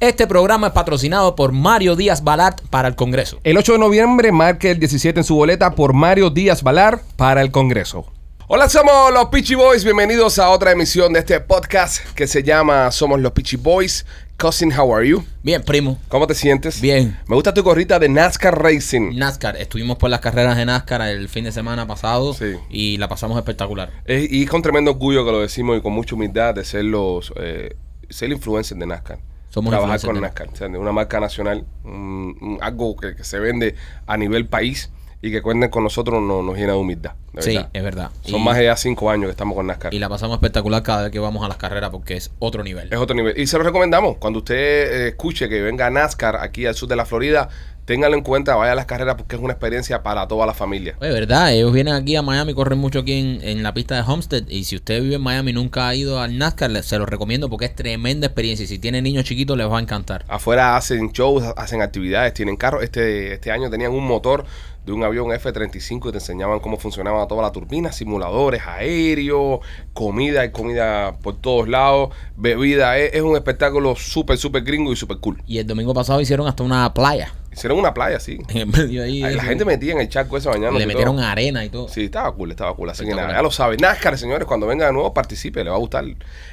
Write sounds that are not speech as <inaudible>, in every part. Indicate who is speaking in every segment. Speaker 1: Este programa es patrocinado por Mario Díaz Balart para el Congreso.
Speaker 2: El 8 de noviembre marque el 17 en su boleta por Mario Díaz Valar para el Congreso. Hola, somos los Peachy Boys. Bienvenidos a otra emisión de este podcast que se llama Somos los Peachy Boys. Cousin, how are you?
Speaker 1: Bien, primo.
Speaker 2: ¿Cómo te sientes?
Speaker 1: Bien.
Speaker 2: Me gusta tu gorrita de NASCAR Racing.
Speaker 1: NASCAR, estuvimos por las carreras de NASCAR el fin de semana pasado
Speaker 2: Sí.
Speaker 1: y la pasamos espectacular.
Speaker 2: Es- y es con tremendo orgullo que lo decimos y con mucha humildad de ser los eh, ser influencers de NASCAR.
Speaker 1: Somos
Speaker 2: Trabajar
Speaker 1: influencers
Speaker 2: con
Speaker 1: de-
Speaker 2: NASCAR. O sea, una marca nacional, un- un- algo que, que se vende a nivel país y que cuenten con nosotros no- nos llena de humildad. de
Speaker 1: sí,
Speaker 2: verdad.
Speaker 1: es verdad.
Speaker 2: Son
Speaker 1: y,
Speaker 2: más de ya cinco años que estamos con NASCAR.
Speaker 1: y la pasamos espectacular cada vez que vamos a las carreras porque es otro nivel.
Speaker 2: Es otro nivel. Y se lo recomendamos. Cuando usted eh, escuche que venga NASCAR aquí al sur de la Florida, téngalo en cuenta, vaya a las carreras porque es una experiencia para toda la familia.
Speaker 1: Es verdad, ellos vienen aquí a Miami, corren mucho aquí en, en la pista de Homestead. Y si usted vive en Miami y nunca ha ido al NASCAR, le- se lo recomiendo porque es tremenda experiencia. Y si tiene niños chiquitos, les va a encantar.
Speaker 2: Afuera hacen shows, hacen actividades, tienen carros. Este, este año tenían un motor de un avión F-35 y te enseñaban cómo funcionaba toda la turbina, simuladores aéreos, comida y comida por todos lados, bebida. Es, es un espectáculo súper, súper gringo y súper cool.
Speaker 1: Y el domingo pasado hicieron hasta una playa. <laughs>
Speaker 2: Hicieron una playa, sí.
Speaker 1: En el medio ahí.
Speaker 2: La
Speaker 1: eso.
Speaker 2: gente metía en el charco ese bañando.
Speaker 1: le metieron arena y todo.
Speaker 2: Sí, estaba cool, estaba cool. Así que nada,
Speaker 1: Espectacular.
Speaker 2: ya lo sabes. NASCAR, señores, cuando venga de nuevo, participe, le va a gustar.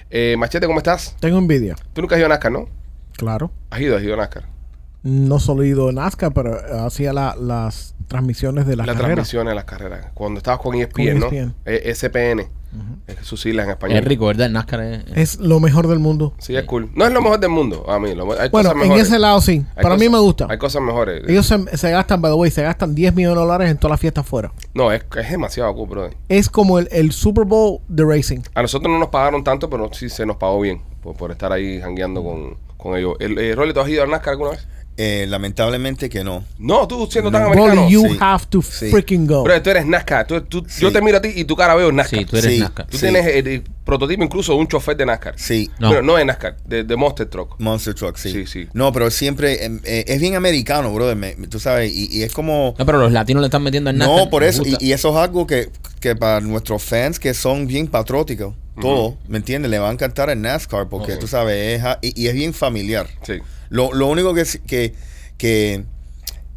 Speaker 2: Eh, Machete, ¿cómo estás?
Speaker 3: Tengo envidia,
Speaker 2: Tú nunca has ido a NASCAR, ¿no?
Speaker 3: claro.
Speaker 2: Has ido, has ido a NASCAR.
Speaker 3: No solo he ido a NASCAR, pero hacía la- las transmisiones de las
Speaker 2: La
Speaker 3: carreras.
Speaker 2: transmisión en las carreras. Cuando estabas con E ESPN,
Speaker 3: Con E
Speaker 2: ¿no?
Speaker 3: ESPN.
Speaker 2: Eh, SPN. Es sus siglas en español.
Speaker 1: Es rico, ¿verdad? El NASCAR es-
Speaker 3: Es lo mejor del mundo.
Speaker 2: Sí, es cool. No es lo mejor del mundo, a mí. lo- hay
Speaker 3: Bueno,
Speaker 2: cosas
Speaker 3: en
Speaker 2: mejores.
Speaker 3: ese lado sí.
Speaker 2: Hay
Speaker 3: Para mí
Speaker 2: cosas-
Speaker 3: me gusta.
Speaker 2: Hay cosas mejores.
Speaker 3: Ellos se, se gastan, by the way, se gastan 10 millones de dólares en todas las fiestas afuera.
Speaker 2: No, es, es demasiado cool, brother.
Speaker 3: Es como el, el Super Bowl de Racing.
Speaker 2: A nosotros no nos pagaron tanto, pero sí se nos pagó bien por, por estar ahí jangueando con, con ellos. El, eh, Rolly, ¿tú has ido a NASCAR alguna vez?
Speaker 4: Eh, lamentablemente que no.
Speaker 2: No, tú siendo tan Ah, americano.
Speaker 3: Broly, you
Speaker 4: Sí.
Speaker 3: have to
Speaker 4: Sí.
Speaker 3: freaking go.
Speaker 2: Bro, tú eres NASCAR. Tú- tú-
Speaker 4: Sí.
Speaker 2: Yo te miro a ti y tu cara veo NASCAR.
Speaker 1: Sí,
Speaker 2: tú
Speaker 1: tú eres
Speaker 4: Sí.
Speaker 1: NASCAR.
Speaker 4: Sí.
Speaker 2: tienes el, el prototipo incluso de un chofer de NASCAR.
Speaker 4: Sí.
Speaker 1: No.
Speaker 2: Pero no de NASCAR, de, de Monster Truck.
Speaker 4: Monster Truck, sí.
Speaker 2: Sí, sí.
Speaker 4: No, pero siempre eh, eh, es bien americano, brother. me- tú sabes, y, y es como.
Speaker 1: No, pero los latinos le están metiendo el NASCAR.
Speaker 4: No, por
Speaker 1: nos
Speaker 4: eso. Y,
Speaker 1: gusta.
Speaker 4: y eso es algo que, que para nuestros fans que son bien patrióticos, todo, ¿me entiendes? Le va a encantar el NASCAR porque
Speaker 2: Ok.
Speaker 4: tú sabes, es a- y, y es bien familiar.
Speaker 2: Sí.
Speaker 4: Lo, lo único que, es- que, que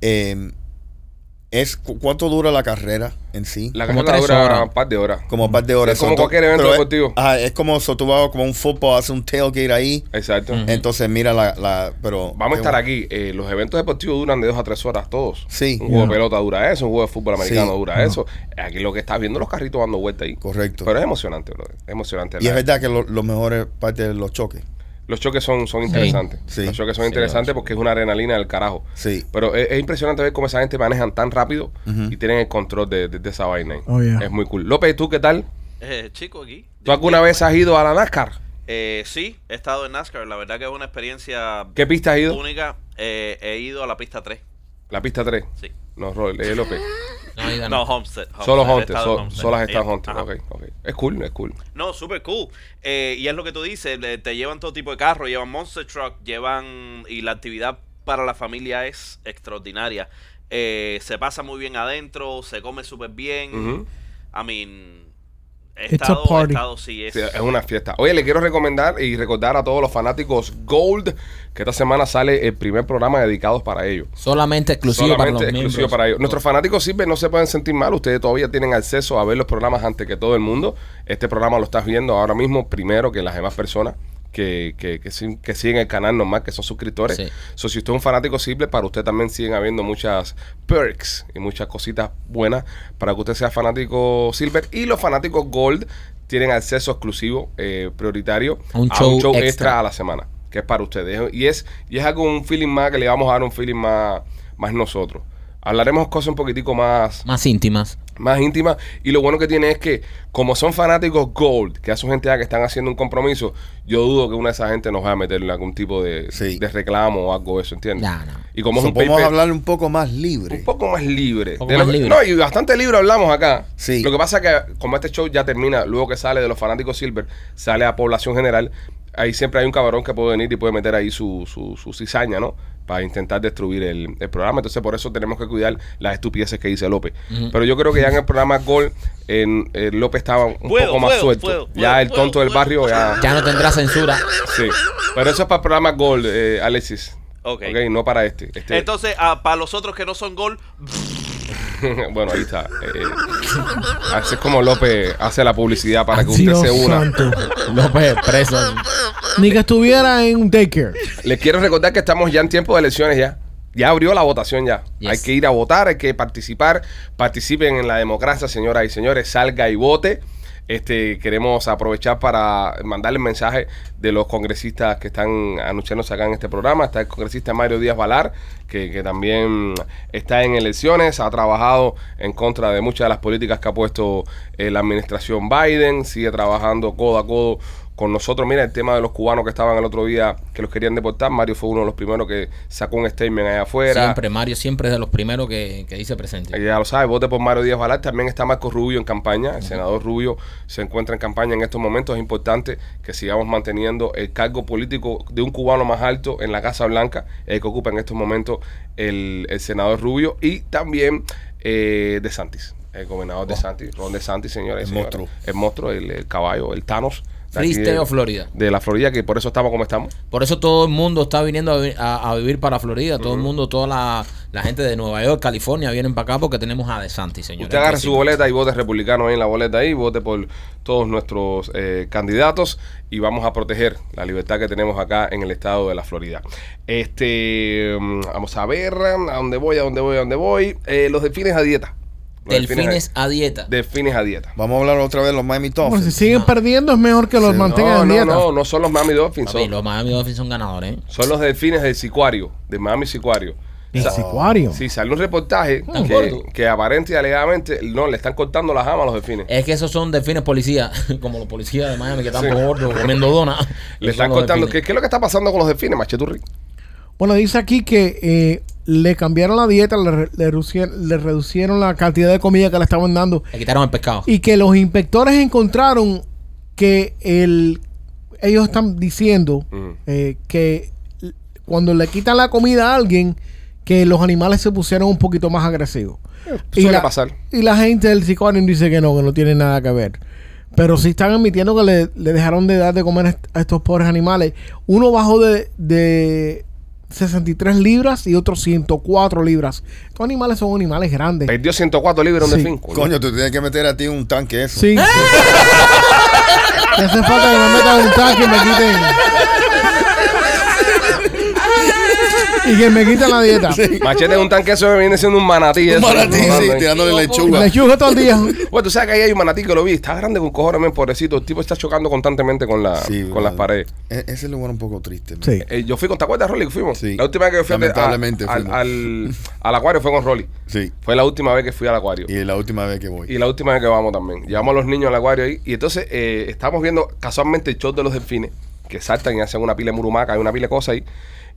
Speaker 4: eh, es cu- cuánto dura la carrera en sí.
Speaker 2: La
Speaker 1: Como
Speaker 2: carrera
Speaker 1: tres
Speaker 2: dura
Speaker 1: horas.
Speaker 2: un par de horas.
Speaker 4: como un par de horas.
Speaker 2: Es como
Speaker 4: So, tú-
Speaker 2: cualquier evento
Speaker 4: pero es-
Speaker 2: deportivo.
Speaker 4: ajá, es como so, tú vas como un fútbol, hace un tailgate ahí.
Speaker 2: Exacto.
Speaker 1: Ujú.
Speaker 4: Entonces, mira la. la- pero
Speaker 2: Vamos a estar aquí. Eh, los eventos deportivos duran de dos a tres horas todos.
Speaker 4: Sí.
Speaker 2: Un juego de
Speaker 3: Yeah.
Speaker 2: pelota dura eso, un juego de fútbol americano
Speaker 4: Sí.
Speaker 2: dura eso. Aquí lo que estás viendo los carritos dando vuelta ahí.
Speaker 4: Correcto.
Speaker 2: Pero es emocionante, bro. Es emocionante.
Speaker 4: y es
Speaker 2: La-
Speaker 4: verdad que lo- los mejores partes de los choques.
Speaker 2: Los choques son, son interesantes.
Speaker 4: Sí.
Speaker 2: Los choques son
Speaker 1: Sí,
Speaker 2: interesantes
Speaker 1: los-
Speaker 2: porque es una adrenalina del carajo.
Speaker 4: Sí.
Speaker 2: Pero es, es impresionante ver cómo esa gente manejan tan rápido y tienen el control de, de- de esa vaina. ahí.
Speaker 3: Oh, yeah.
Speaker 2: Es muy cool. López, ¿tú qué tal?
Speaker 5: Eh, chico aquí.
Speaker 2: ¿Tú alguna vez has ido a la NASCAR?
Speaker 5: Eh, sí, he estado en NASCAR. La verdad que es una experiencia
Speaker 2: ¿Qué pista has ido?
Speaker 5: única. Eh, he ido a la pista 3.
Speaker 2: La pista 3.
Speaker 5: Sí.
Speaker 2: No, Rol, eh, López.
Speaker 1: No, digan-
Speaker 5: No, Homestead.
Speaker 2: Solo
Speaker 5: Homestead, he
Speaker 2: Hunter.
Speaker 5: estado en
Speaker 2: so- Solo has
Speaker 5: Homestead.
Speaker 2: estado en Hunter.
Speaker 5: Ajá.
Speaker 2: Ok, ok. Es cool, es cool.
Speaker 5: No, super cool. Eh, y es lo que tú dices, le- te llevan todo tipo de carros, llevan Monster Truck, llevan... Y la actividad para la familia es extraordinaria. Eh, se pasa muy bien adentro, se come súper bien.
Speaker 2: Ujú.
Speaker 5: I mean... He
Speaker 3: It's a
Speaker 5: estado, he
Speaker 3: party.
Speaker 5: estado, sí, es,
Speaker 2: Sí, es una fiesta. Oye, le quiero recomendar y recordar a todos los fanáticos Gold que esta semana sale el primer programa dedicado para ellos.
Speaker 1: Solamente exclusivo
Speaker 2: Solamente
Speaker 1: para los
Speaker 2: exclusivo
Speaker 1: miembros.
Speaker 2: para ellos. Nuestros fanáticos sirven, no se pueden sentir mal. Ustedes todavía tienen acceso a ver los programas antes que todo el mundo. Este programa lo estás viendo ahora mismo primero que las demás personas. Que, que, que, sig- que siguen el canal normal, que son suscriptores.
Speaker 1: Sí.
Speaker 2: So, si usted es un fanático simple, para usted también siguen habiendo muchas perks y muchas cositas buenas para que usted sea fanático silver. Y los fanáticos gold tienen acceso exclusivo, eh, prioritario,
Speaker 1: A un show
Speaker 2: extra.
Speaker 1: extra
Speaker 2: a la semana, que es para ustedes. Y es, y es algo, un feeling más que le vamos a dar un feeling más, más nosotros. Hablaremos cosas un poquitico más,
Speaker 1: Más íntimas.
Speaker 2: más íntimas. Y lo bueno que tiene es que, como son fanáticos Gold, que a su gente ya que están haciendo un compromiso, yo dudo que una de esa gente nos vaya a meterle algún tipo de,
Speaker 4: Sí.
Speaker 2: de reclamo o algo de eso, ¿entiendes?
Speaker 1: Ya, no.
Speaker 2: Y como es
Speaker 4: So,
Speaker 2: un
Speaker 4: podemos
Speaker 2: pay-per-
Speaker 4: hablar un poco más libre.
Speaker 2: un poco más libre.
Speaker 1: poco
Speaker 2: De lo
Speaker 1: más
Speaker 2: que-
Speaker 1: libre.
Speaker 2: No, y bastante libre hablamos acá.
Speaker 4: Sí.
Speaker 2: Lo que pasa es que como este show ya termina, luego que sale de los fanáticos Silver, sale a población general, ahí siempre hay un cabrón que puede venir y puede meter ahí su, su, su cizaña, ¿no? Para intentar destruir el, el programa. Entonces por eso tenemos que cuidar las estupideces que dice López. Pero yo creo que ya en el programa Gol, en, eh, López estaba un
Speaker 5: Puedo,
Speaker 2: poco más
Speaker 5: puedo,
Speaker 2: suelto.
Speaker 5: puedo,
Speaker 2: ya
Speaker 5: puedo,
Speaker 2: el tonto
Speaker 5: puedo,
Speaker 2: del barrio
Speaker 5: puedo.
Speaker 2: ya...
Speaker 1: Ya no tendrá censura.
Speaker 2: Sí. Pero eso es para el programa Gol, eh, Alexis.
Speaker 5: Ok.
Speaker 2: Ok, no para este. Este-
Speaker 5: Entonces, ah, para los otros que no son gol,
Speaker 2: <laughs> bueno, ahí está. Eh, así es como López hace la publicidad para que usted
Speaker 3: Dios
Speaker 2: se una.
Speaker 3: santo.
Speaker 1: López preso.
Speaker 3: Ni que estuviera en un daycare.
Speaker 2: Les quiero recordar que estamos ya en tiempo de elecciones ya. Ya abrió la votación ya.
Speaker 1: Yes.
Speaker 2: Hay que ir a votar, hay que participar. Participen en la democracia, señoras y señores. Salga y vote. Este, queremos aprovechar para mandarle el mensaje de los congresistas que están anunciándose acá en este programa. Está el congresista Mario Díaz Valar, que, que también está en elecciones, ha trabajado en contra de muchas de las políticas que ha puesto eh, la administración Biden, sigue trabajando codo a codo con nosotros. Mira, el tema de los cubanos que estaban el otro día, que los querían deportar, Mario fue uno de los primeros que sacó un statement allá afuera.
Speaker 1: Siempre, Mario siempre es de los primeros que, que dice presente.
Speaker 2: Ya lo sabes, vote por Mario Díaz Valar. También está Marco Rubio en campaña. El senador Rubio se encuentra en campaña en estos momentos. Es importante que sigamos manteniendo el cargo político de un cubano más alto en la Casa Blanca, el que ocupa en estos momentos el, el senador Rubio y también eh, De Santis, el gobernador De Santis, Ron De Santis, señores. y
Speaker 4: El
Speaker 2: señores.
Speaker 4: monstruo.
Speaker 2: El monstruo, el, el caballo, el Thanos. de
Speaker 1: Free
Speaker 2: aquí
Speaker 1: State
Speaker 2: de-
Speaker 1: of Florida.
Speaker 2: De la Florida, que por eso estamos como estamos.
Speaker 1: Por eso todo el mundo está viniendo a, vi- a- a vivir para Florida. Todo el mundo, toda la, la gente de Nueva York, California, vienen para acá porque tenemos a DeSantis, señor.
Speaker 2: Usted agarre su
Speaker 1: Sí.
Speaker 2: boleta y vote republicano ahí en la boleta ahí, vote por todos nuestros eh, candidatos y vamos a proteger la libertad que tenemos acá en el estado de la Florida. Este, mm, vamos a ver a dónde voy, a dónde voy, a dónde voy. Eh, los delfines a dieta. Los
Speaker 1: Delfines a dieta.
Speaker 2: a, delfines a dieta.
Speaker 4: Vamos a hablar otra vez de los Miami
Speaker 3: Bueno, si
Speaker 4: Dolphins.
Speaker 3: siguen perdiendo, es mejor que los
Speaker 4: Sí,
Speaker 3: mantengan
Speaker 2: No,
Speaker 3: en
Speaker 2: no,
Speaker 3: dieta.
Speaker 2: no, no son los Miami Dolphins,
Speaker 1: Papi,
Speaker 2: son,
Speaker 1: los Miami Dolphins son ganadores. ¿eh?
Speaker 2: son los delfines del Sicuario, de Miami Sicuario.
Speaker 3: El
Speaker 2: Sa-
Speaker 3: sicuario.
Speaker 2: Sí, salió un reportaje
Speaker 1: Tan
Speaker 2: que,
Speaker 1: gordo.
Speaker 2: que aparente y alegadamente no le están cortando las amas a los delfines.
Speaker 1: Es que esos son delfines policías, <laughs> como los policías de Miami que están
Speaker 2: Sí.
Speaker 1: por gordos comiendo donas.
Speaker 2: Le
Speaker 1: Esos son
Speaker 2: están
Speaker 1: los
Speaker 2: contando qué
Speaker 1: delfines.
Speaker 2: qué es lo que está pasando con los delfines, Macheturri.
Speaker 3: Bueno, dice aquí que eh, le cambiaron la dieta, le, re- le reduci- le reducieron la cantidad de comida que le estaban dando
Speaker 1: Le quitaron el pescado.
Speaker 3: y que los inspectores encontraron que el, ellos están diciendo
Speaker 2: Mm.
Speaker 3: eh, que l- cuando le quitan la comida a alguien, que los animales se pusieron un poquito más agresivos.
Speaker 2: suele pasar.
Speaker 3: y la gente del psicoanálisis dice que no, que no tiene nada que ver. Pero sí están admitiendo que le, le dejaron de dar de comer a est- a estos pobres animales. Uno bajó de, de 63 libras y otro 104 libras. Estos animales son animales grandes.
Speaker 2: Perdió 104 libras un
Speaker 3: Sí.
Speaker 2: delfín. coño.
Speaker 4: Coño, te tienes que meter a ti en un tanque eso. <laughs>
Speaker 3: Sí. <laughs> Me hace falta que me metan en un tanque y me quiten. y que me quiten la dieta.
Speaker 2: Machete es un tanque, eso viene siendo un manatí. eso. ¿eh?
Speaker 4: Para ti, sí,
Speaker 2: Rodando ahí.
Speaker 4: tirándole lechuga.
Speaker 3: Lechuga todo el día.
Speaker 2: Bueno, tú sabes que ahí hay un manatí que lo vi. Está grande con cojones, men, pobrecito. El tipo está chocando constantemente con, la,
Speaker 4: Sí,
Speaker 2: Ah, con
Speaker 4: brother.
Speaker 2: las paredes.
Speaker 4: E- ese lugar un poco triste. man.
Speaker 3: Sí.
Speaker 2: Eh, yo fui con, ¿te acuerdas, Rolly? que Fuimos.
Speaker 4: Sí.
Speaker 2: La última vez que yo fui a-
Speaker 4: Lamentablemente
Speaker 2: al,
Speaker 4: fuimos.
Speaker 2: al- al acuario fue con Rolly.
Speaker 4: Sí.
Speaker 2: Fue la última vez que fui al acuario.
Speaker 4: Y la última vez que voy.
Speaker 2: Y la última vez que vamos también. Llevamos a los niños al acuario ahí. Y entonces eh, estamos viendo casualmente el show de los delfines que saltan y hacen una pila de murumaca, hay una pila de cosas ahí.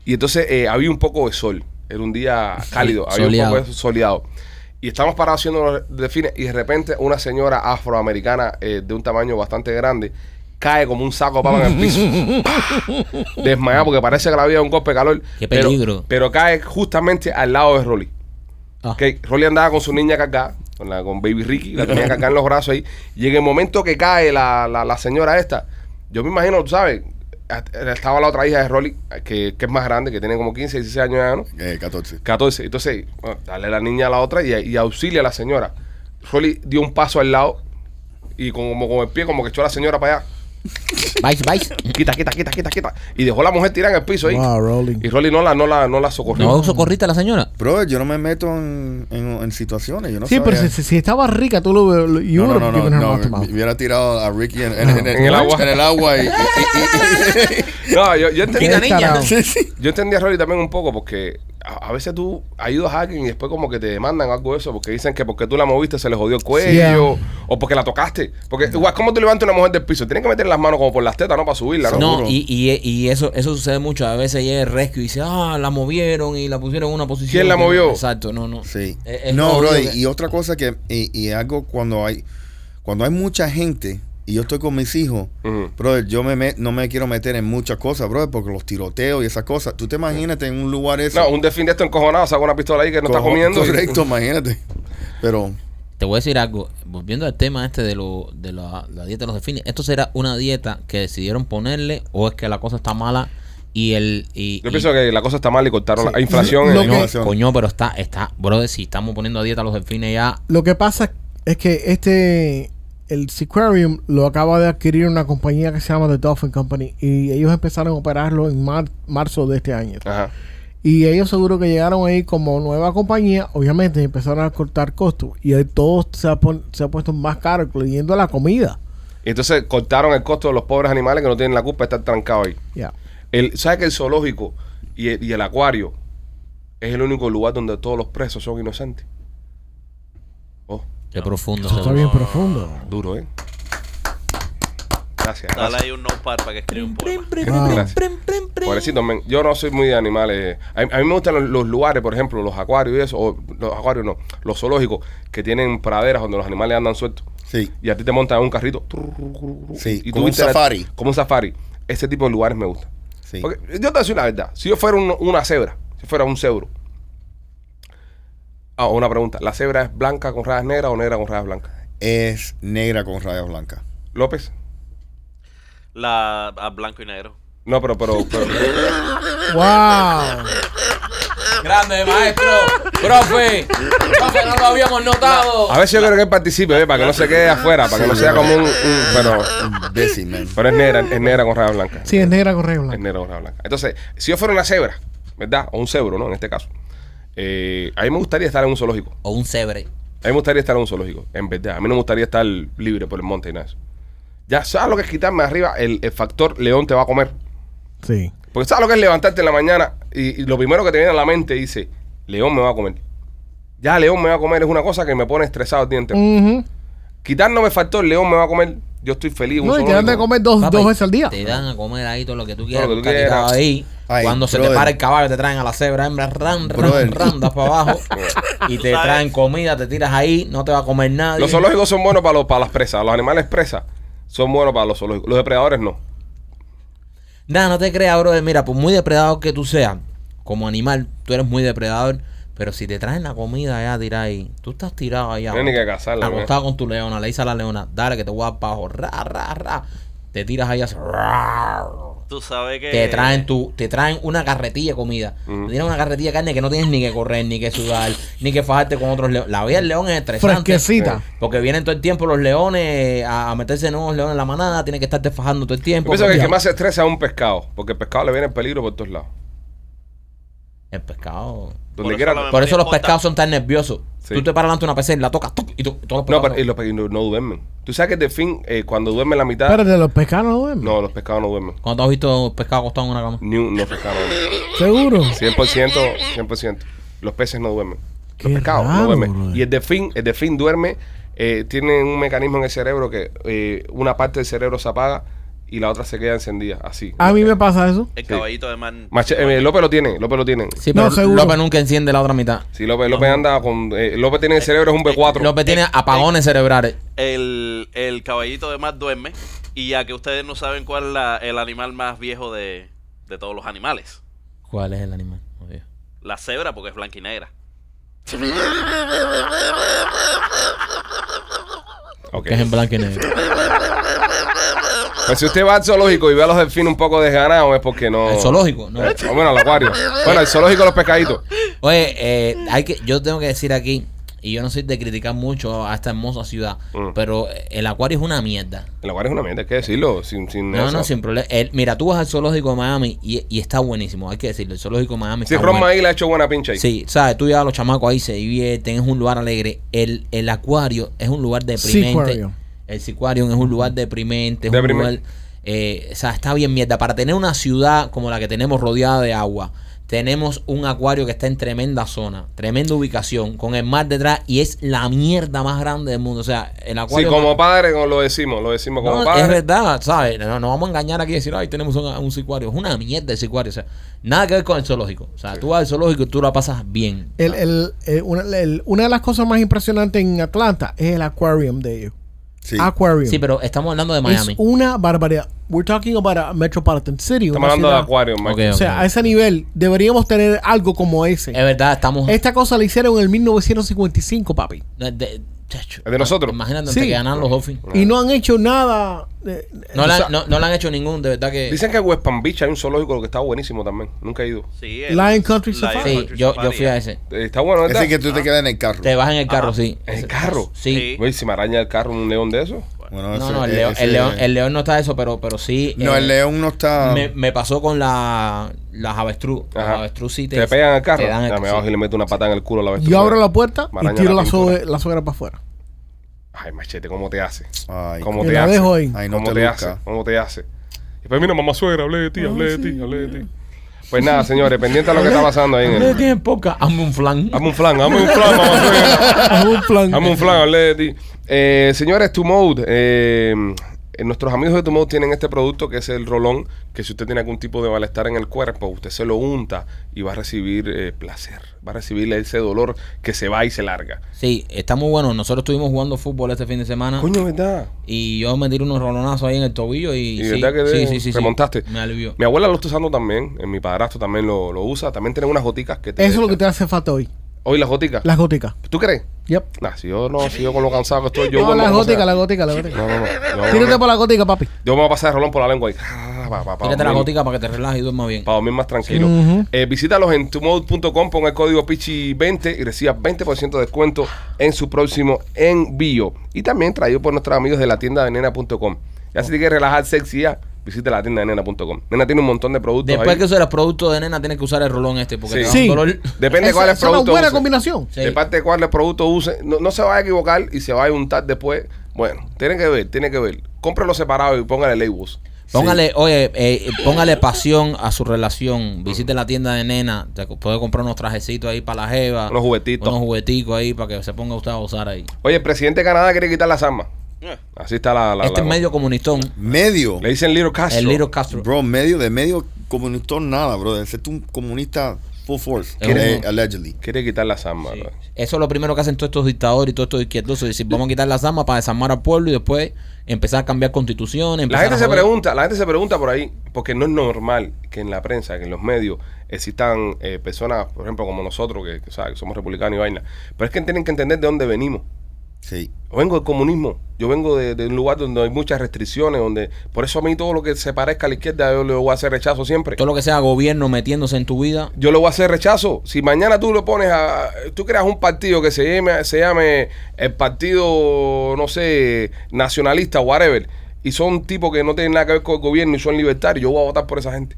Speaker 2: Y entonces eh, había un poco de sol. Era un
Speaker 1: <laughs>
Speaker 2: día cálido, había un poco
Speaker 1: Soleado.
Speaker 2: de soleado. Y estamos parados haciendo los delfines y de repente una señora afroamericana eh, de un tamaño bastante grande cae como un saco de papa en el
Speaker 1: <laughs>
Speaker 2: piso. ¡Pah! Desmayada porque parece que la había un golpe de calor.
Speaker 1: Qué
Speaker 2: pero-
Speaker 1: peligro.
Speaker 2: pero cae justamente al lado de Rolly.
Speaker 1: Ah.
Speaker 2: Que Rolly andaba con su niña cargada, con, la, con Baby Ricky, la tenía cargada en los brazos ahí. Y en el momento que cae la, la- la señora esta, yo me imagino, tú sabes, At- estaba la otra hija de Rolly, que, que es más grande, que tiene como 15, 16 años ya, ¿no?
Speaker 4: Eh, 14.
Speaker 2: 14. Entonces, bueno, dale la niña a la otra y, y auxilia a la señora. Rolly dio un paso al lado y como con el pie, como que echó a la señora para allá.
Speaker 1: Vais, vais.
Speaker 2: <laughs> Quita, quita, quita, quita, quita. Y dejó a la mujer tirada en el piso ahí.
Speaker 3: Wow, Rolly.
Speaker 2: Y Rolly no la, no la, no la socorrió.
Speaker 1: ¿No socorriste a la señora?
Speaker 4: Bro, yo no me meto en, en- en situaciones. Yo no
Speaker 3: sí, pero
Speaker 4: sabía.
Speaker 3: si, si- si estaba rica, tú lo lo- you
Speaker 4: No, no,
Speaker 3: would have
Speaker 4: no, no,
Speaker 3: given her
Speaker 4: no,
Speaker 3: mouth to mouth.
Speaker 4: me hubiera tirado a Ricky en, en- en-
Speaker 2: En el agua.
Speaker 4: en el agua y, y- y- y-
Speaker 2: <laughs> No, yo, yo entendí.
Speaker 1: Quita,
Speaker 3: Qué
Speaker 1: niña.
Speaker 3: tarado.
Speaker 2: Yo entendí a Rolly también un poco porque a, a veces tú ayudas a alguien y después como que te demandan algo de eso porque dicen que porque tú la moviste se le jodió el cuello
Speaker 3: Yeah.
Speaker 2: o porque la tocaste. Porque igual, ¿cómo tú levantas una mujer del piso? Tienes que meter las manos como por las tetas, ¿no? Para subirla, ¿no?
Speaker 1: No, y, y, y eso eso sucede mucho. A veces llega el rescue y dice, ah, la movieron y la pusieron en una posición.
Speaker 2: ¿Quién la
Speaker 1: que-
Speaker 2: movió?
Speaker 1: Exacto, no, no.
Speaker 4: Sí.
Speaker 2: Eh,
Speaker 1: Es- es
Speaker 4: no,
Speaker 1: obvio
Speaker 4: bro, y,
Speaker 1: que-
Speaker 4: y otra cosa que, y, y algo cuando hay, cuando hay mucha gente, y yo estoy con mis hijos,
Speaker 2: Ujú.
Speaker 4: brother, yo me, met- no me quiero meter en muchas cosas, brother, porque los tiroteos y esas cosas. Tú te imagínate en un lugar eso.
Speaker 2: No, un delfín de esto encojonado saca una pistola ahí que no está
Speaker 4: Cojo-
Speaker 2: comiendo. y-
Speaker 4: Correcto, imagínate. Pero,
Speaker 1: Te voy a decir algo, volviendo al tema este de, lo, de la, la dieta de los delfines, ¿esto será una dieta que decidieron ponerle o es que la cosa está mala y el... Y,
Speaker 2: Yo
Speaker 1: y-
Speaker 2: pienso que la cosa está mal y cortaron la inflación. eh,
Speaker 3: Lo que-
Speaker 4: Innovación.
Speaker 1: Coño, pero está, está, brother, si estamos poniendo a dieta a los delfines ya...
Speaker 3: Lo que pasa es que este, el Seaquarium lo acaba de adquirir una compañía que se llama The Dolphin Company y ellos empezaron a operarlo en mar- marzo de este año.
Speaker 2: Ajá.
Speaker 3: Y ellos seguro que llegaron ahí como nueva compañía, obviamente y empezaron a cortar costos y ahí todo se ha, pon- se ha puesto más caro, incluyendo la comida.
Speaker 2: Y entonces cortaron el costo de los pobres animales que no tienen la culpa de estar trancados ahí.
Speaker 3: Ya.
Speaker 2: El, ¿Sabes que el zoológico y el, y el acuario es el único lugar donde todos los presos son inocentes? Oh,
Speaker 1: Qué profundo.
Speaker 3: Eso está
Speaker 1: seguro. <laughs>
Speaker 3: bien profundo.
Speaker 2: duro, ¿eh? Gracias.
Speaker 5: Dale
Speaker 2: gracias.
Speaker 5: ahí un notepad para que escriba un poema.
Speaker 3: Wow.
Speaker 2: Pobrecito, men, yo no soy muy de animales. A, a mí me gustan los, los lugares, por ejemplo, los acuarios y eso, o los acuarios no, los zoológicos que tienen praderas donde los animales andan sueltos.
Speaker 4: sí.
Speaker 2: Y a ti te montan en un carrito. tru, tru, tru, tru,
Speaker 4: Sí,
Speaker 2: Uh, y
Speaker 4: como
Speaker 2: tú
Speaker 4: un
Speaker 2: interac-
Speaker 4: safari.
Speaker 2: Como un safari. Ese tipo de lugares me gusta.
Speaker 4: sí.
Speaker 2: Porque yo te decía la verdad. Si yo fuera un- una cebra, si fuera un cebro. Ah, una pregunta. ¿La cebra es blanca con rayas negras o negra con rayas blancas?
Speaker 4: Es negra con rayas blancas.
Speaker 2: López.
Speaker 5: La a blanco y negro.
Speaker 2: No, pero, pero, pero.
Speaker 3: ¡Wow!
Speaker 1: Grande, maestro. Profe. Profe, no lo habíamos notado.
Speaker 2: A veces yo quiero que él participe, ¿eh? para que no se quede afuera, para que no sea como un. un- pero,
Speaker 4: Imbécil, man.
Speaker 2: pero es negra, es negra con rayas blancas.
Speaker 3: Sí, es negra con regla.
Speaker 2: Es negra con rayas blancas. Entonces, si yo fuera una cebra, ¿verdad? O un cebro, ¿no? En este caso. eh, a mí me gustaría estar en un zoológico.
Speaker 1: O un cebre.
Speaker 2: A mí me gustaría estar en un zoológico, en verdad. A mí no me gustaría estar libre por el monte y nada de eso. Ya sabes lo que es quitarme arriba, el, el factor león te va a comer.
Speaker 3: Sí.
Speaker 2: Porque sabes lo que es levantarte en la mañana y, y lo primero que te viene a la mente dice, león me va a comer. Ya león me va a comer es una cosa que me pone estresado el día entero.
Speaker 3: Ujú.
Speaker 2: Quitándome el factor león me va a comer, yo estoy feliz. en un
Speaker 3: No, y te
Speaker 2: zoológico.
Speaker 3: dan de comer dos,
Speaker 1: Papi,
Speaker 3: dos veces al día.
Speaker 1: Te dan a comer ahí todo lo que tú quieras.
Speaker 2: Todo lo que tú
Speaker 1: castigado
Speaker 2: quieras.
Speaker 1: ahí.
Speaker 4: Ay,
Speaker 1: Cuando se te
Speaker 4: brother.
Speaker 1: para el caballo, te traen a la cebra hembra, ran, ran,
Speaker 4: Brother.
Speaker 1: ran, das
Speaker 2: <laughs>
Speaker 1: para abajo. y te
Speaker 5: ¿Sabes?
Speaker 1: traen comida, te tiras ahí, no te va a comer nadie.
Speaker 2: Los zoológicos son buenos para, los, para las presas, los animales presas son buenos para los zoológicos. Los depredadores no.
Speaker 1: Nada, no te creas, brother. Mira, por muy depredador que tú seas, como animal, tú eres muy depredador. Pero si te traen la comida allá tirada ahí, tú estás tirado allá.
Speaker 2: Tienes ni que cazarla, pues.
Speaker 1: Acostado con tu leona, le dices a la leona, dale que te voy a dar pa' abajo, ra, ra, ra. Te tiras ahí así, ra.
Speaker 5: Tú sabes que.
Speaker 1: Te traen tu, te traen una carretilla de comida. Te tienen una carretilla de carne que no tienes ni que correr, ni que sudar, ni que fajarte con otros leones. La vida del león es estresante.
Speaker 3: Fresquecita.
Speaker 1: Porque vienen todo el tiempo los leones a, a meterse nuevos leones en la manada, tienes que estarte fajando todo el
Speaker 2: Yo
Speaker 1: tiempo. pues
Speaker 2: pienso que el que más se estresa es un pescado, porque el pescado le viene el peligro por todos lados.
Speaker 1: El pescado.
Speaker 2: Donde
Speaker 5: eso
Speaker 2: quiera.
Speaker 5: la-
Speaker 1: Por eso los
Speaker 5: importa.
Speaker 1: pescados son tan nerviosos.
Speaker 2: Sí.
Speaker 1: Tú te paras delante de una pecera y la tocas ¡tuc! y, tú- y todos los
Speaker 2: No,
Speaker 1: pescados.
Speaker 2: pero y los pescados no duermen. Tú sabes que el delfín, eh, cuando duerme la mitad.
Speaker 3: Espérate, los pescados no duermen.
Speaker 2: No, los pescados no duermen.
Speaker 1: ¿Cuándo tú has visto un pescado acostado en una cama?
Speaker 2: Ni un, los pescados no duermen.
Speaker 3: Seguro.
Speaker 2: 100%, 100%. Los peces no duermen. Los
Speaker 3: Qué
Speaker 2: pescados
Speaker 3: raro,
Speaker 2: no duermen.
Speaker 3: brother.
Speaker 2: Y el delfín, el delfín duerme, eh, tiene un mecanismo en el cerebro que eh, una parte del cerebro se apaga y la otra se queda encendida, así.
Speaker 3: A mí me pasa eso.
Speaker 5: El
Speaker 2: Sí.
Speaker 5: caballito de man.
Speaker 2: Mache- eh, López lo tiene, López lo tiene.
Speaker 1: Sí,
Speaker 3: No,
Speaker 1: pero
Speaker 3: seguro.
Speaker 1: López nunca enciende la otra mitad.
Speaker 2: Sí, López, López anda con... eh, López tiene el cerebro, es un B4.
Speaker 1: López tiene
Speaker 2: eh.
Speaker 1: apagones cerebrales.
Speaker 5: El, el caballito de mar duerme. Y ya que ustedes no saben cuál es la- el animal más viejo de, de todos los animales.
Speaker 1: ¿Cuál es el animal? Oh, Dios.
Speaker 5: La cebra, porque es blanca y negra.
Speaker 2: Ok.
Speaker 1: Que es en blanco y negro.
Speaker 2: Pues si usted va al zoológico y ve a los delfines un poco desganados, es porque no...
Speaker 1: El zoológico, no.
Speaker 2: Eh, O bueno, al acuario. Bueno, el zoológico de los pescaditos.
Speaker 1: Oye, eh, hay que, yo tengo que decir aquí, y yo no soy de criticar mucho a esta hermosa ciudad,
Speaker 2: Mm.
Speaker 1: pero eh, el acuario es una mierda.
Speaker 2: El acuario es una mierda, hay que decirlo. Sin, sin
Speaker 1: No,
Speaker 2: eso.
Speaker 1: no, sin problema. El- mira, tú vas al zoológico de Miami y, y está buenísimo, hay que decirlo. El zoológico de Miami
Speaker 2: Sí,
Speaker 1: está
Speaker 2: Ron
Speaker 1: bueno.
Speaker 2: Maí le ha hecho buena pincha ahí.
Speaker 1: Sí, sabes, tú llevas a los chamacos ahí, se divierten, es un lugar alegre. El, el acuario es un lugar deprimente.
Speaker 3: Seaquarium.
Speaker 1: El sicuario es un lugar deprimente. Es un
Speaker 2: Deprimente.
Speaker 1: lugar, eh, o sea, está bien mierda. Para tener una ciudad como la que tenemos rodeada de agua, Tenemos un acuario que está en tremenda zona, tremenda ubicación, con el mar detrás y es la mierda más grande del mundo. O sea, el
Speaker 2: Sí,
Speaker 1: acuario.
Speaker 2: como padre como lo decimos, lo decimos como
Speaker 1: No,
Speaker 2: padre.
Speaker 1: es verdad, ¿sabes? No, no vamos a engañar aquí y decir, ay, tenemos un, un sicuario. Es una mierda el sicuario. O sea, nada que ver con el zoológico. O sea, tú vas al zoológico y tú la pasas bien.
Speaker 3: El- el- el- una, el- una de las cosas más impresionantes en Atlanta es el aquarium de ellos.
Speaker 4: Sí.
Speaker 3: Aquarium.
Speaker 1: Sí, pero estamos hablando de Miami.
Speaker 3: Es una barbaridad. We're talking about a metropolitan city.
Speaker 2: Estamos
Speaker 3: una
Speaker 2: hablando de
Speaker 3: ciudad-
Speaker 2: acuario, Mike.
Speaker 1: Ok,
Speaker 3: O sea, a ese nivel deberíamos tener algo como ese.
Speaker 1: Es verdad, estamos.
Speaker 3: Esta cosa la hicieron en el 1955, papi.
Speaker 1: de, de- chacho.
Speaker 2: ¿Es de nosotros?
Speaker 1: Imagínate antes
Speaker 3: Sí.
Speaker 1: que ganan los Dolphins.
Speaker 3: Y no han hecho nada. eh,
Speaker 1: No
Speaker 3: o
Speaker 1: le
Speaker 3: sea,
Speaker 1: han- no- no le han hecho ningún, de verdad que.
Speaker 2: Dicen que en West Palm Beach hay un zoológico que está buenísimo también. Nunca he ido.
Speaker 5: Sí,
Speaker 3: Lion Country Safari.
Speaker 1: Sí,
Speaker 5: Country
Speaker 1: yo, yo
Speaker 5: Safari,
Speaker 1: fui a
Speaker 5: eh.
Speaker 1: ese.
Speaker 2: Eh, Está bueno, ¿verdad?
Speaker 4: Ese que tú te quedas en el carro.
Speaker 1: Te vas en el carro, sí.
Speaker 2: ¿En el carro?
Speaker 1: Sí.
Speaker 5: Sí.
Speaker 2: Güey, si me araña el carro un león de eso.
Speaker 4: Bueno,
Speaker 1: No,
Speaker 4: ese-
Speaker 1: no, el león,
Speaker 4: ese-
Speaker 1: el, león, el león no está eso, pero, pero sí.
Speaker 4: No,
Speaker 1: eh,
Speaker 4: el ah. león no está.
Speaker 1: Me, me pasó con la, las avestruz.
Speaker 2: Ajá.
Speaker 1: Las avestruz sí
Speaker 2: Te, pegan al carro.
Speaker 1: te dan el-
Speaker 2: Ya me bajo y le meto una patada en el culo a la vez.
Speaker 3: Yo abro la puerta
Speaker 2: Maraña
Speaker 3: y tiro
Speaker 2: la
Speaker 3: la, sobre- la suegra para afuera.
Speaker 2: Ay, machete, ¿cómo te hace?
Speaker 4: Ay,
Speaker 2: ¿Cómo
Speaker 3: Y
Speaker 2: te
Speaker 3: la
Speaker 2: hace?
Speaker 3: dejo ahí.
Speaker 4: Ay, no
Speaker 2: ¿Cómo
Speaker 4: te
Speaker 2: te, hace?
Speaker 4: luzca. Ah,
Speaker 2: ¿Cómo te hace? Y pues mira, mamá suegra, hablé de ti, hablé de ti, hablé de ti. Pues nada, señores, pendiente a lo que está pasando ahí en
Speaker 1: Ustedes
Speaker 2: el...
Speaker 1: tienen poca. Hazme un flan.
Speaker 2: Hazme un flan, hazme un flan, mamá suegra.
Speaker 3: Haz un plan.
Speaker 2: Dame un flan, hablé de ti. Eh, señores, tu mode. eh, eh, nuestros amigos de tu mode tienen este producto que es el rolón. Que si usted tiene algún tipo de malestar en el cuerpo, usted se lo unta y va a recibir eh, placer. Va a recibir ese dolor que se va y se larga.
Speaker 1: Sí, está muy bueno. Nosotros estuvimos jugando fútbol este fin de semana.
Speaker 2: Coño, ¿verdad?
Speaker 1: Y yo me tiré unos rolonazos ahí en el tobillo. Y,
Speaker 2: Y
Speaker 1: sí,
Speaker 2: verdad que
Speaker 1: sí,
Speaker 2: te-
Speaker 1: sí, sí, sí.
Speaker 2: remontaste.
Speaker 1: Me alivió.
Speaker 2: Mi abuela lo está usando también. eh, Mi padrastro también lo, lo usa. También tienen unas goticas que te.
Speaker 3: Eso es lo que te hace falta hoy.
Speaker 2: Hoy las goticas.
Speaker 3: Las góticas.
Speaker 2: ¿Tú crees?
Speaker 3: Yep.
Speaker 2: Nah, si yo no, si yo con lo cansado que estoy yo.
Speaker 3: no,
Speaker 2: duermo
Speaker 3: las
Speaker 2: como sea.
Speaker 3: góticas, las góticas, las góticas.
Speaker 2: No, no, no. Yo,
Speaker 3: Tírate
Speaker 2: yo
Speaker 3: por la gótica, papi.
Speaker 2: me voy a pasar el rolón por la lengua ah, ahí. Para,
Speaker 1: Tírate la gotica para que te relajes y duermas bien.
Speaker 2: Para dormir más tranquilo.
Speaker 3: Ujú.
Speaker 2: Eh, visítalos en tumode.com, pon el código PICHI20 y recibas 20% de descuento en su próximo envío. Y también traído por nuestros amigos de la tienda de nena.com. Ya si te quieres relajar sexy ya, visita la tienda de nena.com. Nena tiene un montón de productos
Speaker 1: Después
Speaker 2: ahí.
Speaker 1: que usas los productos de nena, tienes que usar el rolón este.
Speaker 2: Sí.
Speaker 1: Porque te da
Speaker 3: Sí.
Speaker 1: un dolor.
Speaker 2: Depende de
Speaker 3: Esa-
Speaker 2: cuál es el
Speaker 3: esa es una
Speaker 2: producto.
Speaker 3: buena
Speaker 2: use.
Speaker 3: combinación.
Speaker 1: Sí.
Speaker 2: De parte de cuál el producto use. No, no se va a equivocar y se va a untar después. Bueno, tiene que ver, tiene que ver. Cómpralo separado y póngale labels.
Speaker 1: Póngale, oye, eh, póngale pasión a su relación. Visite la tienda de nena. Te co- puede comprar unos trajecitos ahí para la jeva.
Speaker 2: Unos juguetitos.
Speaker 1: Unos jugueticos ahí para que se ponga usted a usar ahí.
Speaker 2: Oye, el presidente de Canadá quiere quitar las armas.
Speaker 5: Eh,
Speaker 2: Así está la. la-
Speaker 1: este
Speaker 2: la-
Speaker 1: es medio comunistón.
Speaker 4: Medio.
Speaker 2: Le dicen Little Castro.
Speaker 1: El Little Castro.
Speaker 4: Bro, medio de medio comunista nada, bro. Ese es un comunista full force.
Speaker 1: Es
Speaker 4: eh,
Speaker 1: un-
Speaker 4: allegedly.
Speaker 2: Quiere quitar las armas. bro.
Speaker 1: Eso es lo primero que hacen todos estos dictadores y todos estos izquierdosos. Decir, vamos a quitar las armas para desarmar al pueblo y después empezar a cambiar constituciones.
Speaker 2: La
Speaker 1: empezar
Speaker 2: gente
Speaker 1: a
Speaker 2: se
Speaker 1: joder.
Speaker 2: pregunta, la gente se pregunta por ahí, porque no es normal que en la prensa, que en los medios existan eh, personas, por ejemplo, como nosotros, que, que, ¿sabes? que somos republicanos y vaina. Pero es que tienen que entender de dónde venimos.
Speaker 4: Sí.
Speaker 2: Yo vengo del comunismo. Yo vengo de, de un lugar donde hay muchas restricciones, donde por eso a mí todo lo que se parezca a la izquierda yo le voy a hacer rechazo siempre.
Speaker 1: Todo lo que sea gobierno metiéndose en tu vida.
Speaker 2: Yo le voy a hacer rechazo. Si mañana tú le pones a, tú creas un partido que se llame, se llame el partido, no sé, nacionalista, whatever, y son tipos que no tienen nada que ver con el gobierno y son libertarios, yo voy a votar por esa gente.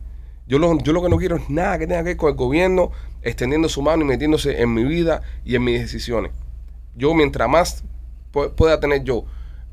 Speaker 2: Yo lo, yo lo que no quiero es nada que tenga que ver con el gobierno extendiendo su mano y metiéndose en mi vida y en mis decisiones. Yo, mientras más pu- pueda tener yo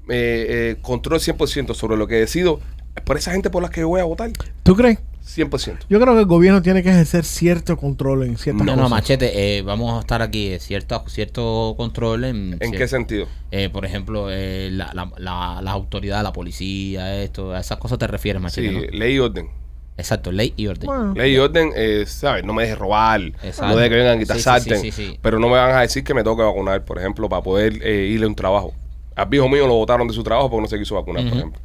Speaker 2: eh, eh, control 100% sobre lo que decido, es por esa gente por las que yo voy a votar,
Speaker 3: ¿Tú crees?
Speaker 2: 100%.
Speaker 3: Yo creo que el gobierno tiene que ejercer cierto control en ciertas
Speaker 1: No, no,
Speaker 3: cosas.
Speaker 1: machete. eh, vamos a estar aquí. eh, cierto, cierto control. ¿En,
Speaker 2: ¿En
Speaker 1: cier-
Speaker 2: qué sentido?
Speaker 1: eh, por ejemplo, eh, la, la, la, las autoridades, la policía, esto. A esas cosas te refieres,
Speaker 2: Sí,
Speaker 1: machete. ¿no?
Speaker 2: ley y orden.
Speaker 1: Exacto, ley y orden.
Speaker 3: Bueno.
Speaker 2: Ley y orden, eh, ¿sabes? No me dejes robar,
Speaker 1: Exacto.
Speaker 2: no dejes que vengan y te
Speaker 1: Sí, sí,
Speaker 2: asalten,
Speaker 1: sí, sí, sí.
Speaker 2: pero no me van a decir que me toque vacunar, por ejemplo, para poder eh, irle a un trabajo. Al viejo mío lo botaron de su trabajo porque no se quiso vacunar, por
Speaker 1: Ujú.
Speaker 2: ejemplo.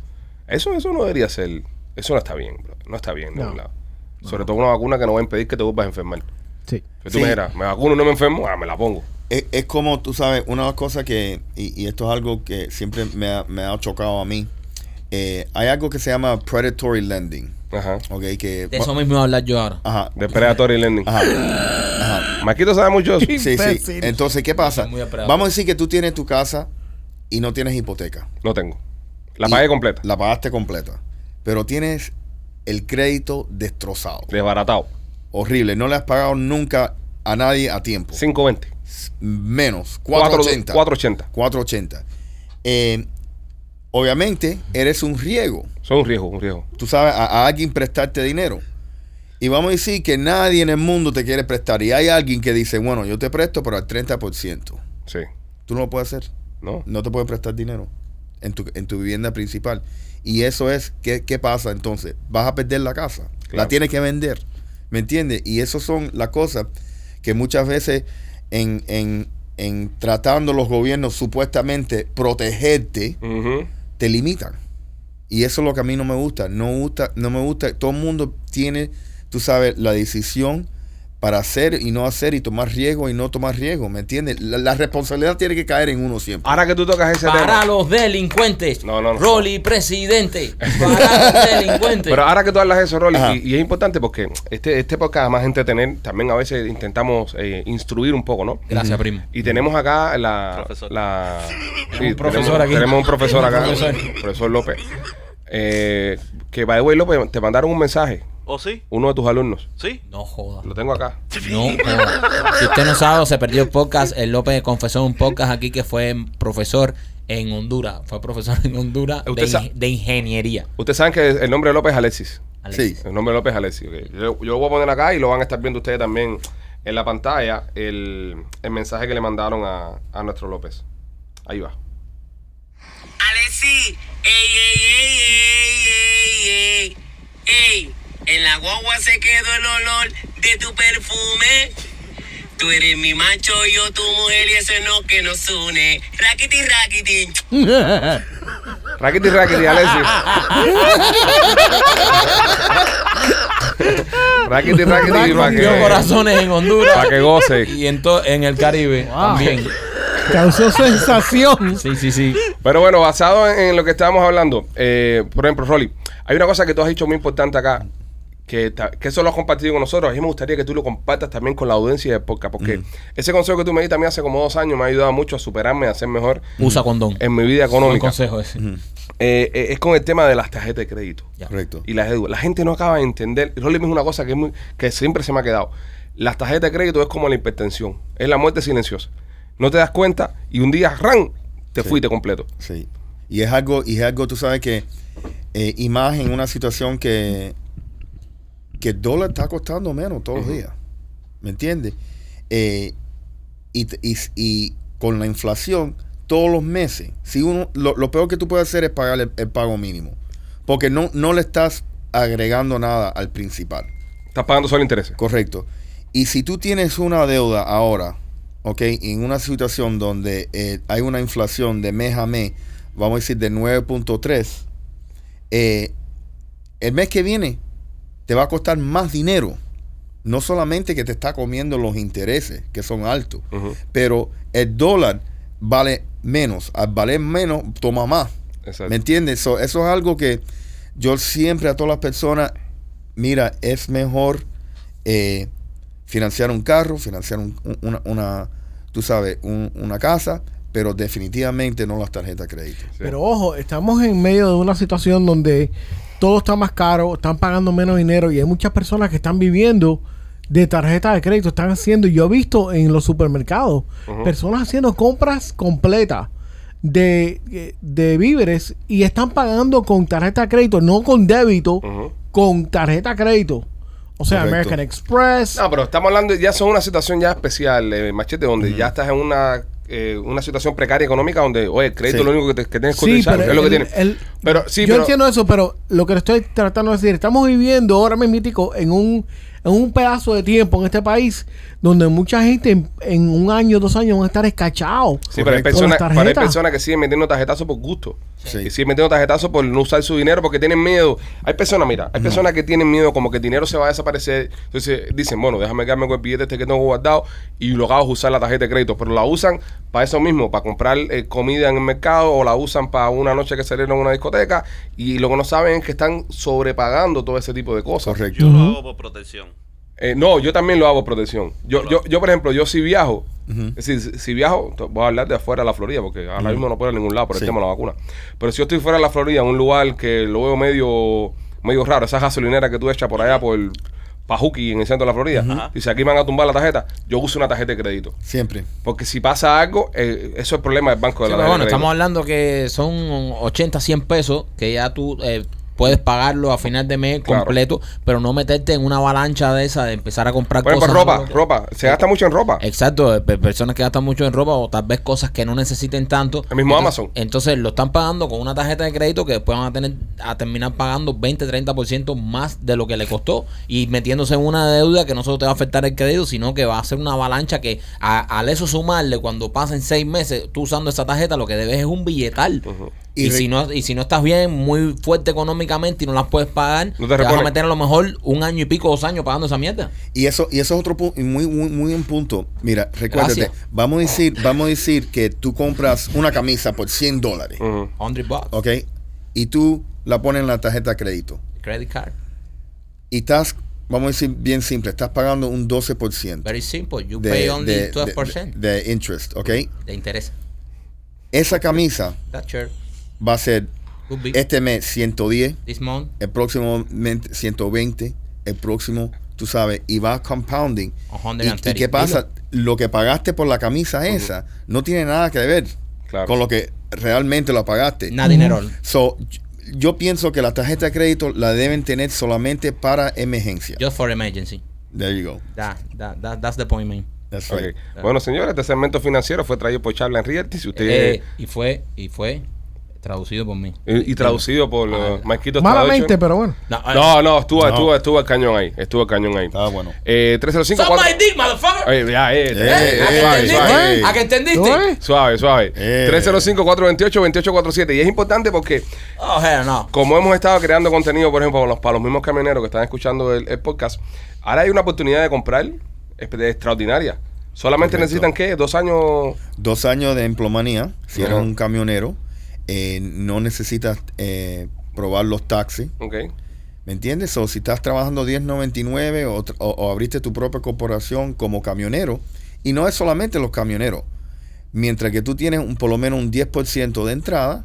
Speaker 2: Eso, eso no debería ser, eso no está bien, bro. no está bien de
Speaker 3: No.
Speaker 2: un lado. Sobre todo una vacuna que no va a impedir que te vuelvas a enfermar.
Speaker 3: Sí.
Speaker 2: Si tú
Speaker 4: Sí.
Speaker 2: me dijeras, me vacuno y no me enfermo, ah, me la pongo.
Speaker 4: Es, es como, tú sabes, una de las cosas que, y, y esto es algo que siempre me ha, me ha chocado a mí, Eh, hay algo que se llama predatory lending,
Speaker 2: Ajá.
Speaker 4: ¿ok? Que,
Speaker 1: De eso mismo voy a hablar yo ahora.
Speaker 4: Ajá,
Speaker 2: De predatory lending.
Speaker 4: ajá,
Speaker 1: <laughs>
Speaker 4: ajá.
Speaker 2: Maquito sabe mucho de eso.
Speaker 4: Sí, sí.
Speaker 3: Imbécil.
Speaker 4: Entonces, ¿qué pasa?
Speaker 1: Muy apretado.
Speaker 4: Vamos a decir que tú tienes tu casa y no tienes hipoteca.
Speaker 2: No tengo. La
Speaker 4: Y-
Speaker 2: pagué completa.
Speaker 4: La pagaste completa. Pero tienes el crédito destrozado.
Speaker 2: Desbaratado.
Speaker 4: Horrible. No le has pagado nunca a nadie a tiempo.
Speaker 2: 520.
Speaker 4: Menos. 480.
Speaker 2: 480.
Speaker 4: 480. Eh, obviamente, eres un riego.
Speaker 2: Son un riesgo, un riesgo.
Speaker 4: Tú sabes, a, a alguien prestarte dinero. Y vamos a decir que nadie en el mundo te quiere prestar. Y hay alguien que dice, bueno, yo te presto, pero al 30%.
Speaker 2: Sí.
Speaker 4: Tú no lo puedes hacer.
Speaker 2: ¿No?
Speaker 4: No te pueden prestar dinero en tu, en tu vivienda principal. Y eso es, ¿qué, qué pasa entonces? Vas a perder la casa.
Speaker 2: Claro.
Speaker 4: La tienes que vender. ¿Me entiendes? Y esas son las cosas que muchas veces en, en- en tratando los gobiernos supuestamente protegerte,
Speaker 2: Ujú.
Speaker 4: te limitan. Y eso es lo que a mí no me gusta. No, gusta, no me gusta. Todo el mundo tiene, tú sabes, la decisión para hacer y no hacer y tomar riesgo y no tomar riesgo. ¿Me entiendes? La, la responsabilidad tiene que caer en uno siempre.
Speaker 2: Ahora que tú tocas ese tema.
Speaker 1: Para los delincuentes.
Speaker 2: No, no, no.
Speaker 1: Rolly, presidente. Para
Speaker 2: <laughs>
Speaker 1: los delincuentes.
Speaker 2: Pero ah, ahora que tú hablas de eso, Rolly,
Speaker 4: Ajá.
Speaker 2: y, y es importante porque este, este podcast, además de entretener, también a veces intentamos eh, instruir un poco, ¿no?
Speaker 1: Gracias, primo.
Speaker 2: Y tenemos acá la...
Speaker 5: Profesor.
Speaker 2: la- sí,
Speaker 1: un profesor
Speaker 2: tenemos,
Speaker 1: aquí.
Speaker 2: Tenemos un profesor acá,
Speaker 1: Profesor.
Speaker 2: profesor López. Eh, que, by the way, López, te mandaron un mensaje,
Speaker 5: ¿O ¿Oh, sí?
Speaker 2: uno de tus alumnos.
Speaker 5: ¿Sí?
Speaker 1: No joda.
Speaker 2: Lo tengo acá.
Speaker 1: No joda. Si usted no sabe, se perdió el podcast. El López confesó un podcast aquí que fue profesor en Honduras. Fue profesor en Honduras de,
Speaker 2: Usted sa-
Speaker 1: inge- de ingeniería.
Speaker 2: Ustedes saben que el nombre de López es Alexis.
Speaker 1: Alexis.
Speaker 4: Sí.
Speaker 2: El nombre de López es Alexis. ok. Yo, yo lo voy a poner acá y lo van a estar viendo ustedes también en la pantalla el, el mensaje que le mandaron a, a nuestro López. Ahí va.
Speaker 6: Alexi, ey, ey, ey, ey, ey, ey, ey, en la guagua se quedó el olor de tu perfume. Tú eres mi macho, yo tu mujer y eso es lo que nos une. Raquiti, raquiti.
Speaker 2: Raquiti, raquiti, Alexis. raquiti, raquiti, para
Speaker 1: Rompió
Speaker 2: que,
Speaker 1: corazones en Honduras.
Speaker 2: pa' que goce.
Speaker 1: Y en, to- en el Caribe también.
Speaker 3: Causó <laughs> sensación.
Speaker 1: Sí, sí, sí.
Speaker 2: Pero bueno, basado en, en lo que estábamos hablando, eh, por ejemplo, Rolly, hay una cosa que tú has dicho muy importante acá, que, ta- que eso lo has compartido con nosotros. A mí me gustaría que tú lo compartas también con la audiencia de podcast, porque ese consejo que tú me diste a mí hace como dos años me ha ayudado mucho a superarme, a ser mejor
Speaker 1: Usa condón.
Speaker 2: en mi vida
Speaker 1: Buen
Speaker 2: económica.
Speaker 1: consejo ese.
Speaker 2: Eh, eh, es con el tema de las tarjetas de crédito
Speaker 1: Ya.
Speaker 4: Correcto.
Speaker 2: y las deudas. La gente no acaba de entender. y Rolly me dijo una cosa que, es muy- que siempre se me ha quedado. Las tarjetas de crédito es como la hipertensión. Es la muerte silenciosa. No te das cuenta y un día, ¡ran! Te
Speaker 4: Sí.
Speaker 2: fuiste completo.
Speaker 4: Sí. Y es algo, y es algo, tú sabes que eh, y más en una situación que que el dólar está costando menos todos los días. ¿Me entiendes? Eh, y, t- y, y con la inflación, todos los meses, si uno, lo, lo peor que tú puedes hacer es pagar el, el pago mínimo. Porque no, no le estás agregando nada al principal.
Speaker 2: Estás pagando solo intereses.
Speaker 4: Correcto. Y si tú tienes una deuda ahora, ¿ok? En una situación donde eh, hay una inflación de mes a mes, vamos a decir de 9.3, eh, el mes que viene te va a costar más dinero. No solamente que te está comiendo los intereses, que son altos,
Speaker 2: Ujú,
Speaker 4: pero el dólar vale menos. Al valer menos, toma más.
Speaker 2: Exacto.
Speaker 4: ¿Me entiendes? So, eso es algo que yo siempre a todas las personas, mira, es mejor eh, financiar un carro, financiar un- un- una, una- tú sabes, un- una casa, pero definitivamente no las tarjetas de crédito.
Speaker 2: Sí.
Speaker 3: Pero ojo, estamos en medio de una situación donde todo está más caro, están pagando menos dinero y hay muchas personas que están viviendo de tarjeta de crédito, están haciendo, yo he visto en los supermercados, personas haciendo compras completas de, de víveres y están pagando con tarjeta de crédito, no con débito,
Speaker 2: Ujú.
Speaker 3: con tarjeta de crédito. O sea,
Speaker 4: Correcto.
Speaker 3: American Express.
Speaker 2: No, pero estamos hablando, ya son una situación ya especial, eh, Machete, donde ya estás en una, eh, una situación precaria económica donde, oye, el crédito
Speaker 4: Sí.
Speaker 2: es lo único que, te- que tienes que
Speaker 3: Sí,
Speaker 2: utilizar,
Speaker 3: pero
Speaker 2: es lo que
Speaker 3: el-
Speaker 2: tienes.
Speaker 3: el-
Speaker 2: pero sí,
Speaker 3: yo
Speaker 2: pero-
Speaker 3: entiendo eso, pero lo que le estoy tratando de decir, estamos viviendo ahora mismo en un, en un pedazo de tiempo en este país donde mucha gente en, en un año, dos años van a estar escachados.
Speaker 2: Sí, pero hay,
Speaker 4: Correcto.
Speaker 2: personas,
Speaker 3: Con
Speaker 2: pero
Speaker 3: las
Speaker 2: hay
Speaker 3: tarjetas.
Speaker 2: personas que siguen metiendo tarjetazos por gusto.
Speaker 4: Sí.
Speaker 2: Y siguen metiendo tarjetazos por no usar su dinero porque tienen miedo. Hay personas, mira, hay personas que tienen miedo como que el dinero se va a desaparecer. Entonces dicen, bueno, déjame quedarme con el billete este que tengo guardado y lo hago es usar la tarjeta de crédito. Pero la usan para eso mismo, para comprar eh, comida en el mercado o la usan para una noche que salieron a una discoteca. Y lo que no saben es que están sobrepagando todo ese tipo de cosas.
Speaker 4: Correcto.
Speaker 5: Yo lo hago por protección.
Speaker 2: Eh, no, yo también lo hago por protección. Yo, yo, yo, por ejemplo, yo si viajo, es decir, si- si viajo, to- voy a hablar de afuera de la Florida, porque ahora mismo no puedo ir a ningún lado por el
Speaker 4: Sí.
Speaker 2: tema de la vacuna. Pero si yo estoy fuera de la Florida, un lugar que lo veo medio, medio raro, esas gasolineras que tú echas por allá por Pajuki en el centro de la Florida,
Speaker 5: Ajá.
Speaker 2: y si aquí me van a tumbar la tarjeta, yo uso una tarjeta de crédito.
Speaker 4: Siempre.
Speaker 2: Porque si pasa algo, eh, eso es el problema del banco de
Speaker 1: Sí,
Speaker 2: la
Speaker 1: pero
Speaker 2: tarjeta
Speaker 1: bueno,
Speaker 2: de
Speaker 1: estamos
Speaker 2: crédito.
Speaker 1: hablando que son 80, 100 pesos que ya tú eh, puedes pagarlo a final de mes
Speaker 2: Claro.
Speaker 1: completo, pero no meterte en una avalancha de esa de empezar a comprar
Speaker 2: Por ejemplo,
Speaker 1: cosas.
Speaker 2: ropa,
Speaker 1: solo-
Speaker 2: ropa. Se gasta mucho en ropa.
Speaker 1: Exacto, de pe- personas que gastan mucho en ropa o tal vez cosas que no necesiten tanto.
Speaker 2: El mismo
Speaker 1: entonces,
Speaker 2: Amazon.
Speaker 1: Entonces lo están pagando con una tarjeta de crédito que después van a tener a terminar pagando 20-30% más de lo que le costó y metiéndose en una deuda que no solo te va a afectar el crédito, sino que va a ser una avalancha que a- al eso sumarle cuando pasen seis meses tú usando esa tarjeta lo que debes es un billetal.
Speaker 2: Mm.
Speaker 1: Y,
Speaker 4: Y re-
Speaker 1: si no, y si no estás bien, muy fuerte económicamente y no las puedes pagar,
Speaker 2: No te
Speaker 1: te, vas a
Speaker 2: repones.
Speaker 1: meter a lo mejor un año y pico, dos años pagando esa mierda.
Speaker 4: Y eso, y eso es otro pu- y muy, muy, muy buen punto. Mira, recuérdate,
Speaker 1: Gracias.
Speaker 4: vamos a decir, vamos a decir que tú compras una camisa por 100 dólares,
Speaker 2: Ujú.
Speaker 1: 100 bucks,
Speaker 4: ¿ok? Y tú la pones en la tarjeta de crédito.
Speaker 1: credit card.
Speaker 4: Y estás, vamos a decir bien simple, estás pagando un 12%
Speaker 1: Very simple. You
Speaker 4: de,
Speaker 1: pay only
Speaker 4: de-
Speaker 1: 12% de,
Speaker 4: de- de interest, ¿ok?
Speaker 1: interés.
Speaker 4: Esa camisa
Speaker 1: That shirt
Speaker 4: va a ser
Speaker 1: could be
Speaker 4: este mes 110,
Speaker 1: this month
Speaker 4: el próximo mes 120, el próximo, tú sabes, y va compounding. ¿Y, y
Speaker 1: 130.
Speaker 4: qué pasa? Lo que pagaste por la camisa esa no tiene nada que ver
Speaker 2: Claro.
Speaker 4: con lo que realmente lo pagaste.
Speaker 1: Nada dinero.
Speaker 4: So, yo- yo pienso que la tarjeta de crédito la deben tener solamente para emergencia.
Speaker 1: Just for emergency.
Speaker 4: There you go.
Speaker 1: That, that, that, that's the point, man.
Speaker 4: That's
Speaker 2: Ok.
Speaker 4: right.
Speaker 2: Bueno, señores, este segmento financiero fue traído por Charlan Rierty. Si usted.
Speaker 1: Eh, y fue y fue traducido por mí.
Speaker 2: y, y traducido por
Speaker 1: Ah,
Speaker 2: eh, Marquito
Speaker 3: Malamente,
Speaker 2: Traduction.
Speaker 3: pero bueno.
Speaker 1: No, eh,
Speaker 2: No, no, estuvo,
Speaker 4: No.
Speaker 2: estuvo, estuvo el cañón ahí. Estuvo el cañón ahí.
Speaker 4: Está bueno.
Speaker 2: Eh, 305.
Speaker 1: Suck my dick, motherfucker.
Speaker 2: Oye, ya, eh,
Speaker 4: Eh,
Speaker 2: eh,
Speaker 4: eh,
Speaker 2: suave,
Speaker 4: eh,
Speaker 2: suave.
Speaker 4: eh.
Speaker 1: ¿A que entendiste?
Speaker 3: ¿Eh?
Speaker 2: Suave, suave.
Speaker 4: Eh.
Speaker 2: 305-428-2847. Y es importante porque
Speaker 1: Oh, hell no.
Speaker 2: como hemos estado creando contenido, por ejemplo, para los, para los mismos camioneros que están escuchando el, el podcast, ahora hay una oportunidad de comprar espe- de extraordinaria. Solamente necesitan, ¿qué? Dos años.
Speaker 4: Dos años de emplomanía. Si eres
Speaker 2: Ajá.
Speaker 4: un camionero, eh, no necesitas eh, probar los taxis.
Speaker 2: Ok.
Speaker 4: ¿Me entiendes? O si estás trabajando 1099 o, tr- o- o abriste tu propia corporación como camionero, y no es solamente los camioneros, mientras que tú tienes un, por lo menos un 10% de entrada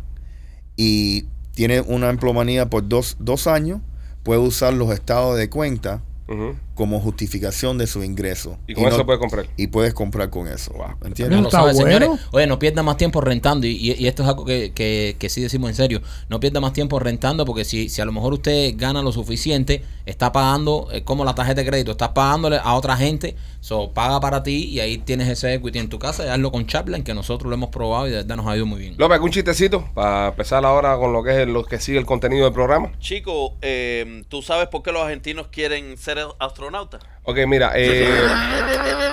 Speaker 4: y tienes una emplomanía por dos, dos años, puedes usar los estados de cuenta
Speaker 2: Ujú.
Speaker 4: como justificación de su ingreso.
Speaker 2: Y con
Speaker 4: no-
Speaker 2: eso puede comprar.
Speaker 4: y puedes comprar con eso.
Speaker 2: Wow.
Speaker 4: ¿Me
Speaker 1: No
Speaker 4: entiendes?
Speaker 1: lo
Speaker 3: Está
Speaker 1: sabe, señores.
Speaker 3: bueno.
Speaker 1: Oye, no pierda más tiempo rentando. Y, y- y esto es algo que, que- que sí decimos en serio. No pierda más tiempo rentando porque si, si a lo mejor usted gana lo suficiente, está pagando eh, como la tarjeta de crédito, estás pagándole a otra gente. So, paga para ti y ahí tienes ese equity en tu casa. Y hazlo con Chaplin, que nosotros lo hemos probado y de verdad nos ha ido muy bien.
Speaker 2: López, un chistecito para empezar ahora con lo que es el- lo que sigue el contenido del programa.
Speaker 5: Chico, eh, ¿tú sabes por qué los argentinos quieren ser astronautas?
Speaker 2: Ok, mira, eh,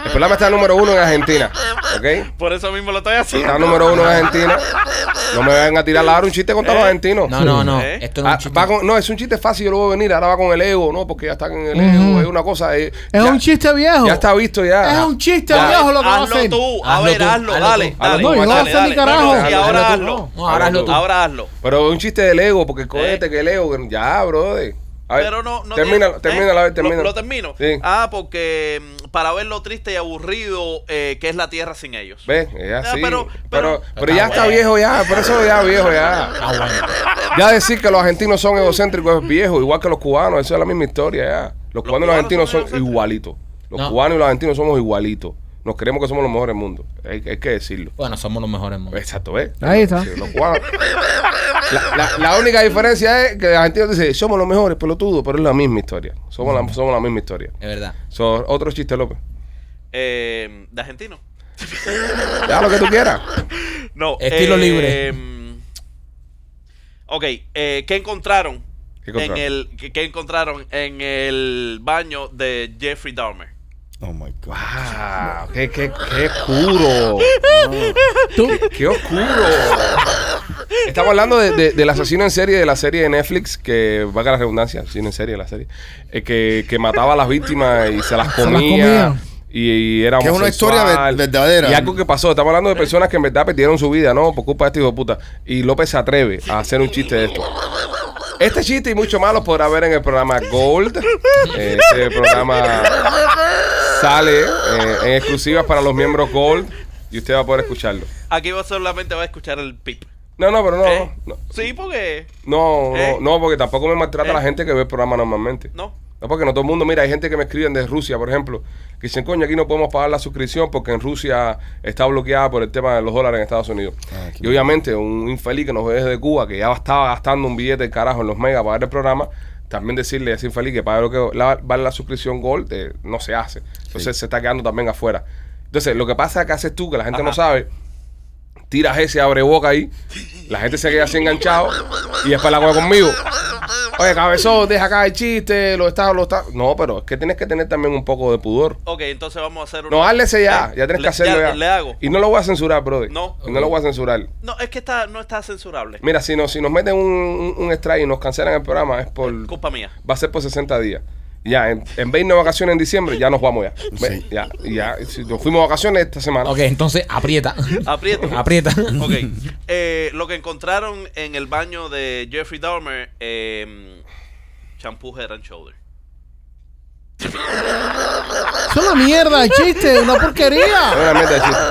Speaker 2: el programa está número uno en Argentina. Ok.
Speaker 5: Por eso mismo lo estoy haciendo.
Speaker 2: Está número uno en Argentina. No me vengan a tirar ahora un chiste contra los argentinos.
Speaker 1: ¿Eh? No, no, no.
Speaker 5: ¿Eh?
Speaker 1: Esto no es
Speaker 2: Ah,
Speaker 1: un chiste.
Speaker 2: va con- no, es un chiste fácil, yo lo voy a venir, ahora va con el ego, ¿no? Porque ya están en el
Speaker 3: Ujú.
Speaker 2: ego, es una cosa... eh,
Speaker 3: Es
Speaker 2: ya-
Speaker 3: un chiste viejo.
Speaker 2: Ya está visto ya.
Speaker 3: Es un chiste
Speaker 2: Ya,
Speaker 3: viejo lo que va a
Speaker 5: Hazlo
Speaker 3: hacer.
Speaker 5: Ah, tú, a
Speaker 1: Hazlo
Speaker 5: ver,
Speaker 1: tú,
Speaker 5: hazlo,
Speaker 1: hazlo
Speaker 5: dale,
Speaker 2: tú.
Speaker 5: dale.
Speaker 2: No, yo no voy a
Speaker 5: dale,
Speaker 3: hacer ni
Speaker 5: dale. No, no,
Speaker 3: carajo.
Speaker 5: y ahora
Speaker 3: Hazlo tú,
Speaker 5: hazlo.
Speaker 1: No, ahora hazlo tú.
Speaker 5: Ahora hazlo.
Speaker 2: Pero es un chiste del ego, porque
Speaker 5: Eh.
Speaker 2: cógete que el ego... que- Ya, brother. A ver,
Speaker 5: Pero no, no
Speaker 2: termínalo,
Speaker 5: tiene-
Speaker 2: termínalo, a ver,
Speaker 5: ¿eh?
Speaker 2: termínalo.
Speaker 5: Lo, lo termino.
Speaker 2: Sí.
Speaker 5: Ah, porque mm, para ver lo triste y aburrido eh, que es la tierra sin ellos.
Speaker 2: Ve, es así.
Speaker 5: pero-
Speaker 2: pero,
Speaker 5: pero-
Speaker 2: pero,
Speaker 1: Está
Speaker 2: ya está
Speaker 1: bueno.
Speaker 2: viejo ya, por eso ya viejo ya.
Speaker 1: Ah, bueno.
Speaker 2: Ya decir que los argentinos son egocéntricos es viejo, igual que los cubanos, eso es la misma historia ya. Los cubanos y los argentinos son,
Speaker 5: egocéntricos?
Speaker 2: igualitos. Los
Speaker 1: No.
Speaker 2: cubanos y los argentinos somos igualitos. Nos creemos que somos los mejores del mundo. Hay, hay que decirlo.
Speaker 1: Bueno, somos los mejores. mon.
Speaker 2: Exacto, ¿eh?
Speaker 3: Ahí está.
Speaker 2: Sí, los cubanos. La, la- la única diferencia es que los argentinos dicen, somos los mejores pelotudos, pero es la misma historia. Somos la, somos la misma historia.
Speaker 1: Es verdad.
Speaker 2: So, otro chiste, López.
Speaker 5: Eh, de argentino.
Speaker 2: Ya lo que tú quieras.
Speaker 5: No.
Speaker 1: Estilo
Speaker 5: eh,
Speaker 1: libre.
Speaker 5: mm, Ok, eh, ¿qué encontraron?
Speaker 2: ¿Qué encontraron?
Speaker 5: En el, ¿qué, qué encontraron en el baño de Jeffrey Dahmer?
Speaker 4: Oh my God.
Speaker 2: Ah, qué, qué, qué oscuro.
Speaker 3: Tú-
Speaker 2: Qué oscuro. Estamos hablando de- de- del asesino en serie de la serie de Netflix, que valga la redundancia, asesino en serie de la serie, eh, que, que mataba a las víctimas y se las
Speaker 3: las
Speaker 2: comía.
Speaker 3: comía.
Speaker 2: Y, y era
Speaker 4: Que es una
Speaker 2: homosexual.
Speaker 4: historia ver- verdadera. Eh.
Speaker 2: Y algo que pasó. Estamos hablando de personas que en verdad perdieron su vida, ¿no? Por culpa de este hijo de puta. Y López se atreve a hacer un chiste de esto. Este chiste y mucho más lo podrá ver en el programa Gold. Este programa sale eh, en exclusivas para los miembros Gold y usted va a poder escucharlo.
Speaker 5: Aquí va- solamente va a escuchar el pip.
Speaker 2: No, no, pero no.
Speaker 5: ¿Eh?
Speaker 2: No,
Speaker 5: Sí, porque.
Speaker 2: no,
Speaker 5: ¿Eh?
Speaker 2: no, no, porque tampoco me maltrata
Speaker 5: ¿Eh?
Speaker 2: la gente que ve el programa normalmente.
Speaker 5: No.
Speaker 2: No, porque no todo el mundo, mira, hay gente que me escriben de Rusia, por ejemplo, que dicen, coño, aquí no podemos pagar la suscripción porque en Rusia está bloqueada por el tema de los dólares en Estados Unidos.
Speaker 4: Ah, qué
Speaker 2: y obviamente un infeliz que nos ve desde Cuba, que ya estaba gastando un billete del carajo en los megas para ver el programa, también decirle a ese infeliz que pague lo que la- vale la suscripción Gold, eh, no se hace. Entonces se está quedando también afuera. Entonces, lo que pasa es que haces tú, que la gente no sabe, tiras ese abre boca ahí, la gente se queda así enganchado y después la juega conmigo. Oye, cabezón, deja acá el chiste, lo está, lo está. No, pero es que tienes que tener también un poco de pudor.
Speaker 5: Ok, entonces vamos a hacer
Speaker 2: No,
Speaker 5: una-
Speaker 2: hazle ese ya,
Speaker 5: Eh,
Speaker 2: ya tienes
Speaker 5: le-
Speaker 2: que hacerlo ya.
Speaker 5: Le hago.
Speaker 2: Y no lo voy a censurar, brother.
Speaker 5: No.
Speaker 2: Y no lo voy a censurar.
Speaker 5: No, es que está, no está censurable.
Speaker 2: Mira, si nos, si nos meten un, un, un strike y nos cancelan el programa, es por.
Speaker 5: Culpa mía.
Speaker 2: Va a ser por 60 días. Ya, en, en vez de irnos de vacaciones en diciembre, ya nos vamos ya. Ve, Ya, ya. Si nos fuimos de vacaciones esta semana.
Speaker 1: Ok, entonces aprieta. <laughs>
Speaker 5: Aprieto.
Speaker 2: Ah. <laughs>
Speaker 1: aprieta.
Speaker 5: Ok. Eh, lo que encontraron en el baño de Jeffrey Dahmer, eh, champú Head and Shoulder.
Speaker 3: Es una mierda de chiste, una porquería.
Speaker 2: Es <laughs> una mierda de chiste.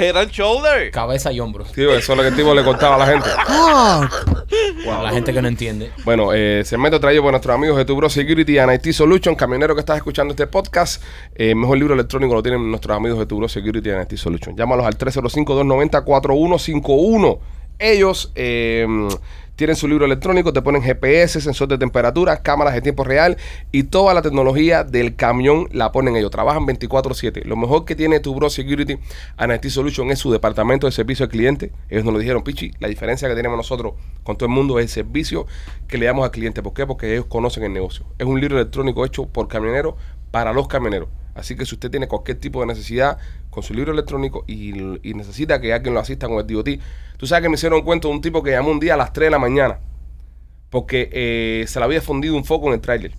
Speaker 5: Head and Shoulder.
Speaker 1: Cabeza y hombros.
Speaker 2: Tío, eso es lo que el tipo le contaba a la gente.
Speaker 3: Ah,
Speaker 1: Para la gente que no entiende.
Speaker 2: Bueno, eh, segmento traído por nuestros amigos de Tu Bro Security and IT Solution. Camionero que estás escuchando este podcast, eh, mejor libro electrónico lo tienen nuestros amigos de Tu Bro Security and IT Solution. Llámalos al 305-290-4151. Ellos eh, tienen su libro electrónico, te ponen GPS, sensor de temperatura, cámaras de tiempo real y toda la tecnología del camión la ponen ellos. Trabajan 24-7. Lo mejor que tiene Tu Bro Security and IT Solution es su departamento de servicio al cliente. Ellos nos lo dijeron, Pichi, la diferencia que tenemos nosotros con todo el mundo es el servicio que le damos al cliente. ¿Por qué? Porque ellos conocen el negocio. Es un libro electrónico hecho por camioneros para los camioneros. Así que si usted tiene cualquier tipo de necesidad con su libro electrónico y, y necesita que alguien lo asista con el DOT, tú sabes que me hicieron un cuento de un tipo que llamó un día a las 3 de la mañana porque eh, se le había fundido un foco en el tráiler.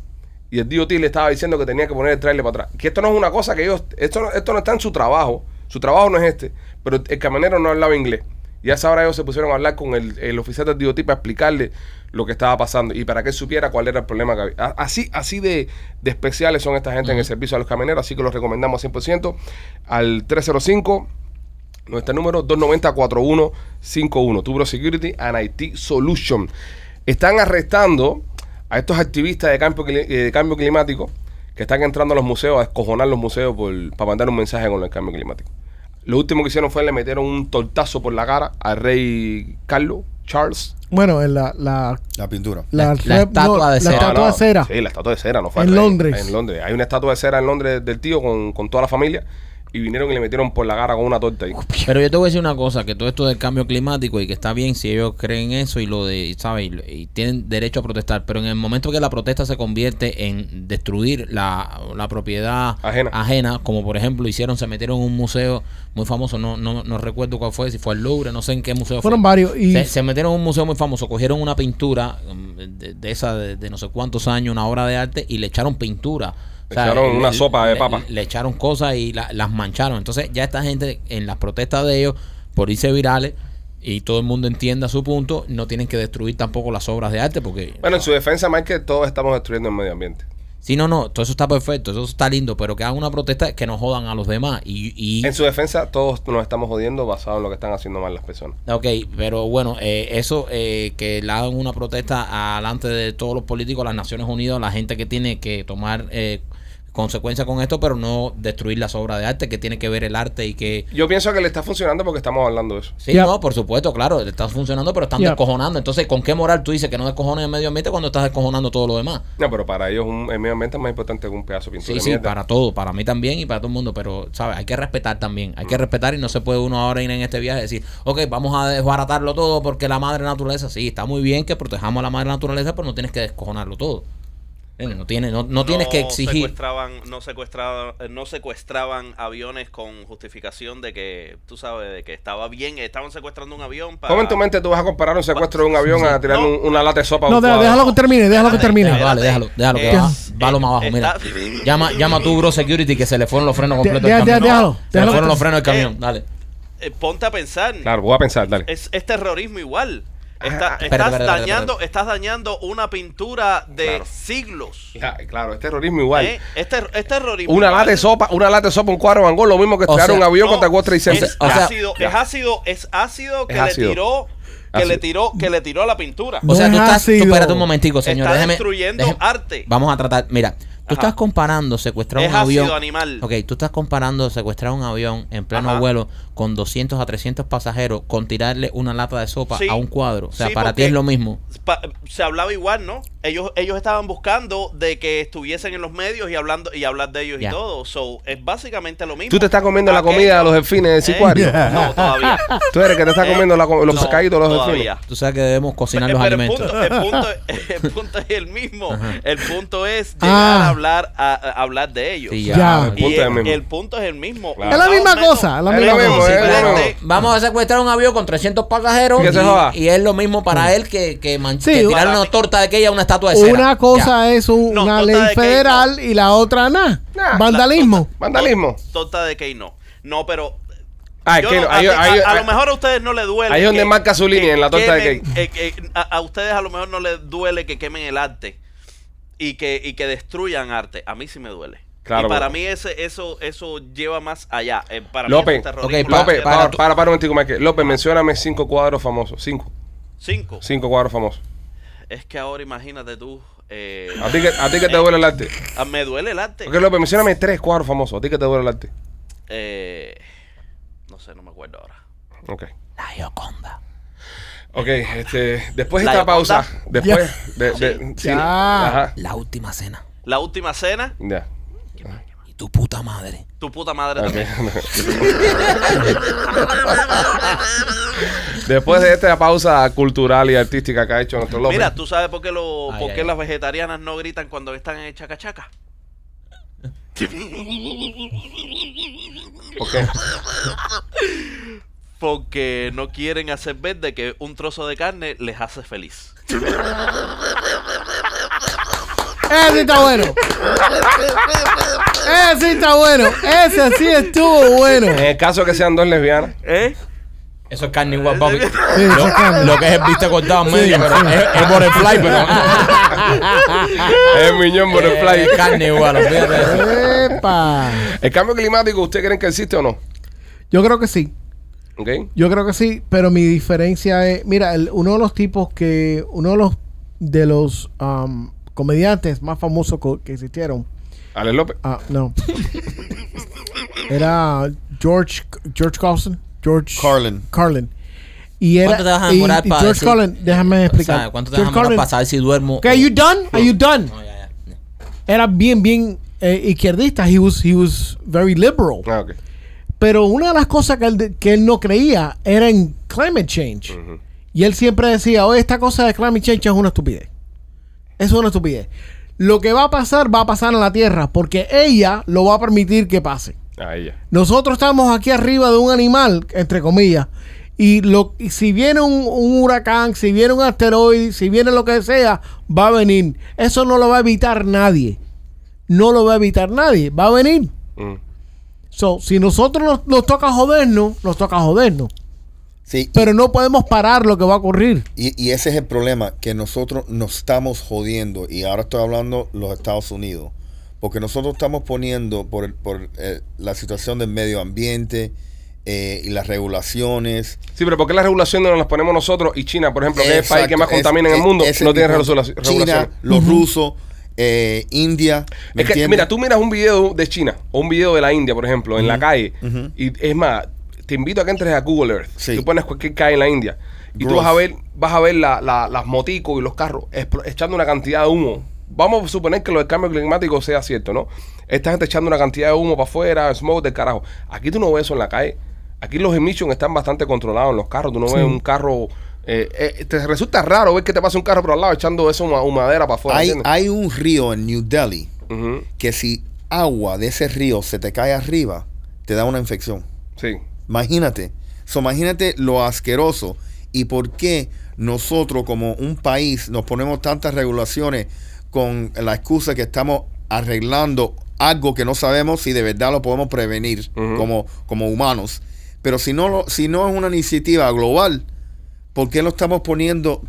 Speaker 2: Y el DOT le estaba diciendo que tenía que poner el tráiler para atrás. Que esto no es una cosa que ellos... Esto no, esto no está en su trabajo. Su trabajo no es este. Pero el camionero no hablaba inglés. Y a esa hora ellos se pusieron a hablar con el, el oficial del DOT para explicarle lo que estaba pasando y para que él supiera cuál era el problema que había. A- Así, así de, de especiales son esta gente en el servicio a los camioneros. Así que los recomendamos 100% al 305. Nuestro número 290-4151. Tubro Security and IT Solution. Están arrestando a estos activistas de cambio, cli- eh, de cambio climático que están entrando a los museos a escojonar los museos por- para mandar un mensaje con el cambio climático. Lo último que hicieron fue le metieron un tortazo por la cara al rey Carlos, Charles.
Speaker 3: bueno, en la, la,
Speaker 4: La pintura.
Speaker 3: la,
Speaker 1: La- la estatua de
Speaker 3: la
Speaker 1: cera.
Speaker 2: No,
Speaker 3: estatua
Speaker 2: no,
Speaker 3: de cera.
Speaker 2: Sí, la estatua de cera, no fue
Speaker 3: En
Speaker 2: al rey,
Speaker 3: Londres.
Speaker 2: En Londres. Hay una estatua de cera en Londres del tío con, con toda la familia y vinieron y le metieron por la cara con una torta ahí.
Speaker 3: <laughs>
Speaker 1: Pero yo te voy a decir una cosa, que todo esto del cambio climático y que está bien si ellos creen eso y lo de, y, ¿sabes? Y lo- Y tienen derecho a protestar, pero en el momento que la protesta se convierte en destruir la, la propiedad
Speaker 2: Ajena.
Speaker 1: como por ejemplo hicieron, se metieron en un museo muy famoso, no, no, no recuerdo cuál fue, si fue el Louvre, no sé en qué museo
Speaker 3: Fueron
Speaker 1: fue.
Speaker 3: varios y
Speaker 1: Se, se metieron en un museo muy famoso, cogieron una pintura mm, de, de esa de, de no sé cuántos años, una obra de arte, y le echaron pintura.
Speaker 2: Le echaron una sopa de
Speaker 1: le-
Speaker 2: papa.
Speaker 1: Le, echaron cosas y la- las mancharon. Entonces ya esta gente en las protestas de ellos, por irse virales, y todo el mundo entienda su punto, no tienen que destruir tampoco las obras de arte porque...
Speaker 2: Bueno, en su defensa, más que todos estamos destruyendo el medio ambiente.
Speaker 1: si no, no, todo eso está perfecto, todo eso está lindo, pero que hagan una protesta que no jodan a los demás. Y, y-
Speaker 2: En su defensa, todos nos estamos jodiendo basado en lo que están haciendo mal las personas.
Speaker 1: Ok, pero bueno, eh, eso eh, que le hagan una protesta alante de todos los políticos, las Naciones Unidas, la gente que tiene que tomar eh, consecuencias con esto, pero no destruir las obras de arte, que tiene que ver el arte y que...
Speaker 2: Yo pienso que le está funcionando porque estamos hablando de eso.
Speaker 1: Sí,
Speaker 3: Yep.
Speaker 1: no, por supuesto, claro, está funcionando, pero están
Speaker 3: Yep.
Speaker 1: descojonando. Entonces, ¿con qué moral tú dices que no descojones el medio ambiente cuando estás descojonando todo lo demás?
Speaker 2: No, pero para ellos un, el medio ambiente es más importante que un pedazo de pintura.
Speaker 1: Sí,
Speaker 2: de
Speaker 1: sí,
Speaker 2: mierda.
Speaker 1: para todo, para mí también y para todo el mundo, pero, ¿sabes? Hay que respetar también, hay que
Speaker 5: Mm.
Speaker 1: respetar y no se puede uno ahora ir en este viaje y decir, ok, vamos a desbaratarlo todo porque la madre naturaleza, sí, está muy bien que protejamos a la madre naturaleza, pero no tienes que descojonarlo todo. ¿Entiendes? No, tienes, no, no tienes que exigir.
Speaker 5: Secuestraban, no, secuestraban, eh, no secuestraban aviones con justificación de que, tú sabes, de que estaba bien. Estaban secuestrando un avión para...
Speaker 2: ¿Cómo en tu mente tú vas a comparar un secuestro de un avión a tirar
Speaker 5: No.
Speaker 2: un- una lata de sopa? a
Speaker 3: No,
Speaker 2: un
Speaker 3: deja-
Speaker 2: cuadro?
Speaker 3: déjalo que termine, déjalo que
Speaker 5: Espérate,
Speaker 3: termine.
Speaker 5: espérate.
Speaker 1: Vale, déjalo, déjalo, que
Speaker 5: Eh,
Speaker 1: va, va lo más abajo, mira.
Speaker 5: está-
Speaker 1: Llama, llama a tu bro security que se le fueron los frenos completos
Speaker 3: deja-
Speaker 1: del camión.
Speaker 3: deja- déjalo,
Speaker 1: se le
Speaker 3: déjalo que
Speaker 1: fueron los
Speaker 3: te-
Speaker 1: frenos del camión,
Speaker 5: Eh,
Speaker 1: dale.
Speaker 5: Eh, ponte a pensar.
Speaker 2: Claro, voy a pensar, dale.
Speaker 5: Es, es terrorismo igual.
Speaker 2: ah,
Speaker 5: Está- estás,
Speaker 1: espérate, espérate, espérate,
Speaker 5: dañando,
Speaker 1: espérate.
Speaker 5: estás dañando una pintura de
Speaker 2: Claro.
Speaker 5: siglos.
Speaker 2: Ya, Claro, es terrorismo igual.
Speaker 5: ¿eh? Es, ter- es terrorismo.
Speaker 2: Una
Speaker 5: igual.
Speaker 2: lata de sopa, una lata de sopa, un cuadro de Van Gogh, lo mismo que
Speaker 1: O
Speaker 2: tirar
Speaker 1: sea,
Speaker 2: un avión
Speaker 5: No,
Speaker 2: contra World Trade Center.
Speaker 5: Es
Speaker 1: o sea,
Speaker 5: ácido, es ácido, es ácido que
Speaker 2: Es ácido.
Speaker 5: le tiró que
Speaker 2: Así.
Speaker 5: le tiró, que le tiró a la pintura.
Speaker 3: No
Speaker 1: O sea,
Speaker 3: es
Speaker 1: tú estás. Tú,
Speaker 3: ácido.
Speaker 1: espérate un momentico, señor.
Speaker 5: Está
Speaker 1: déjeme-
Speaker 5: destruyendo
Speaker 1: déjeme-
Speaker 5: arte.
Speaker 1: Vamos a tratar. Mira, tú
Speaker 5: Ajá.
Speaker 1: estás comparando secuestrar
Speaker 5: Es
Speaker 1: un avión.
Speaker 5: ácido animal.
Speaker 1: Ok, tú estás comparando secuestrar un avión en pleno
Speaker 5: Ajá.
Speaker 1: vuelo con 200 a 300 pasajeros con tirarle una lata de sopa
Speaker 5: Sí.
Speaker 1: a un cuadro. O sea,
Speaker 5: Sí,
Speaker 1: para ti
Speaker 5: porque-
Speaker 1: es lo mismo.
Speaker 5: Pa- se hablaba igual, ¿no? Ellos, ellos estaban buscando de que estuviesen en los medios y hablando y hablar de ellos
Speaker 1: Ya.
Speaker 5: y todo. So, es básicamente lo mismo.
Speaker 2: Tú te estás comiendo la
Speaker 5: Aquello-
Speaker 2: comida de los delfines de
Speaker 5: ¿Eh?
Speaker 2: Sicuario.
Speaker 5: <laughs> No, todavía.
Speaker 1: <laughs>
Speaker 2: Tú eres el que te estás
Speaker 5: Eh,
Speaker 2: comiendo la com- los
Speaker 5: no,
Speaker 2: pescaditos de los delfines.
Speaker 5: todavía.
Speaker 1: Tú sabes que debemos cocinar los
Speaker 5: Eh, Pero el
Speaker 1: alimentos.
Speaker 5: punto, el,
Speaker 1: <laughs>
Speaker 5: punto, el punto es el mismo. El punto es llegar
Speaker 3: Ah.
Speaker 5: a hablar a, a hablar de ellos.
Speaker 1: Sí,
Speaker 2: El
Speaker 3: Ya.
Speaker 2: punto
Speaker 5: y
Speaker 2: es el
Speaker 5: el,
Speaker 2: mismo.
Speaker 5: el punto es el mismo.
Speaker 2: Claro.
Speaker 3: Es la
Speaker 5: Más
Speaker 3: misma
Speaker 5: o menos
Speaker 3: cosa, la
Speaker 2: Es
Speaker 3: misma
Speaker 2: lo mismo,
Speaker 3: cosa.
Speaker 2: es lo
Speaker 5: diferente.
Speaker 2: mismo.
Speaker 1: Vamos a secuestrar un avión con 300 pasajeros
Speaker 2: Que se
Speaker 1: y-
Speaker 2: joda.
Speaker 1: y, es lo mismo para él que, que, man-
Speaker 3: Mm. Sí,
Speaker 1: que
Speaker 3: un-
Speaker 1: tirar una torta de aquella a una estatua de cera.
Speaker 3: Una cosa es un-
Speaker 5: No,
Speaker 3: una
Speaker 5: no
Speaker 3: ley
Speaker 5: está de que-
Speaker 3: federal y la otra nada.
Speaker 2: Nah. <laughs>
Speaker 3: Vandalismo.
Speaker 2: Vandalismo.
Speaker 5: Tota de que no. No, pero.
Speaker 2: Ah,
Speaker 5: yo
Speaker 2: que
Speaker 5: no-
Speaker 2: no,
Speaker 5: a,
Speaker 2: ahí-
Speaker 5: ti- a-
Speaker 2: ahí-
Speaker 5: a lo
Speaker 2: ahí-
Speaker 5: mejor a ustedes no les duele.
Speaker 2: ahí es donde
Speaker 5: que-
Speaker 2: marca su línea,
Speaker 5: que
Speaker 2: en la torta de
Speaker 5: quemen-
Speaker 2: cake.
Speaker 5: eh, eh, a, a ustedes a lo mejor no les duele que quemen el arte y que, y que destruyan arte. A mí sí me duele.
Speaker 2: Claro,
Speaker 5: y para
Speaker 2: pero-
Speaker 5: mí ese, eso, eso lleva más allá. Eh, para mí
Speaker 2: López,
Speaker 5: eso está
Speaker 1: ok,
Speaker 5: ridículo.
Speaker 2: López,
Speaker 1: Para- para
Speaker 2: para,
Speaker 1: tú-
Speaker 2: para, para un momentico, Michael.
Speaker 5: Ah.
Speaker 2: López, mencióname cinco cuadros famosos. Cinco.
Speaker 5: Cinco.
Speaker 2: Cinco cuadros famosos.
Speaker 5: Es que ahora imagínate tú. eh,
Speaker 2: A ti que, a ti que te duele el arte.
Speaker 5: ah, me duele el arte.
Speaker 2: Ok, López, mencióname tres cuadros famosos. A ti que te duele el arte.
Speaker 5: Eh, no sé, no me acuerdo ahora.
Speaker 2: Ok.
Speaker 1: La Gioconda.
Speaker 2: Ok, este, después de
Speaker 5: La
Speaker 2: esta
Speaker 5: Gioconda.
Speaker 2: pausa, después de, de-
Speaker 5: Sí.
Speaker 2: sí,
Speaker 3: Ya.
Speaker 2: ajá,
Speaker 1: La última cena.
Speaker 5: La última cena,
Speaker 2: ya.
Speaker 1: Y tu puta madre.
Speaker 5: tu puta madre
Speaker 2: Ok. <laughs>
Speaker 5: también.
Speaker 2: Después de esta pausa cultural y artística que ha hecho nuestro López.
Speaker 5: Mira, ¿tú sabes por qué, lo,
Speaker 1: Ay,
Speaker 5: por
Speaker 1: ay,
Speaker 5: qué
Speaker 1: ay.
Speaker 5: las vegetarianas no gritan cuando están en el chacachaca?
Speaker 2: Ok.
Speaker 5: Porque no quieren hacer ver de que un trozo de carne les hace feliz.
Speaker 3: Ese está bueno. Ese está bueno. Ese sí estuvo bueno.
Speaker 2: En el caso que sean dos lesbianas,
Speaker 5: ¿Eh?
Speaker 1: Eso es carne igual,
Speaker 5: <laughs>
Speaker 1: papi.
Speaker 3: Sí,
Speaker 1: Lo,
Speaker 3: sacando.
Speaker 1: lo que es el viste cortado en medio,
Speaker 3: Sí,
Speaker 1: pero
Speaker 3: sí.
Speaker 1: es, es butterfly, pero
Speaker 3: <laughs>
Speaker 2: es miñón por el
Speaker 1: es Eh, carne igual, olvídate de eso.
Speaker 3: Epa.
Speaker 2: ¿El cambio climático usted creen que existe o no?
Speaker 3: Yo creo que sí.
Speaker 2: ¿Ok?
Speaker 3: Yo creo que sí, pero mi diferencia es, mira, el- uno de los tipos que, uno de los de los um, comediantes más famosos co- que existieron,
Speaker 2: Ale López.
Speaker 3: ah, no, era George George Carlin, George
Speaker 4: Carlin.
Speaker 3: Carlin. Y era
Speaker 1: ¿Cuánto te vas a
Speaker 3: y-
Speaker 1: demorar
Speaker 3: y
Speaker 1: para
Speaker 3: George
Speaker 1: decir-
Speaker 3: Carlin, déjame
Speaker 1: O
Speaker 3: explicar.
Speaker 1: sea, ¿Cuánto te vas a demorar para saber si duermo? o-
Speaker 3: Okay, you done? Are you done?
Speaker 1: No, ya, ya.
Speaker 3: Era bien bien eh, izquierdista. He was he was very liberal.
Speaker 2: Ah, ok.
Speaker 3: Pero una de las cosas que él, de- que él no creía era en climate change. Y él siempre decía, oye, esta cosa de climate change es una estupidez. Es una estupidez. Lo que va a pasar, va a pasar en la Tierra, porque ella lo va a permitir que pase.
Speaker 2: Ahí ya.
Speaker 3: Nosotros estamos aquí arriba de un animal, entre comillas, y, lo, y si viene un, un huracán, si viene un asteroide, si viene lo que sea, va a venir. Eso no lo va a evitar nadie. No lo va a evitar nadie. Va a venir.
Speaker 2: Mm.
Speaker 3: So, si nosotros nos, nos toca jodernos, nos toca jodernos.
Speaker 4: Sí,
Speaker 3: Pero no podemos parar lo que va a ocurrir.
Speaker 4: Y, y ese es el problema, que nosotros nos estamos jodiendo, y ahora estoy hablando los Estados Unidos, porque nosotros estamos poniendo por, por, eh, la situación del medio ambiente eh, y las regulaciones.
Speaker 2: Sí, pero ¿por qué las regulaciones no las ponemos nosotros y China, por ejemplo, que es el país que más
Speaker 4: Exacto, es-
Speaker 2: contamina en
Speaker 4: es-
Speaker 2: el mundo,
Speaker 4: ese
Speaker 2: no tiene
Speaker 4: tipo-
Speaker 2: regulaciones?
Speaker 4: China, los rusos, eh, India. ¿me
Speaker 2: Es que,
Speaker 4: entiendes?
Speaker 2: mira, tú miras un video de China o un video de la India, por ejemplo, en la calle,
Speaker 4: ujú.
Speaker 2: y es más, te invito a que entres a Google Earth.
Speaker 4: Sí.
Speaker 2: Tú pones cualquier calle en la India y tú
Speaker 4: Gross.
Speaker 2: vas a ver, vas a ver la- la- las moticos y los carros expl- echando una cantidad de humo. Vamos a suponer que lo del cambio climático sea cierto, ¿no? Esta gente echando una cantidad de humo para afuera, smoke del carajo. Aquí tú no ves eso en la calle. Aquí los emissions están bastante controlados en los carros. Tú no ves un carro. eh, eh, te resulta raro ver que te pasa un carro por al lado echando esa huma- humadera para afuera.
Speaker 4: hay,
Speaker 2: ¿entiendes?
Speaker 4: hay un río en New Delhi
Speaker 2: Ujú.
Speaker 4: que si agua de ese río se te cae arriba, te da una infección.
Speaker 2: Sí.
Speaker 4: Imagínate. So, imagínate lo asqueroso y por qué nosotros como un país nos ponemos tantas regulaciones con la excusa que estamos arreglando algo que no sabemos si de verdad lo podemos prevenir
Speaker 2: Ujú.
Speaker 4: como, como humanos. Pero si no, lo- si no es una iniciativa global, ¿por qué no estamos poniendo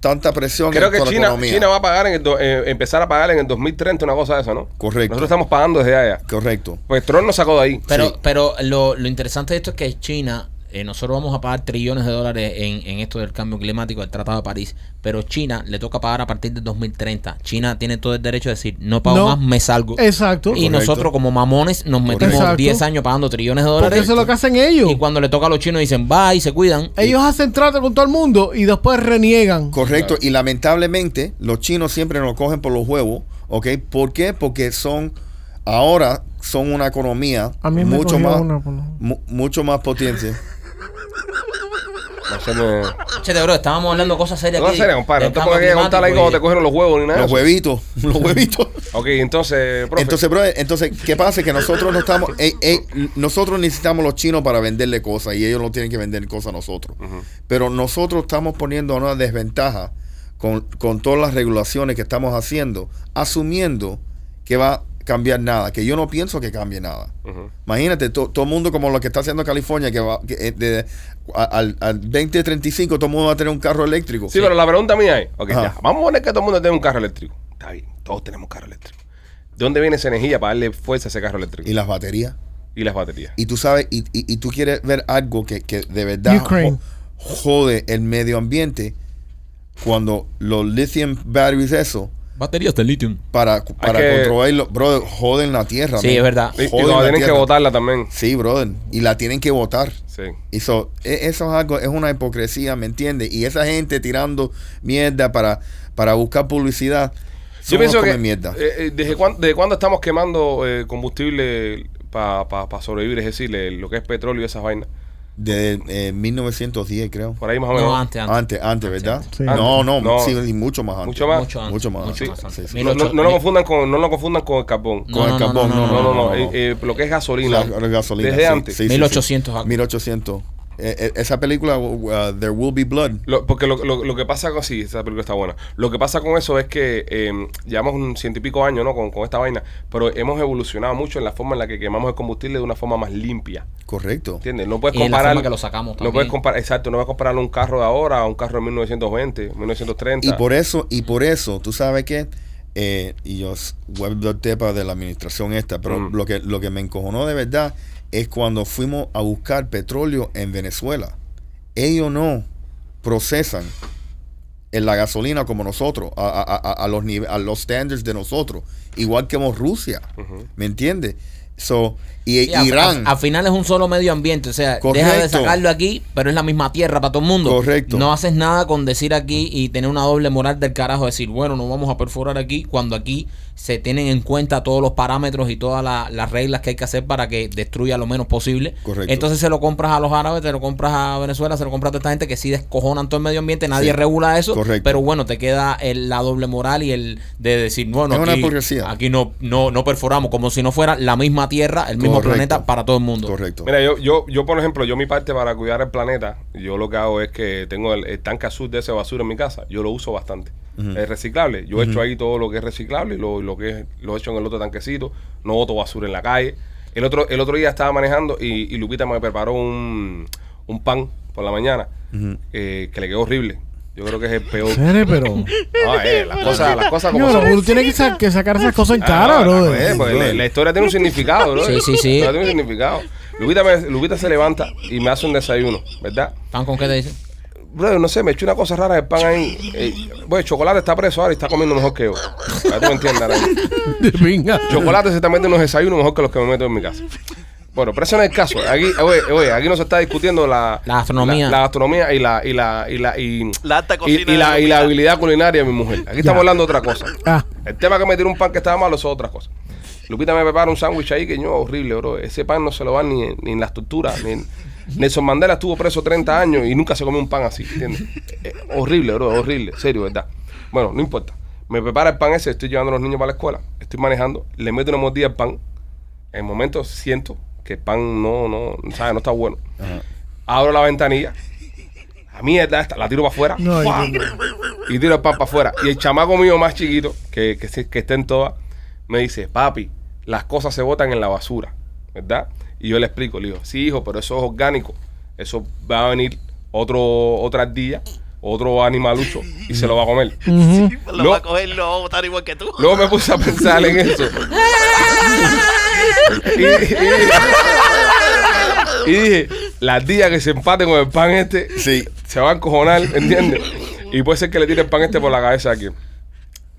Speaker 4: tanta presión
Speaker 2: Creo que
Speaker 4: con la
Speaker 2: China,
Speaker 4: economía?
Speaker 2: China va a pagar en el do- eh, empezar a pagar en el 2030 una cosa de eso, ¿no?
Speaker 4: Correcto.
Speaker 2: Nosotros estamos pagando desde allá.
Speaker 4: Correcto.
Speaker 2: Pues Trump nos sacó de ahí.
Speaker 1: Pero,
Speaker 4: Sí.
Speaker 1: pero lo, lo interesante de esto es que China eh, nosotros vamos a pagar trillones de dólares en, en esto del cambio climático, del Tratado de París, pero China le toca pagar a partir del 2030. China tiene todo el derecho de decir, no pago
Speaker 3: No.
Speaker 1: más, me salgo.
Speaker 3: Exacto.
Speaker 1: Y
Speaker 4: Correcto.
Speaker 1: nosotros como mamones nos metimos
Speaker 3: Correcto.
Speaker 1: 10 años pagando trillones de
Speaker 3: Porque
Speaker 1: dólares.
Speaker 3: eso es lo que hacen ellos.
Speaker 1: Y cuando le toca a los chinos dicen, bye, se cuidan.
Speaker 3: Ellos hacen trato con todo el mundo y después reniegan.
Speaker 4: Correcto, y lamentablemente los chinos siempre nos cogen por los huevos, ¿ok? ¿Por qué? Porque son, ahora son una economía
Speaker 3: A mí me
Speaker 4: mucho
Speaker 3: cogió
Speaker 4: más,
Speaker 3: una por los-
Speaker 4: mu- mucho más potente.
Speaker 2: No se me-
Speaker 1: Chete, bro, estábamos hablando cosas serias
Speaker 2: No, en
Speaker 1: aquí.
Speaker 2: serio, compadre. No
Speaker 1: del
Speaker 2: te
Speaker 1: cambio
Speaker 2: pongas aquí a contar ahí
Speaker 1: climático
Speaker 2: cómo
Speaker 1: y-
Speaker 2: te cogieron los huevos ni nada. de
Speaker 4: los
Speaker 2: eso.
Speaker 4: huevitos, <laughs> los huevitos.
Speaker 2: Ok, entonces, profe.
Speaker 4: Entonces, bro, entonces, ¿qué pasa? Que nosotros
Speaker 2: <laughs>
Speaker 4: no estamos, eh, eh, nosotros necesitamos los chinos para venderle cosas y ellos no tienen que vender cosas a nosotros. Pero nosotros estamos poniendo una desventaja con, con todas las regulaciones que estamos haciendo, asumiendo que va a cambiar nada, que yo no pienso que cambie nada.
Speaker 2: Ujú.
Speaker 4: Imagínate, to- todo el mundo como lo que está haciendo California, que, va, que, eh, de- a- al, al 2035 todo el mundo va a tener un carro eléctrico.
Speaker 2: Sí, pero la pregunta mía es, ok,
Speaker 4: Ajá.
Speaker 2: ya, vamos a poner que todo el mundo tiene un carro eléctrico. Está bien, todos tenemos un carro eléctrico. ¿De dónde viene esa energía para darle fuerza a ese carro eléctrico?
Speaker 4: Y
Speaker 2: Y,
Speaker 4: las baterías.
Speaker 2: las baterías.
Speaker 4: y tú sabes, y, y- y tú quieres ver algo que, que de verdad
Speaker 3: Ukraine.
Speaker 4: jo- jode el medio ambiente cuando los lithium batteries eso
Speaker 1: Baterías de litio.
Speaker 4: para, para
Speaker 2: que-
Speaker 4: controlarlo, brother, joden la tierra.
Speaker 1: Sí,
Speaker 4: man.
Speaker 1: es verdad.
Speaker 2: Y, y
Speaker 4: Joden
Speaker 2: cuando
Speaker 4: la
Speaker 2: tienen que
Speaker 4: tierra.
Speaker 2: votarla también.
Speaker 4: Sí, brother, y la tienen que votar.
Speaker 2: Sí.
Speaker 4: Y so, e- eso es algo, es una hipocresía, ¿me entiendes? Y esa gente tirando mierda para, para buscar publicidad.
Speaker 2: Yo
Speaker 4: son unos
Speaker 2: pienso que,
Speaker 4: come mierda.
Speaker 2: eh, eh, ¿desde, cuándo, ¿desde cuándo estamos quemando eh, combustible para sobrevivir? Es decir, eh, lo que es petróleo y esas vainas.
Speaker 4: de eh, 1910, creo.
Speaker 2: Por ahí más o menos.
Speaker 1: No, antes, antes.
Speaker 4: Antes, antes, ¿verdad?
Speaker 3: Sí.
Speaker 4: No, no,
Speaker 2: No.
Speaker 4: sí, y mucho más antes.
Speaker 2: Mucho más.
Speaker 1: Mucho antes.
Speaker 4: Mucho más
Speaker 1: Mucho
Speaker 4: antes.
Speaker 1: más
Speaker 4: Sí,
Speaker 1: antes.
Speaker 4: sí.
Speaker 2: No, no, no, lo confundan con, no lo confundan con el carbón.
Speaker 1: No,
Speaker 4: con el carbón. No,
Speaker 2: No, no, no.
Speaker 4: no,
Speaker 2: eh, eh, lo que es gasolina.
Speaker 4: La- la gasolina.
Speaker 2: Desde
Speaker 4: sí,
Speaker 2: antes.
Speaker 4: sí, sí,
Speaker 1: 1800
Speaker 4: sí.
Speaker 1: algo.
Speaker 4: 1800. Eh, eh, esa película, uh, There Will Be Blood.
Speaker 2: Lo- porque lo, lo- lo que pasa con. Sí, esta película está buena. Lo que pasa con eso es que eh, llevamos un ciento y pico años ¿no? con, con esta vaina, pero hemos evolucionado mucho en la forma en la que quemamos el combustible de una forma más limpia.
Speaker 4: Correcto.
Speaker 2: ¿Entiendes? No puedes
Speaker 1: Y en la
Speaker 2: comparar.
Speaker 1: forma que lo sacamos
Speaker 2: no
Speaker 1: también.
Speaker 2: puedes comparar, exacto, no puedes comparar un carro de ahora a un carro de 1920, 1930.
Speaker 4: Y por eso, y por eso, tú sabes que eh, y yo s- web del tepa de la administración esta, pero
Speaker 2: Mm.
Speaker 4: lo que lo que me encojonó de verdad es cuando fuimos a buscar petróleo en Venezuela. Ellos no procesan en la gasolina como nosotros, a, a- a- a los nive- a los standards de nosotros, igual que hemos Rusia, ¿me entiendes? So, y
Speaker 1: Sí, a-
Speaker 4: Irán.
Speaker 1: pues, a- Al final es un solo medio ambiente. O sea, deja de
Speaker 4: Correcto.
Speaker 1: sacarlo aquí, pero es la misma tierra para todo el mundo.
Speaker 4: Correcto.
Speaker 1: No haces nada con decir aquí y tener una doble moral del carajo. Decir, bueno, no vamos a perforar aquí cuando aquí se tienen en cuenta todos los parámetros y todas la- las reglas que hay que hacer para que destruya lo menos posible.
Speaker 4: Correcto.
Speaker 1: Entonces se lo compras a los árabes, se lo compras a Venezuela, se lo compras a toda esta gente que sí descojonan todo el medio ambiente. Nadie
Speaker 4: Sí.
Speaker 1: regula eso.
Speaker 4: Correcto.
Speaker 1: Pero bueno, te queda el- la doble moral y el de decir, bueno,
Speaker 4: Es una
Speaker 1: aquí,
Speaker 4: hipocresía.
Speaker 1: aquí no, no, no perforamos como si no fuera la misma tierra, el mismo
Speaker 4: Correcto.
Speaker 1: planeta para todo el mundo.
Speaker 4: correcto.
Speaker 2: Mira, yo, yo, yo, por ejemplo, yo mi parte para cuidar el planeta, yo lo que hago es que tengo el, el tanque azul de ese basura en mi casa, yo lo uso bastante. Es reciclable. Yo echo ahí todo lo que es reciclable y lo, lo que es, lo echo en el otro tanquecito, no boto basura en la calle. El otro, el otro día estaba manejando y, y Lupita me preparó un, un pan por la mañana eh, que le quedó horrible. Yo creo que es el peor.
Speaker 3: Serio,
Speaker 2: <laughs>
Speaker 3: pero.
Speaker 2: No, eh, las cosas, las cosas como
Speaker 3: No,
Speaker 2: son.
Speaker 3: pero uno tiene que, sa- que sacar esas cosas en cara,
Speaker 2: Ah,
Speaker 3: bro.
Speaker 2: eh, pues, la, la historia tiene un significado, ¿no?
Speaker 1: Sí, sí, sí.
Speaker 2: La historia tiene un significado. Lupita, me- Lupita se levanta y me hace un desayuno, ¿verdad?
Speaker 1: ¿Tan con qué te dicen?
Speaker 2: Bro, no sé, me echó una cosa rara de pan ahí. Eh, bueno, chocolate está preso ahora y está comiendo mejor que yo. Para que tú me entiendas. Araña.
Speaker 3: <laughs> De pinga.
Speaker 2: Chocolate se está metiendo en los desayunos mejor que los que me meto en mi casa. Bueno, pero ese no es el caso. Aquí, oye, oye, aquí no se está discutiendo la,
Speaker 1: La gastronomía.
Speaker 2: la, la gastronomía y la, y la, y la, y,
Speaker 5: La alta
Speaker 2: y-
Speaker 5: cocina
Speaker 2: y, la,
Speaker 5: de
Speaker 2: y la
Speaker 5: Lupita.
Speaker 2: habilidad culinaria de mi mujer. Aquí estamos hablando de otra cosa.
Speaker 3: Ah.
Speaker 2: El tema que me tiró un pan que estaba malo son otras cosas. Lupita me prepara un sándwich ahí que yo, horrible, bro. Ese pan no se lo dan ni, ni en las torturas. Ni en- Nelson Mandela estuvo preso 30 años y nunca se comió un pan así, ¿entiendes? Eh, horrible, bro, horrible, serio, ¿verdad? Bueno, no importa. Me prepara el pan ese, estoy llevando a los niños para la escuela, estoy manejando, le meto una mordida al pan. En el momento siento que el pan no, no, ¿sabes? No está bueno. Abro la ventanilla. A mí esta, esta, la tiro para afuera.
Speaker 3: No,
Speaker 2: ¡fua!
Speaker 3: no,
Speaker 2: y tiro el pan para afuera. Y el chamaco mío más chiquito, que, que, se- que está en todas, me dice, papi, las cosas se botan en la basura, ¿verdad? Y yo le explico, le digo, sí, hijo, pero eso es orgánico. Eso va a venir otro, otra ardilla, otro animalucho, y se lo va a comer.
Speaker 3: Ujú.
Speaker 5: pues Lo
Speaker 2: No.
Speaker 5: va a coger, lo va a botar igual que tú.
Speaker 2: Luego me puse a pensar en eso. Y, y- y dije, Las días que se empaten con el pan este,
Speaker 4: Sí.
Speaker 2: se va a encojonar, ¿entiendes? Y puede ser que le tire el pan este por la cabeza aquí.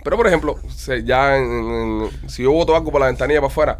Speaker 2: Pero, por ejemplo, se- ya en- en- si yo boto algo por la ventanilla para afuera,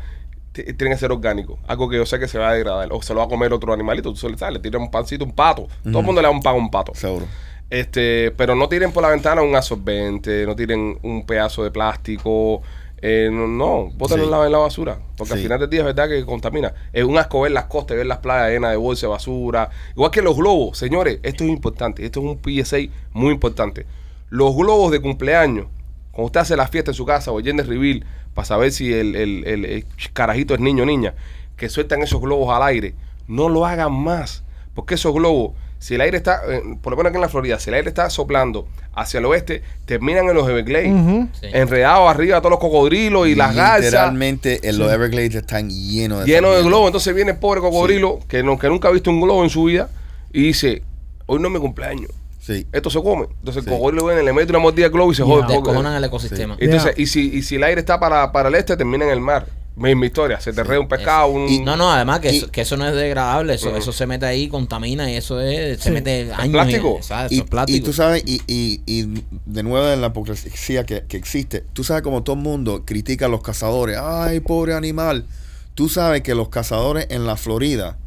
Speaker 2: ti- tiene que ser orgánico. Algo que yo sé que se va a degradar. O se lo va a comer otro animalito. Tú se le, sabes, le tiras un pancito, un pato. Todo el mundo le da un pan a un pato.
Speaker 4: Seguro.
Speaker 2: Este, pero no tiren por la ventana un absorbente, no tiren un pedazo de plástico. eh, no, no, bótenlo
Speaker 4: Sí.
Speaker 2: en, la, en la basura. Porque al
Speaker 4: Sí.
Speaker 2: final del día es verdad que contamina. Es un asco ver las costas, ver las playas llenas de bolsa de basura. Igual que los globos, señores, esto es importante. Esto es un PSA muy importante. Los globos de cumpleaños, cuando usted hace la fiesta en su casa o el gender reveal, para saber si el, el- el- el carajito es niño o niña, que sueltan esos globos al aire, no lo hagan más. Porque esos globos, si el aire está, eh, por lo menos aquí en la Florida, si el aire está soplando hacia el oeste, terminan en los Everglades,
Speaker 3: Ujú.
Speaker 1: Sí.
Speaker 2: enredados arriba de todos los cocodrilos y las garzas,
Speaker 4: Literalmente, en los Everglades están llenos
Speaker 2: llenos
Speaker 4: de esa
Speaker 2: de
Speaker 4: mierda.
Speaker 2: globos. Entonces viene el pobre cocodrilo que, no- que nunca ha visto un globo en su vida y dice, hoy no es mi cumpleaños,
Speaker 4: Sí.
Speaker 2: esto se come. Entonces el
Speaker 4: Sí.
Speaker 2: cocodrilo viene, le mete una mordida al globo y se jode. porque-
Speaker 1: Descojonan el ecosistema.
Speaker 3: Sí.
Speaker 2: Entonces,
Speaker 3: Yeah.
Speaker 2: y, si, y si el aire está para, para el este, termina en el mar. Misma historia, se te rea un pescado, un...
Speaker 4: Y-
Speaker 1: No, no, además que,
Speaker 4: Y-
Speaker 1: eso, que eso no es degradable, eso, eso se mete ahí, contamina y eso es, se mete años. en-
Speaker 2: plástico.
Speaker 1: ¿sabes?
Speaker 4: Y,
Speaker 1: Eso es plástico.
Speaker 4: y tú sabes, y, y- y de nuevo en la hipocresía que, que existe, tú sabes como todo el mundo critica a los cazadores, ay, pobre animal. Tú sabes que los cazadores en la Florida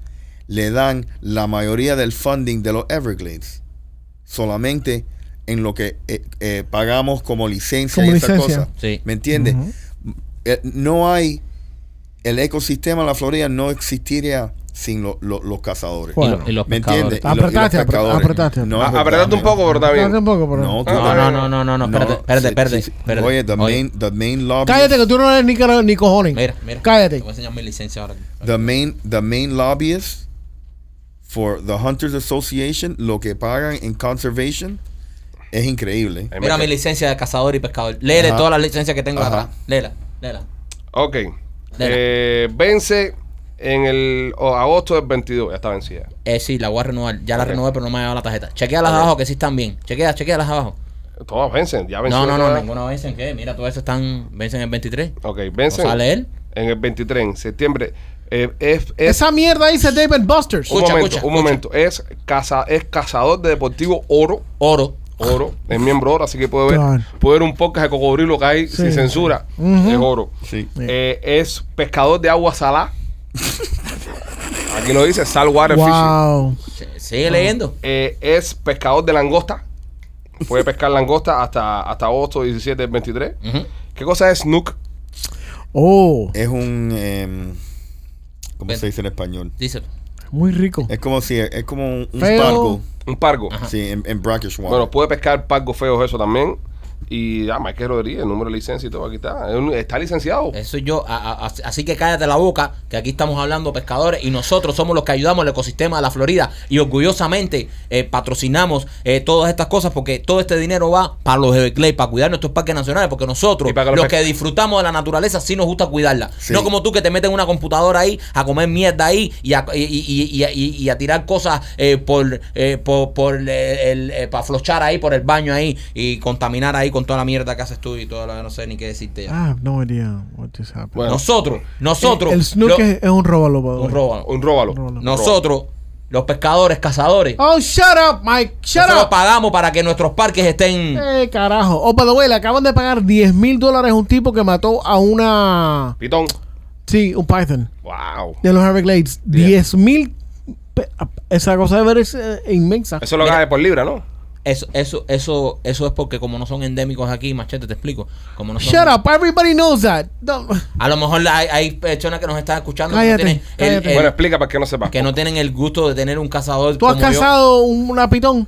Speaker 4: le dan la mayoría del funding de los Everglades, solamente en lo que eh, eh, pagamos como licencia
Speaker 3: Como
Speaker 4: y esas
Speaker 3: licencia.
Speaker 4: cosas.
Speaker 1: Sí.
Speaker 4: ¿Me entiendes? Eh, no hay, el ecosistema en la Florida no existiría sin lo- lo- los cazadores.
Speaker 1: Y,
Speaker 3: Bueno.
Speaker 1: lo- y los
Speaker 4: ¿Me
Speaker 1: pescadores.
Speaker 4: entiendes? Y los- y los
Speaker 3: Apretaste, apre-
Speaker 4: pescadores.
Speaker 3: apretaste.
Speaker 4: No,
Speaker 2: Ah,
Speaker 4: es verdad,
Speaker 2: apretate un
Speaker 4: man.
Speaker 2: poco, pero está bien.
Speaker 3: No, tampoco, pero-
Speaker 4: No, tú
Speaker 2: Ah,
Speaker 1: No,
Speaker 4: también.
Speaker 1: no, no, no, no, no, espérate, espérate,
Speaker 4: sí,
Speaker 1: espérate,
Speaker 4: sí, sí.
Speaker 1: espérate.
Speaker 4: Oye, the
Speaker 1: Oye,
Speaker 4: main, the main lobby.
Speaker 3: Cállate que tú no eres ni, caro- ni cojones.
Speaker 1: Mira, mira. Te
Speaker 3: Cállate.
Speaker 1: voy a enseñar mi licencia ahora.
Speaker 4: The main, the main lobbyist for the Hunters Association, lo que pagan en conservation es increíble.
Speaker 2: Ahí me
Speaker 1: Mira mi
Speaker 2: quedo.
Speaker 1: licencia de cazador y pescador. Léele
Speaker 4: Ajá.
Speaker 1: todas las licencias que tengo
Speaker 4: Ajá.
Speaker 1: atrás. Léela, léela.
Speaker 2: Ok.
Speaker 1: Dale.
Speaker 2: Eh, vence en el o- agosto del 22. Ya está vencida.
Speaker 1: Eh, sí, la voy a renovar. Ya la
Speaker 2: Ok.
Speaker 1: renové, pero no me ha llegado la tarjeta. Chequea las abajo que sí están bien. Chequea, chequea las abajo.
Speaker 2: Todas vencen. Ya venció
Speaker 1: No, no, no,
Speaker 2: todas.
Speaker 1: ninguna vencen. ¿Qué? Mira, todas esas están. Vencen el 23. ¿No
Speaker 2: Ok, vencen
Speaker 1: sale él?
Speaker 2: en el 23, en septiembre. Eh, es, es-
Speaker 3: Esa mierda dice David Busters.
Speaker 2: un
Speaker 1: Escucha,
Speaker 2: momento,
Speaker 1: escucha,
Speaker 2: un
Speaker 1: escucha.
Speaker 2: momento. Es, caza, es cazador de deportivo oro.
Speaker 1: Oro.
Speaker 2: Oro.
Speaker 1: Ah.
Speaker 2: Es miembro oro, así que puede ver,
Speaker 3: God.
Speaker 2: puede ver un podcast de cocodrilo que hay
Speaker 3: Sí.
Speaker 2: sin censura.
Speaker 3: Ujú.
Speaker 2: Es oro.
Speaker 4: Sí.
Speaker 2: Eh, es pescador de agua
Speaker 3: <laughs>
Speaker 2: salada. Aquí lo dice, saltwater fishing.
Speaker 3: Wow.
Speaker 1: Se- Sigue leyendo.
Speaker 2: Eh, es pescador de langosta. Puede pescar langosta hasta, hasta agosto 17 del 23.
Speaker 1: Ujú.
Speaker 2: ¿Qué cosa es snook?
Speaker 3: Oh,
Speaker 4: Es un, em, ¿cómo
Speaker 1: Ven.
Speaker 4: se dice en español?
Speaker 1: Díselo.
Speaker 3: muy
Speaker 1: Eh.
Speaker 3: rico.
Speaker 4: Es como si, es como un, un
Speaker 3: Feo.
Speaker 4: pargo.
Speaker 2: Un pargo.
Speaker 4: Sí, en, en brackish water.
Speaker 2: Bueno, puede pescar pargos feos eso también. Y ah, Michael Rodríguez, el número de licencia y todo, aquí está. Es un- Está licenciado.
Speaker 1: Eso yo, a- a- as- así que cállate la boca, que aquí estamos hablando pescadores y nosotros somos los que ayudamos al ecosistema de la Florida y orgullosamente eh, patrocinamos eh, todas estas cosas porque todo este dinero va para los Everglades, para cuidar nuestros parques nacionales, porque nosotros,
Speaker 2: Y para que los
Speaker 1: los
Speaker 2: pes-
Speaker 1: que disfrutamos de la naturaleza, sí nos gusta cuidarla.
Speaker 4: Sí.
Speaker 1: No como tú que te meten en una computadora ahí a comer mierda ahí y a, y, y- y- y- y- y a tirar cosas eh, por, eh, por, por eh, el, para flochar ahí, por el baño ahí y contaminar ahí con toda la mierda que haces tú y toda la, no sé ni qué decirte ya.
Speaker 3: I have Ah, no idea what just happened.
Speaker 2: Bueno,
Speaker 1: Nosotros, nosotros.
Speaker 3: el snook
Speaker 1: lo-
Speaker 3: es, es un robalobador.
Speaker 1: un robo.
Speaker 2: un róbalo.
Speaker 3: Un róbalo.
Speaker 1: Nosotros, los pescadores, cazadores,
Speaker 3: Oh, shut up, Mike. Shut
Speaker 1: nosotros
Speaker 3: up.
Speaker 1: pagamos para que nuestros parques estén.
Speaker 3: Eh, carajo. Oh, by the way, le acaban de pagar 10 mil dólares a un tipo que mató a una.
Speaker 2: Pitón.
Speaker 3: Sí, un Python
Speaker 2: Wow.
Speaker 3: de los Everglades.
Speaker 2: Bien.
Speaker 3: 10 mil. pe- Esa cosa de ver es eh, inmensa.
Speaker 2: Eso lo
Speaker 1: Mira.
Speaker 2: cae por libra, ¿no?
Speaker 1: Eso, eso, eso, eso es porque como no son endémicos aquí, machete, te explico. Como no son-
Speaker 3: Shut up, everybody knows that. No.
Speaker 1: A lo mejor hay, hay personas que nos están escuchando que,
Speaker 3: Cállate,
Speaker 1: no tienen el,
Speaker 3: cállate.
Speaker 1: el-
Speaker 2: Bueno, explica para que no sepa.
Speaker 1: que no tienen el gusto de tener un cazador.
Speaker 3: ¿Tú has
Speaker 1: como yo.
Speaker 3: casado un- una pitón?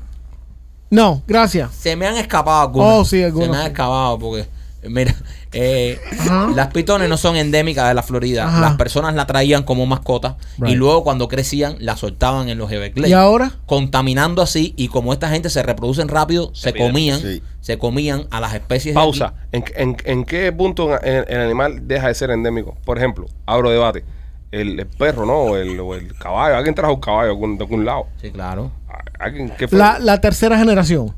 Speaker 3: No, gracias.
Speaker 1: Se me han escapado algunas.
Speaker 3: Oh, sí, algunas.
Speaker 1: Se me han escapado porque, mira, eh,
Speaker 3: Ajá.
Speaker 1: las pitones no son endémicas de la Florida.
Speaker 3: Ajá.
Speaker 1: Las personas la traían como mascota y
Speaker 3: Right.
Speaker 1: luego cuando crecían la soltaban en los Everglades.
Speaker 3: ¿Y ahora?
Speaker 1: Contaminando así y como esta gente se reproducen rápido, se
Speaker 5: Epidemia.
Speaker 1: comían,
Speaker 4: Sí.
Speaker 1: se comían a las especies. de
Speaker 2: Pausa.
Speaker 1: aquí.
Speaker 2: ¿En, en, en qué punto el, el animal deja de ser endémico? Por ejemplo, abro debate. El, el perro, ¿no? O el, o el caballo. Alguien trajo un caballo de algún, de algún lado.
Speaker 1: Sí, claro.
Speaker 2: ¿Alguien, ¿Qué fue?
Speaker 3: La, la tercera generación.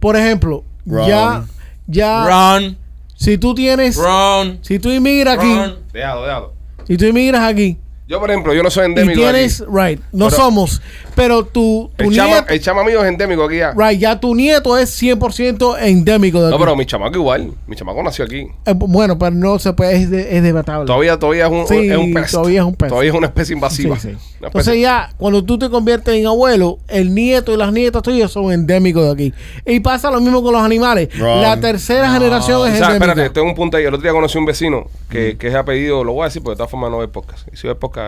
Speaker 3: Por ejemplo,
Speaker 4: Wrong.
Speaker 3: ya. Ya.
Speaker 1: Ron,
Speaker 3: Si tú tienes.
Speaker 1: Ron,
Speaker 3: Si tú inmigras aquí.
Speaker 1: Ron.
Speaker 2: Déjalo, déjalo.
Speaker 3: Si tú inmigras aquí.
Speaker 2: Yo, por ejemplo, yo no soy
Speaker 3: Y
Speaker 2: endémico. de
Speaker 3: tienes,
Speaker 2: aquí.
Speaker 3: right, no
Speaker 2: Pero-
Speaker 3: somos, pero tu, tu
Speaker 2: El, chama,
Speaker 3: nieto,
Speaker 2: el chama mío es endémico aquí ya.
Speaker 3: right, ya tu nieto es 100% endémico de
Speaker 2: No,
Speaker 3: aquí.
Speaker 2: pero mi chamaco igual. Mi chamaco nació aquí.
Speaker 3: Eh, bueno, pero no se puede, es, de- es debatable.
Speaker 2: Todavía, todavía es un,
Speaker 3: Sí,
Speaker 2: es un pest.
Speaker 3: todavía es un pest.
Speaker 2: Todavía es una especie
Speaker 3: Sí,
Speaker 2: invasiva.
Speaker 3: sí.
Speaker 2: Una
Speaker 3: Entonces
Speaker 2: especie-
Speaker 3: ya, cuando tú te conviertes en abuelo, el nieto y las nietas tuyas son endémicos de aquí. Y pasa lo mismo con los animales.
Speaker 4: Wrong.
Speaker 3: La tercera generación
Speaker 2: O
Speaker 3: es
Speaker 2: sea,
Speaker 3: endémica.
Speaker 2: espérate, tengo un punto ahí. El otro día conocí a un vecino que, que es apellido, lo voy a decir porque de todas formas no ve podcast. Y si ve podcast,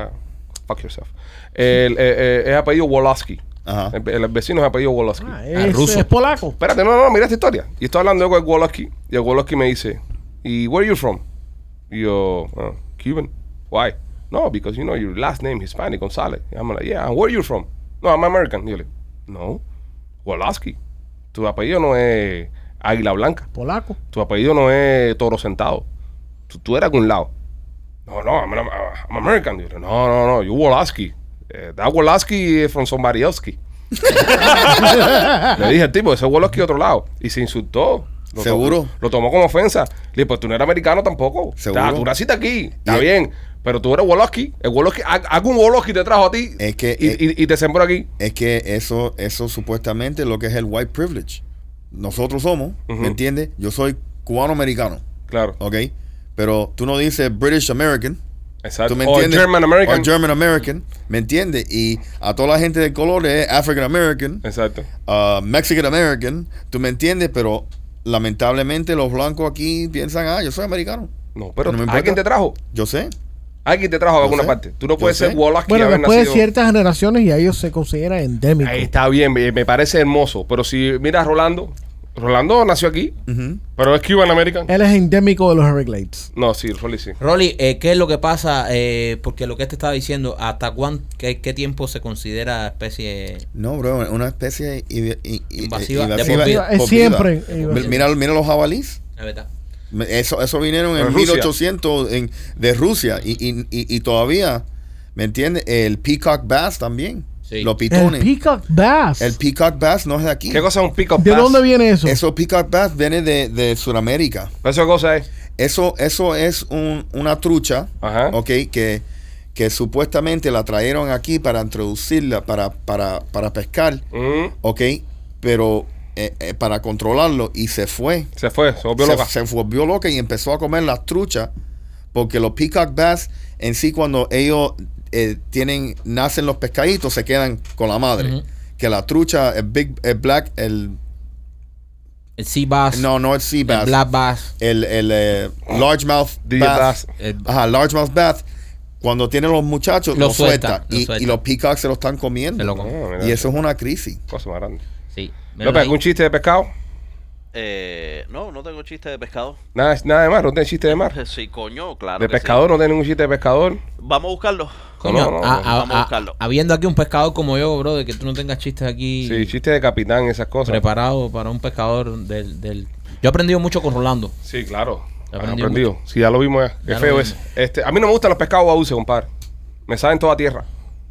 Speaker 2: fuck yourself. El, eh, eh, es apellido Woloski.
Speaker 4: Ajá.
Speaker 2: El, el vecino es apellido Woloski.
Speaker 3: Ah,
Speaker 1: Ah,
Speaker 3: es,
Speaker 1: ruso.
Speaker 3: es polaco.
Speaker 2: Espérate, no, no, mira esta historia. Y estoy hablando yo con el Woloski. Y el Woloski me dice, ¿y where are you from? Y yo, "Ah, Cuban. Why? No, because you know your last name Hispanic, Gonzalez. I'm like, yeah, and where are you from? No, I'm American. Y yo le, no, Woloski. Tu apellido no es Águila Blanca.
Speaker 3: Polaco.
Speaker 2: Tu apellido no es Toro Sentado. Tú, tú eres de algún lado. No, no, I'm, I'm- I'm American. Yo le, no, no, no, you Woloski. Eh, that Woloski is from somebody else.
Speaker 4: <laughs>
Speaker 2: Le dije al tipo, ese vuelo aquí de otro lado. Y se insultó. Lo to-
Speaker 4: ¿Seguro?
Speaker 2: lo tomó como ofensa. Le dije, pues tú no eres americano tampoco.
Speaker 4: ¿Seguro?
Speaker 2: Está- Tú naciste aquí. Está
Speaker 4: Y-
Speaker 2: bien. Pero tú eres Woloski. El Woloski, ha- algún Woloski te trajo a ti.
Speaker 4: Es que-
Speaker 2: y,
Speaker 4: es-
Speaker 2: y- y te sembró aquí.
Speaker 4: Es que eso, eso supuestamente es lo que es el white privilege. Nosotros somos,
Speaker 2: Ujú.
Speaker 4: ¿me entiendes? Yo soy cubano-americano,
Speaker 2: Claro.
Speaker 4: ¿ok? Pero tú no dices British American.
Speaker 2: Exacto.
Speaker 4: Oh, ¿Tú me
Speaker 2: O
Speaker 4: entiendes?
Speaker 2: German American.
Speaker 4: O German American, ¿me entiendes? Y a toda la gente de color es African American,
Speaker 2: Exacto.
Speaker 4: uh, Mexican American, ¿tú me entiendes? Pero lamentablemente los blancos aquí piensan, ah, yo soy americano.
Speaker 2: No, pero
Speaker 4: No me importa.
Speaker 2: alguien te trajo.
Speaker 4: Yo sé.
Speaker 2: Alguien te trajo de
Speaker 4: Yo
Speaker 2: alguna
Speaker 4: sé.
Speaker 2: parte. Tú no
Speaker 4: Yo
Speaker 2: puedes
Speaker 4: sé.
Speaker 2: ser Woloski y
Speaker 3: Bueno,
Speaker 2: haber
Speaker 3: después de
Speaker 2: nacido.
Speaker 3: ciertas generaciones ya ellos se consideran endémicos.
Speaker 2: Ahí está bien. Me me parece hermoso. Pero si miras a Rolando. Rolando nació aquí.
Speaker 4: Ujú.
Speaker 2: Pero es Cuban American.
Speaker 4: Eh.
Speaker 3: Él es endémico de los Everglades.
Speaker 2: No, sí, Rolly sí.
Speaker 1: Rolly, eh, ¿qué es lo que pasa? Eh, porque lo que te estaba diciendo, ¿hasta cuán, qué, qué tiempo se considera especie?
Speaker 4: No, bro, una especie i- i- i-
Speaker 1: Invasiva,
Speaker 4: invasiva
Speaker 1: de por vida.
Speaker 3: Es
Speaker 4: por
Speaker 3: siempre eh,
Speaker 4: vida.
Speaker 3: invasiva.
Speaker 4: Mira, mira los jabalís.
Speaker 1: La verdad.
Speaker 4: Me- Eso, eso vinieron
Speaker 2: En
Speaker 4: en
Speaker 2: Rusia.
Speaker 4: 1800 en- de Rusia y, y- y- y todavía, ¿me entiendes? El peacock bass también.
Speaker 1: Sí.
Speaker 4: Los
Speaker 3: El
Speaker 4: pitones. El,
Speaker 3: peacock bass.
Speaker 4: peacock bass no es de aquí.
Speaker 2: ¿Qué cosa es un pick-up
Speaker 3: ¿De
Speaker 2: pass?
Speaker 3: dónde viene eso?
Speaker 4: Eso peacock bass viene de, de Sudamérica.
Speaker 2: ¿Eso qué cosa es?
Speaker 4: Eso, eso es un- una trucha,
Speaker 2: Ajá.
Speaker 4: ¿ok? Que, que supuestamente la trajeron aquí para introducirla, para, para, para pescar,
Speaker 2: Mm,
Speaker 4: ¿ok? Pero eh, eh, para controlarlo y se fue.
Speaker 2: se fue, se volvió loca.
Speaker 4: se, se volvió loca y empezó a comer las truchas porque los peacock bass en sí cuando ellos eh, tienen nacen los pescaditos se quedan con la madre
Speaker 1: Ujú.
Speaker 4: que la trucha el big el black el
Speaker 1: El sea bass,
Speaker 4: no no el sea
Speaker 1: el
Speaker 4: bass
Speaker 1: black bass,
Speaker 4: el, el eh, largemouth
Speaker 2: The
Speaker 4: bass,
Speaker 2: bass.
Speaker 1: el-
Speaker 4: ajá largemouth bass cuando tienen los muchachos
Speaker 1: Lo
Speaker 4: los suelta,
Speaker 1: suelta, lo
Speaker 4: y,
Speaker 1: suelta.
Speaker 4: y los peacock se lo están comiendo
Speaker 1: Se lo
Speaker 2: Ah,
Speaker 1: comen.
Speaker 2: mira,
Speaker 4: y eso es una crisis
Speaker 2: Cosa más grande.
Speaker 1: Sí. Míralo
Speaker 2: López,
Speaker 1: ahí.
Speaker 2: ¿algún chiste de pescado?
Speaker 5: Eh, no, no tengo chiste de pescado.
Speaker 2: Nada, nada de mar, no tiene chiste de mar.
Speaker 5: Sí, coño, claro.
Speaker 2: de
Speaker 5: que sí.
Speaker 2: pescador, no tiene ningún chiste de pescador.
Speaker 5: Vamos a buscarlo.
Speaker 1: Coño,
Speaker 2: No, no, no,
Speaker 1: a- a-
Speaker 5: vamos a
Speaker 1: a-
Speaker 5: buscarlo.
Speaker 1: habiendo aquí un pescador como yo, bro, de que tú no tengas chistes aquí
Speaker 2: Sí, chiste de capitán, esas cosas.
Speaker 1: preparado para un pescador del, del... Yo he aprendido mucho con Rolando.
Speaker 2: Sí, claro.
Speaker 1: He
Speaker 2: Has
Speaker 1: aprendido
Speaker 2: aprendido. Sí, ya lo vimos ya. Qué
Speaker 1: Ya lo
Speaker 2: feo
Speaker 1: vimos.
Speaker 2: es. Este, a mí no me gustan los pescados baúces, compadre. Me saben toda tierra.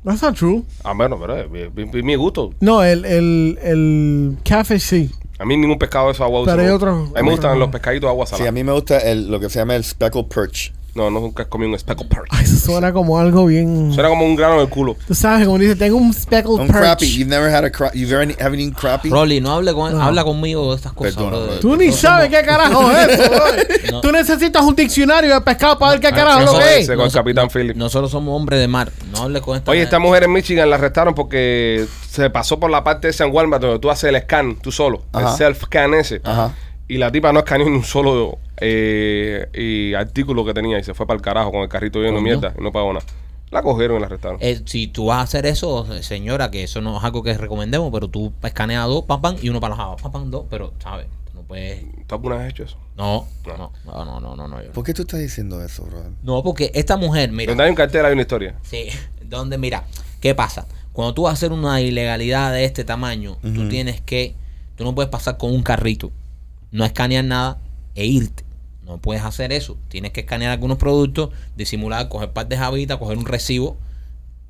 Speaker 3: That's not true.
Speaker 2: Ah, bueno, pero es mi- mi, mi gusto.
Speaker 3: No, el, el, el catfish sí. <laughs>
Speaker 2: A mí ningún pescado de esos agua dulce.
Speaker 3: Pero hay
Speaker 2: no.
Speaker 3: otros-
Speaker 2: A mí me gustan
Speaker 3: otros-
Speaker 2: los pescaditos de agua
Speaker 4: sí
Speaker 2: salada.
Speaker 4: a mí me gusta el, lo que se llama el speckled perch
Speaker 2: No, no, nunca comí un speckle perch.
Speaker 3: Ay, eso suena como algo bien.
Speaker 2: Suena como un grano en el culo.
Speaker 3: Tú sabes, como dice, tengo un speckled
Speaker 4: un
Speaker 3: perch.
Speaker 4: crappie you've never had a cra you haven't haven't eaten crappie
Speaker 1: Rolly, no hable con,
Speaker 3: No.
Speaker 1: habla conmigo de estas cosas,
Speaker 4: Perdona,
Speaker 1: bro.
Speaker 4: brother.
Speaker 3: Tú ni
Speaker 1: No
Speaker 3: sabes
Speaker 1: somos-
Speaker 3: qué carajo es eso. bro.
Speaker 1: No.
Speaker 3: Tú necesitas un diccionario de pescado para ver qué
Speaker 1: Ah,
Speaker 3: carajo es lo
Speaker 1: nosotros-
Speaker 3: que
Speaker 2: Ese
Speaker 3: es.
Speaker 2: con el
Speaker 1: noso-
Speaker 2: Capitán Phillips.
Speaker 1: Nosotros somos hombres de mar. No hable con esta
Speaker 2: Oye, esta mujer en Michigan la arrestaron porque se pasó por la parte de San Walmart donde tú haces el scan tú solo,
Speaker 4: Ajá.
Speaker 2: el self-scan ese.
Speaker 4: Ajá.
Speaker 2: Y la tipa no escaneó ni un solo eh, y artículo que tenía y se fue para el carajo con el carrito lleno de
Speaker 1: Coño.
Speaker 2: mierda y no pagó nada. La cogieron y la arrestaron.
Speaker 1: Eh, si tú vas a hacer eso, señora, que eso no es algo que recomendemos, pero tú escaneas dos, pam, pam, y uno para las aguas, pam, pam, dos, pero, ¿sabes? Tú No puedes...
Speaker 2: ¿Tú alguna vez has hecho eso?
Speaker 1: No, no, no, no, no, no. no, yo no.
Speaker 4: ¿Por qué tú estás diciendo eso, bro?
Speaker 1: No, porque esta mujer, mira...
Speaker 2: Donde hay un cartel hay una historia.
Speaker 1: Sí, donde mira, ¿qué pasa? Cuando tú vas a hacer una ilegalidad de este tamaño, tú tienes que, tú no puedes pasar con un carrito, no escanear nada e irte. No puedes hacer eso. Tienes que escanear algunos productos, disimular, coger par de jabitas, coger un recibo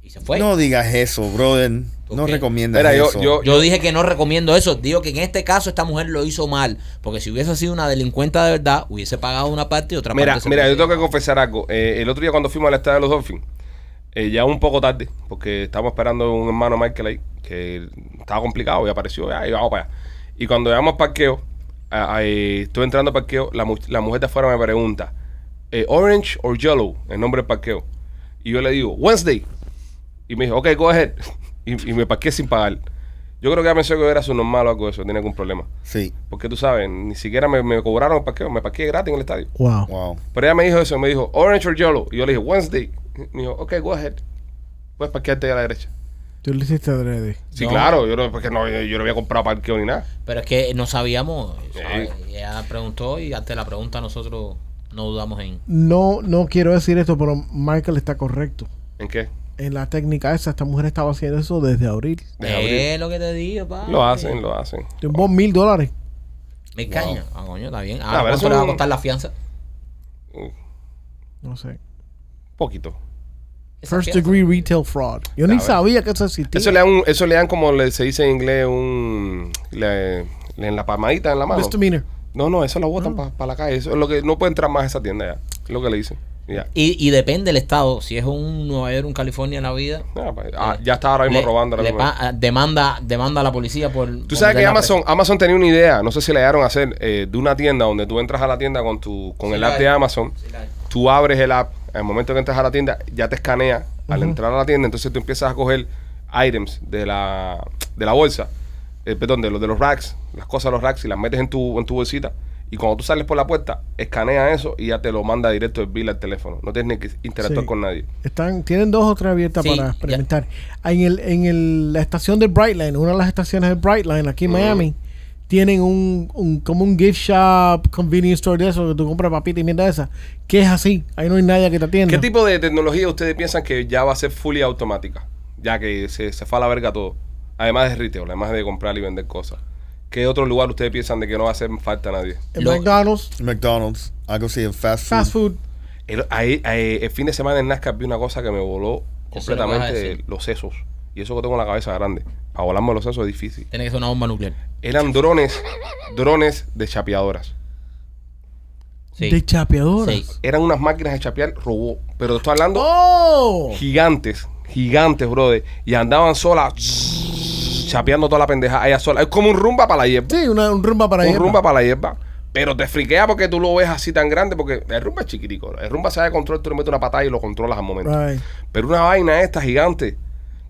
Speaker 1: y se
Speaker 2: Pues.
Speaker 1: fue.
Speaker 4: No digas eso, brother. No
Speaker 1: Ok.
Speaker 4: recomiendas
Speaker 2: Mira, yo-
Speaker 4: eso.
Speaker 2: yo-
Speaker 1: Yo dije que no recomiendo eso. Digo que en este caso esta mujer lo hizo mal. Porque si hubiese sido una delincuenta de verdad, hubiese pagado una parte y otra
Speaker 2: Mira,
Speaker 1: parte. se
Speaker 2: mira, yo
Speaker 1: hubiese-
Speaker 2: tengo que confesar algo. Eh, el otro día cuando fuimos al estadio de los Dolphins, Eh, ya un poco tarde, porque estábamos esperando un hermano Michael ahí, que estaba complicado y apareció, ya, y vamos para allá. Y cuando llegamos al parqueo, a- a- eh, estoy entrando al parqueo, la, mu- la mujer de afuera me pregunta, eh, ¿Orange or Yellow? El nombre del parqueo. Y yo le digo, Wednesday. Y me dijo, ok, go ahead. <laughs> Y, y me parqué sin pagar. Yo creo que ya pensó que era su normal o algo de eso, tenía algún problema.
Speaker 4: Sí.
Speaker 2: Porque tú sabes, ni siquiera me, me cobraron el parqueo, me parqué gratis en el estadio.
Speaker 3: Wow.
Speaker 4: Wow.
Speaker 2: Pero ella me dijo eso, me dijo, Orange or Yellow. Y yo le dije, Wednesday. Me dijo, ok, go ahead. Puedes parquearte a la derecha.
Speaker 3: Tú lo hiciste adrede.
Speaker 2: Sí,
Speaker 1: No.
Speaker 2: claro, yo no, porque no, yo no había comprado parqueo ni nada.
Speaker 1: Pero es que no sabíamos. ¿sabes? Ella preguntó y ante la pregunta nosotros no dudamos en.
Speaker 3: No, no quiero decir esto, pero Michael está correcto.
Speaker 2: ¿En qué?
Speaker 3: En la técnica esa, esta mujer estaba haciendo eso desde abril.
Speaker 2: Deja abrir.
Speaker 1: Es lo que te digo, pa.
Speaker 2: Lo hacen, lo hacen.
Speaker 3: Tumbó mil dólares.
Speaker 1: Me caña. Ah, coño, está bien.
Speaker 2: Ah,
Speaker 1: Ahora,
Speaker 2: pero
Speaker 1: ¿cuánto
Speaker 2: eso
Speaker 1: le va a
Speaker 2: no-
Speaker 1: costar la fianza?
Speaker 3: No sé.
Speaker 2: Poquito.
Speaker 1: Esa
Speaker 3: First
Speaker 1: fianza.
Speaker 3: degree retail fraud. Yo ni
Speaker 2: ver.
Speaker 3: sabía que eso existía.
Speaker 2: Eso le dan, un- eso le dan como le, se dice en inglés, un. le- le- en la palmadita en la mano.
Speaker 3: Misdemeanor.
Speaker 2: No, no, eso lo botan para la calle. Eso es lo que no puede entrar más a esa tienda ya. Es lo que le dicen. Ya.
Speaker 1: Y, y depende del estado. Si es un Nueva York, un California en la vida.
Speaker 2: Ah, pa- ah, ya está ahora mismo
Speaker 1: le-
Speaker 2: robando. ahora
Speaker 1: le
Speaker 2: mismo.
Speaker 1: pa- demanda, demanda a la policía por.
Speaker 2: Tú
Speaker 1: por
Speaker 2: sabes que
Speaker 1: meterla
Speaker 2: Amazon, Amazon tenía una idea, no sé si la llegaron a hacer, eh, de una tienda donde tú entras a la tienda con tu con
Speaker 1: Sí,
Speaker 2: el
Speaker 1: la
Speaker 2: app de
Speaker 1: hay.
Speaker 2: Amazon,
Speaker 1: presa. Sí, claro.
Speaker 2: tú abres el app, al momento que entras a la tienda, ya te escanea al entrar a la tienda, entonces tú empiezas a coger items de la, de la bolsa, eh, perdón, de los de los racks, las cosas de los racks y las metes en tu, en tu bolsita. Y cuando tú sales por la puerta, escanea eso y ya te lo manda directo el bill al teléfono. No tienes ni que interactuar
Speaker 3: Sí.
Speaker 2: con nadie.
Speaker 3: Están, tienen dos o tres abiertas
Speaker 1: Sí, ya.
Speaker 3: para experimentar. En, el, en el- la estación de Brightline, una de las estaciones de Brightline aquí en
Speaker 1: Mm.
Speaker 3: Miami, tienen un, un- como un gift shop, convenience store de eso, que tú compras papita y mierda esa, que es así. Ahí no hay nadie que te atienda.
Speaker 2: ¿Qué tipo de tecnología ustedes piensan que ya va a ser fully automática? Ya que se, se fue a la verga todo. Además de retail, además de comprar y vender cosas. ¿Qué otro lugar ustedes piensan de que no va a hacer falta a nadie?
Speaker 3: En
Speaker 1: Lo- Mm.
Speaker 3: McDonald's,
Speaker 4: McDonald's, algo así, en fast food.
Speaker 3: fast food.
Speaker 2: El, ahí- ahí- el fin de semana en NASCAR vi una cosa que me voló
Speaker 1: Eso es lo que vas a
Speaker 2: completamente
Speaker 1: decir.
Speaker 2: los sesos. Y eso que tengo en la cabeza grande. Para volarme los sesos es difícil.
Speaker 1: Tiene que ser una bomba nuclear.
Speaker 2: Eran drones, drones de chapeadoras.
Speaker 1: Sí.
Speaker 3: De chapeadoras.
Speaker 1: Sí.
Speaker 2: Eran unas máquinas de chapear robó. Pero te estoy hablando
Speaker 3: ¡Oh!
Speaker 2: gigantes, gigantes, brother. Y andaban solas, chapeando toda la pendeja, ella sola. Es como un rumba para la hierba.
Speaker 3: Sí, una, un rumba para
Speaker 2: un
Speaker 3: ahí.
Speaker 2: rumba para la hierba. Pero te friquea porque tú lo ves así tan grande, porque el rumba es chiquitico. El rumba se da de control, tú le metes una patada y lo controlas al momento.
Speaker 3: Right.
Speaker 2: Pero una vaina esta gigante,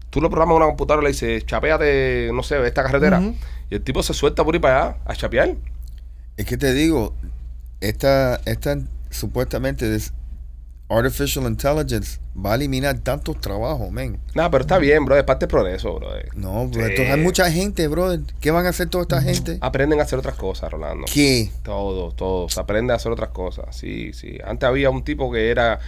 Speaker 2: tú lo programas a una computadora y le dices, chapeate, no sé, esta carretera.
Speaker 3: Ujú.
Speaker 2: Y el tipo se suelta por ir para allá a chapear.
Speaker 4: Es que te digo, esta, esta supuestamente this artificial intelligence va a eliminar tantos trabajos, men.
Speaker 2: Nada, pero está bien, brother, es parte del progreso, brother.
Speaker 4: No,
Speaker 2: Sí. Ah,
Speaker 4: bro, esto- hay mucha gente, brother. ¿Qué van a hacer toda esta gente?
Speaker 2: Aprenden a hacer otras cosas, Rolando.
Speaker 4: ¿Qué?
Speaker 2: Todo, todo. Se aprende a hacer otras cosas. Sí, sí. Antes había un tipo que era.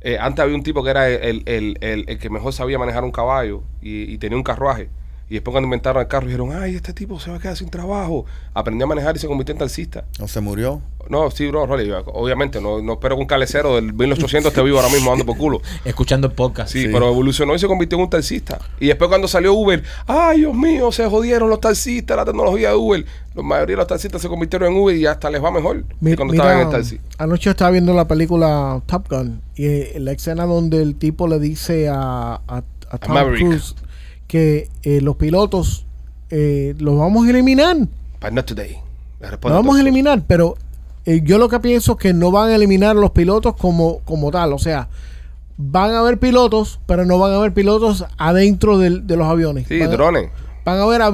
Speaker 2: eh, antes había un tipo que era el, el- el- el que mejor sabía manejar un caballo y, y tenía un carruaje. Y después cuando inventaron el carro dijeron, ay, este tipo se va a quedar sin trabajo. Aprendió a manejar y se convirtió en taxista.
Speaker 4: ¿O se murió?
Speaker 2: No, sí, bro, Rolly, yo- obviamente, no, no espero que un calecero del 1800 esté vivo ahora mismo dando por culo.
Speaker 1: Escuchando el podcast.
Speaker 2: Sí, pero evolucionó y se convirtió en un taxista. Y después cuando salió Uber, ay Dios mío, se jodieron los taxistas, la tecnología de Uber. La mayoría de los taxistas se convirtieron en Uber y hasta les va mejor
Speaker 3: Mi-
Speaker 2: que cuando
Speaker 3: mira,
Speaker 2: estaban en el taxi.
Speaker 3: Anoche estaba viendo la película Top Gun y eh, la escena donde el tipo le dice a, a- a Tom
Speaker 2: Maverick.
Speaker 3: Cruise que eh, los pilotos eh, los vamos a eliminar.
Speaker 2: But not today. Le responde
Speaker 3: Los vamos a
Speaker 2: entonces.
Speaker 3: eliminar, pero eh, yo lo que pienso es que no van a eliminar a los pilotos como, como tal. O sea, van a haber pilotos, pero no van a haber pilotos adentro del- de los aviones.
Speaker 2: Sí,
Speaker 3: Van a-
Speaker 2: drones.
Speaker 3: van a ver a,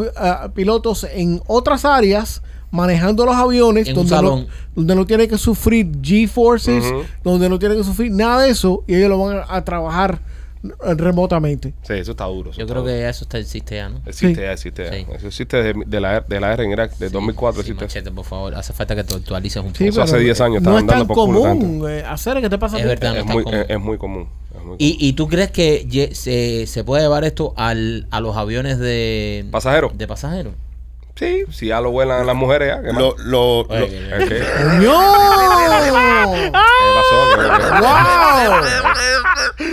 Speaker 3: a pilotos en otras áreas manejando los aviones
Speaker 1: En un
Speaker 3: donde no,
Speaker 1: salón.
Speaker 3: donde no tiene que sufrir G-forces,
Speaker 2: Ujú.
Speaker 3: donde no tiene que sufrir nada de eso y ellos lo van a, a trabajar eh, remotamente.
Speaker 2: Sí, eso está duro. eso
Speaker 1: Yo
Speaker 2: está
Speaker 1: creo
Speaker 2: duro.
Speaker 1: que ya eso está, existe ya, ¿no?
Speaker 2: Existe,
Speaker 3: Sí.
Speaker 2: ya, existe. ya.
Speaker 1: Sí.
Speaker 2: Eso existe desde- de, la, de la era en Irak, de 2004
Speaker 1: Sí,
Speaker 2: existe.
Speaker 1: machete, por favor. Hace falta que te actualices un poco.
Speaker 3: Sí,
Speaker 2: Eso
Speaker 3: pero
Speaker 2: hace 10 años estaban
Speaker 3: No es tan
Speaker 2: dando por culo
Speaker 3: común eh, hacer que te pasa
Speaker 1: Es
Speaker 3: a ti.
Speaker 1: verdad. no
Speaker 2: es,
Speaker 1: está
Speaker 2: muy,
Speaker 1: común.
Speaker 2: es, es muy común. es muy
Speaker 1: ¿Y, y tú crees que ye- se, se puede llevar esto al, a los aviones de
Speaker 2: común. ¿Pasajero?
Speaker 1: de pasajeros?
Speaker 2: Sí, si ya lo vuelan las mujeres ya. ¿Qué, más?
Speaker 4: Lo, lo,
Speaker 1: Oye,
Speaker 4: lo-
Speaker 1: que-
Speaker 2: ¿Qué- qué- qué
Speaker 3: ¡Coño!
Speaker 2: pasó? ¿Qué-
Speaker 3: <laughs>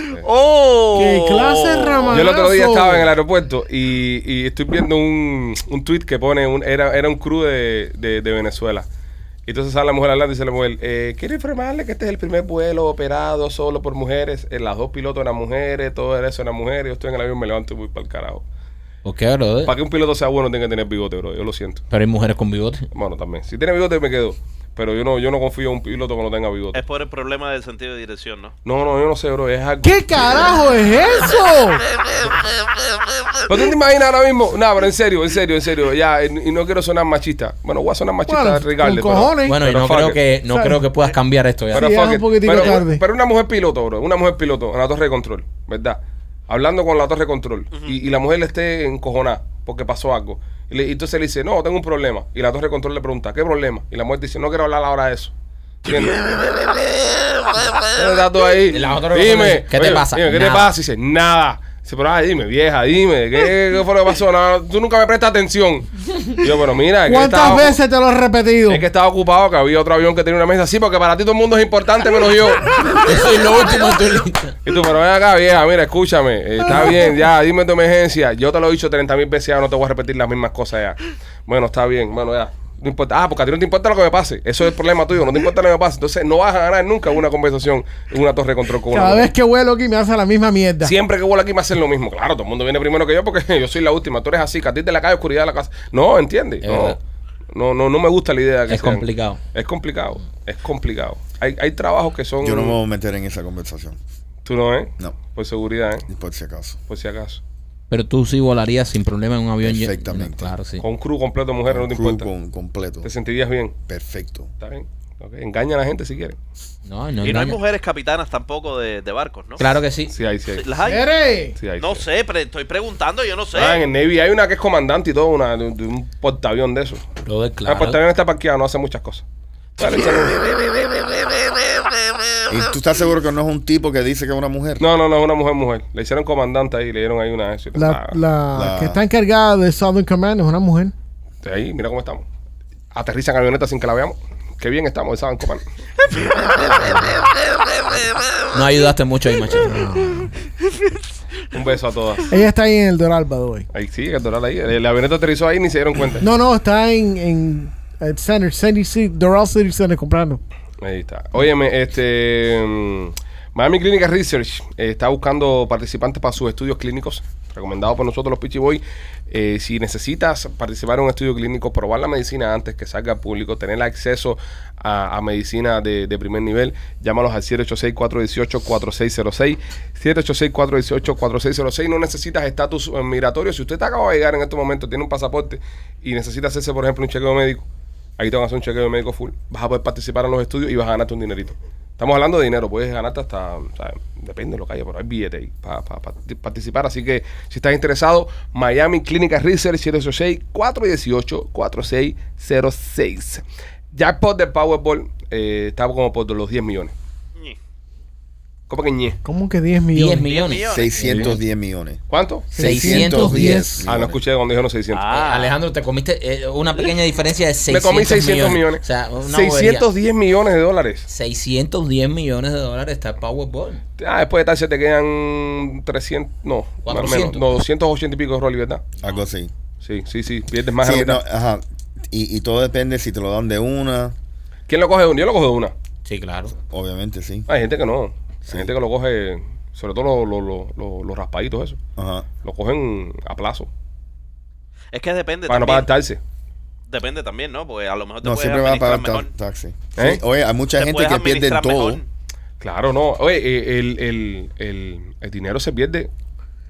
Speaker 2: qué-
Speaker 3: ¡Wow!
Speaker 5: ¡Oh!
Speaker 3: ¡Qué clase rama!
Speaker 2: Yo el otro día
Speaker 3: Carajo.
Speaker 2: estaba en el aeropuerto y, y estoy viendo un, un tweet que pone un, era, era un crew de, de, de Venezuela. Y entonces sale la mujer hablando y dice la mujer, eh, quiero informarle que este es el primer vuelo operado solo por mujeres. Eh, las dos pilotos eran mujeres, todo eso era mujeres. Yo estoy en el avión, me levanto y voy para el carajo.
Speaker 1: ¿Por qué, brother?
Speaker 2: Para que un piloto sea bueno tiene que tener bigote, bro. Yo lo siento.
Speaker 1: Pero hay mujeres con bigote.
Speaker 2: Bueno, también. Si tiene bigote me quedo. Pero yo no, yo no confío en un piloto que no tenga bigote.
Speaker 5: Es por el problema del sentido de dirección, ¿no?
Speaker 2: No, no, yo no sé, bro. Es algo.
Speaker 3: ¿Qué carajo es eso?
Speaker 2: ¿No te imaginas ahora mismo? No, pero en serio, en serio, en serio. Ya, y y no quiero sonar machista. Bueno, voy a sonar machista,
Speaker 3: Bueno,
Speaker 2: Ricardo.
Speaker 3: con cojones.
Speaker 1: Bueno, y
Speaker 2: pero
Speaker 1: no
Speaker 2: fuck
Speaker 1: creo
Speaker 2: it.
Speaker 1: que, no
Speaker 3: ¿Sabes?
Speaker 1: creo que puedas cambiar esto ya. <laughs>
Speaker 2: Pero,
Speaker 3: Sí,
Speaker 2: fuck
Speaker 3: es un
Speaker 2: it.
Speaker 3: poquitico
Speaker 2: Pero-
Speaker 3: tarde.
Speaker 2: pero una mujer piloto, bro. Una mujer piloto en la torre de control, ¿verdad? Hablando con la torre de control. y, y la mujer le esté encojonada porque pasó algo. Y, le- y entonces le dice, no, tengo un problema. Y la torre de control le pregunta, ¿qué problema? Y la mujer dice, no quiero hablar ahora de eso.
Speaker 1: <laughs>
Speaker 2: ¿Entiendes? Pero está todo ahí.
Speaker 1: Y la otra le
Speaker 2: dime,
Speaker 1: responde, ¿qué te
Speaker 2: oye,
Speaker 1: pasa?
Speaker 2: Dime, ¿qué te
Speaker 1: Nada.
Speaker 2: pasa? Y dice, nada. Dice, pero ay, dime, vieja, dime, ¿qué, qué fue lo que pasó? No, tú nunca me prestas atención. Y yo, pero mira, es que
Speaker 3: ¿Cuántas
Speaker 2: estaba-
Speaker 3: veces te lo he repetido?
Speaker 2: es que estaba ocupado, que había otro avión que tenía una mesa así, porque para ti todo el mundo es importante, menos yo.
Speaker 1: Yo soy lo último en tu lista.
Speaker 2: Y tú, pero ven acá, vieja, mira, escúchame. eh, Está bien, ya, dime tu emergencia. Yo te lo he dicho 30 mil veces, ya no te voy a repetir las mismas cosas ya. Bueno, está bien, bueno, ya. No importa. Ah, porque a ti no te importa lo que me pase. Eso es el problema tuyo, no te importa lo que me pase. Entonces no vas a ganar nunca una conversación en una torre de control con una
Speaker 3: Cada
Speaker 2: mujer.
Speaker 3: vez que vuelo aquí me hace la misma mierda.
Speaker 2: Siempre que vuelo aquí me hacen lo mismo. Claro, todo el mundo viene primero que yo porque <laughs> yo soy la última. Tú eres así, que a ti te la cae oscuridad de la casa. No, ¿entiendes?
Speaker 1: Es
Speaker 2: No,
Speaker 1: verdad.
Speaker 2: no, no, no me gusta la idea. de Que
Speaker 1: Es
Speaker 2: sean.
Speaker 1: complicado.
Speaker 2: Es complicado. Es complicado. Hay, hay trabajos que son...
Speaker 4: Yo no me voy a meter en esa conversación.
Speaker 2: Tú no, ¿eh?
Speaker 4: No,
Speaker 2: Por seguridad, ¿eh?
Speaker 4: ni por si acaso.
Speaker 2: Por si acaso.
Speaker 1: Pero tú sí volarías sin problema en un avión. lle-
Speaker 4: Perfectamente.
Speaker 1: Claro, sí.
Speaker 2: Con un crew completo de mujeres, no te
Speaker 4: Crew
Speaker 2: importa.
Speaker 4: con- completo.
Speaker 2: Te sentirías bien.
Speaker 4: Perfecto.
Speaker 2: Está bien. Ok, Engaña a la gente si quieren.
Speaker 1: No, no
Speaker 5: Y no hay
Speaker 1: engaña.
Speaker 5: mujeres capitanas tampoco de, de barcos, ¿no?
Speaker 1: Claro que sí.
Speaker 2: Sí hay, sí hay.
Speaker 5: Sí, ¿Las hay?
Speaker 3: Eres.
Speaker 2: Sí hay,
Speaker 5: No
Speaker 2: sí
Speaker 5: sé, pre- estoy preguntando, yo no sé.
Speaker 2: hay. Ah, en el Navy hay una que es comandante y todo, una, de, de un portaavión de eso. Ah,
Speaker 1: Brother,
Speaker 2: El
Speaker 1: claro.
Speaker 2: portaavión está parqueado, no hace muchas cosas. Dale,
Speaker 4: <laughs>
Speaker 2: échale un-
Speaker 4: ¿Y tú estás seguro que no es un tipo que dice que es una mujer?
Speaker 2: No, no, no, es una mujer, mujer. Le hicieron comandante ahí, le dieron ahí una. eso y
Speaker 3: La,
Speaker 2: tal.
Speaker 3: la
Speaker 4: La-
Speaker 3: que está encargada de Southern Command es una mujer.
Speaker 2: De ahí, mira cómo estamos. Aterrizan avioneta sin que la veamos. Qué bien estamos, esa banco, man.
Speaker 1: No ayudaste mucho
Speaker 2: <laughs>
Speaker 1: ahí, machito.
Speaker 2: Ah. Un beso a todas.
Speaker 3: Ella está ahí en el Doralba de hoy.
Speaker 2: Ahí sí, que doral ahí. La avioneta aterrizó ahí y ni se dieron cuenta.
Speaker 3: No, no, está en, en el Center, City City, Doral City Center comprando.
Speaker 2: Ahí está. Óyeme, este. mm, Miami Clinical Research eh, está buscando participantes para sus estudios clínicos, recomendado por nosotros los Pichi Boy. Eh, si necesitas participar en un estudio clínico, probar la medicina antes que salga al público, tener acceso a, a medicina de, de primer nivel, llámalos al 786-418-4606. 786-418-4606. No necesitas estatus eh, migratorio. Si usted te acaba de llegar en este momento, tiene un pasaporte y necesita hacerse, por ejemplo, un chequeo médico, Ahí te van a hacer un chequeo médico full. Vas a poder participar en los estudios y vas a ganarte un dinerito. Estamos hablando de dinero, puedes ganarte hasta, o sea, depende de lo que haya, pero hay billete ahí para participar. Así que si estás interesado, Miami Clinic Research 786-418-4606. Jackpot de Powerball eh, está como por los 10 millones.
Speaker 5: Ñe.
Speaker 2: ¿Cómo que ñe?
Speaker 3: ¿Cómo que 10 millones?
Speaker 1: 10 millones.
Speaker 5: millones.
Speaker 4: 610 millones.
Speaker 2: ¿Cuánto?
Speaker 1: 610.
Speaker 2: Ah, no
Speaker 4: millones.
Speaker 2: escuché cuando dijeron los 600.
Speaker 1: Eh, Alejandro, te comiste eh, una pequeña diferencia de
Speaker 2: Me
Speaker 1: 600
Speaker 2: comí 600 millones.
Speaker 1: O sea, una bobería.
Speaker 2: 610 millones de dólares.
Speaker 1: 610 millones de dólares está el Powerball.
Speaker 2: Ah, después de taxes te quedan 300, no, más o
Speaker 1: 400.
Speaker 2: menos, no, 280 y pico de Rolly, ¿verdad?
Speaker 4: Algo así.
Speaker 2: Sí, sí, sí, pierdes más de
Speaker 4: Sí,
Speaker 2: la
Speaker 4: no,
Speaker 2: mitad.
Speaker 4: ajá. Y, y todo depende si te lo dan de una.
Speaker 2: ¿Quién lo coge de una? Yo lo cojo de una.
Speaker 1: Sí, claro.
Speaker 4: Obviamente, sí.
Speaker 2: Hay gente que no, hay
Speaker 4: Sí.
Speaker 2: gente que lo coge, sobre todo los los- los- los- los raspaditos, eso,
Speaker 4: Ajá.
Speaker 2: lo cogen a plazo,
Speaker 5: Es que depende
Speaker 2: para no
Speaker 5: también.
Speaker 2: pagar taxes.
Speaker 5: depende también, ¿no? Porque a lo mejor te
Speaker 4: No,
Speaker 5: puedes
Speaker 4: siempre vas a
Speaker 5: administrar
Speaker 4: pagar
Speaker 5: mejor.
Speaker 4: ta- taxi. Sí.
Speaker 2: ¿Eh?
Speaker 4: Oye, hay mucha
Speaker 5: Te
Speaker 4: gente
Speaker 5: puedes
Speaker 4: que pierde
Speaker 5: administrar
Speaker 4: todo.
Speaker 5: mejor.
Speaker 2: Claro, no. Oye, eh, el, el- el- el dinero se pierde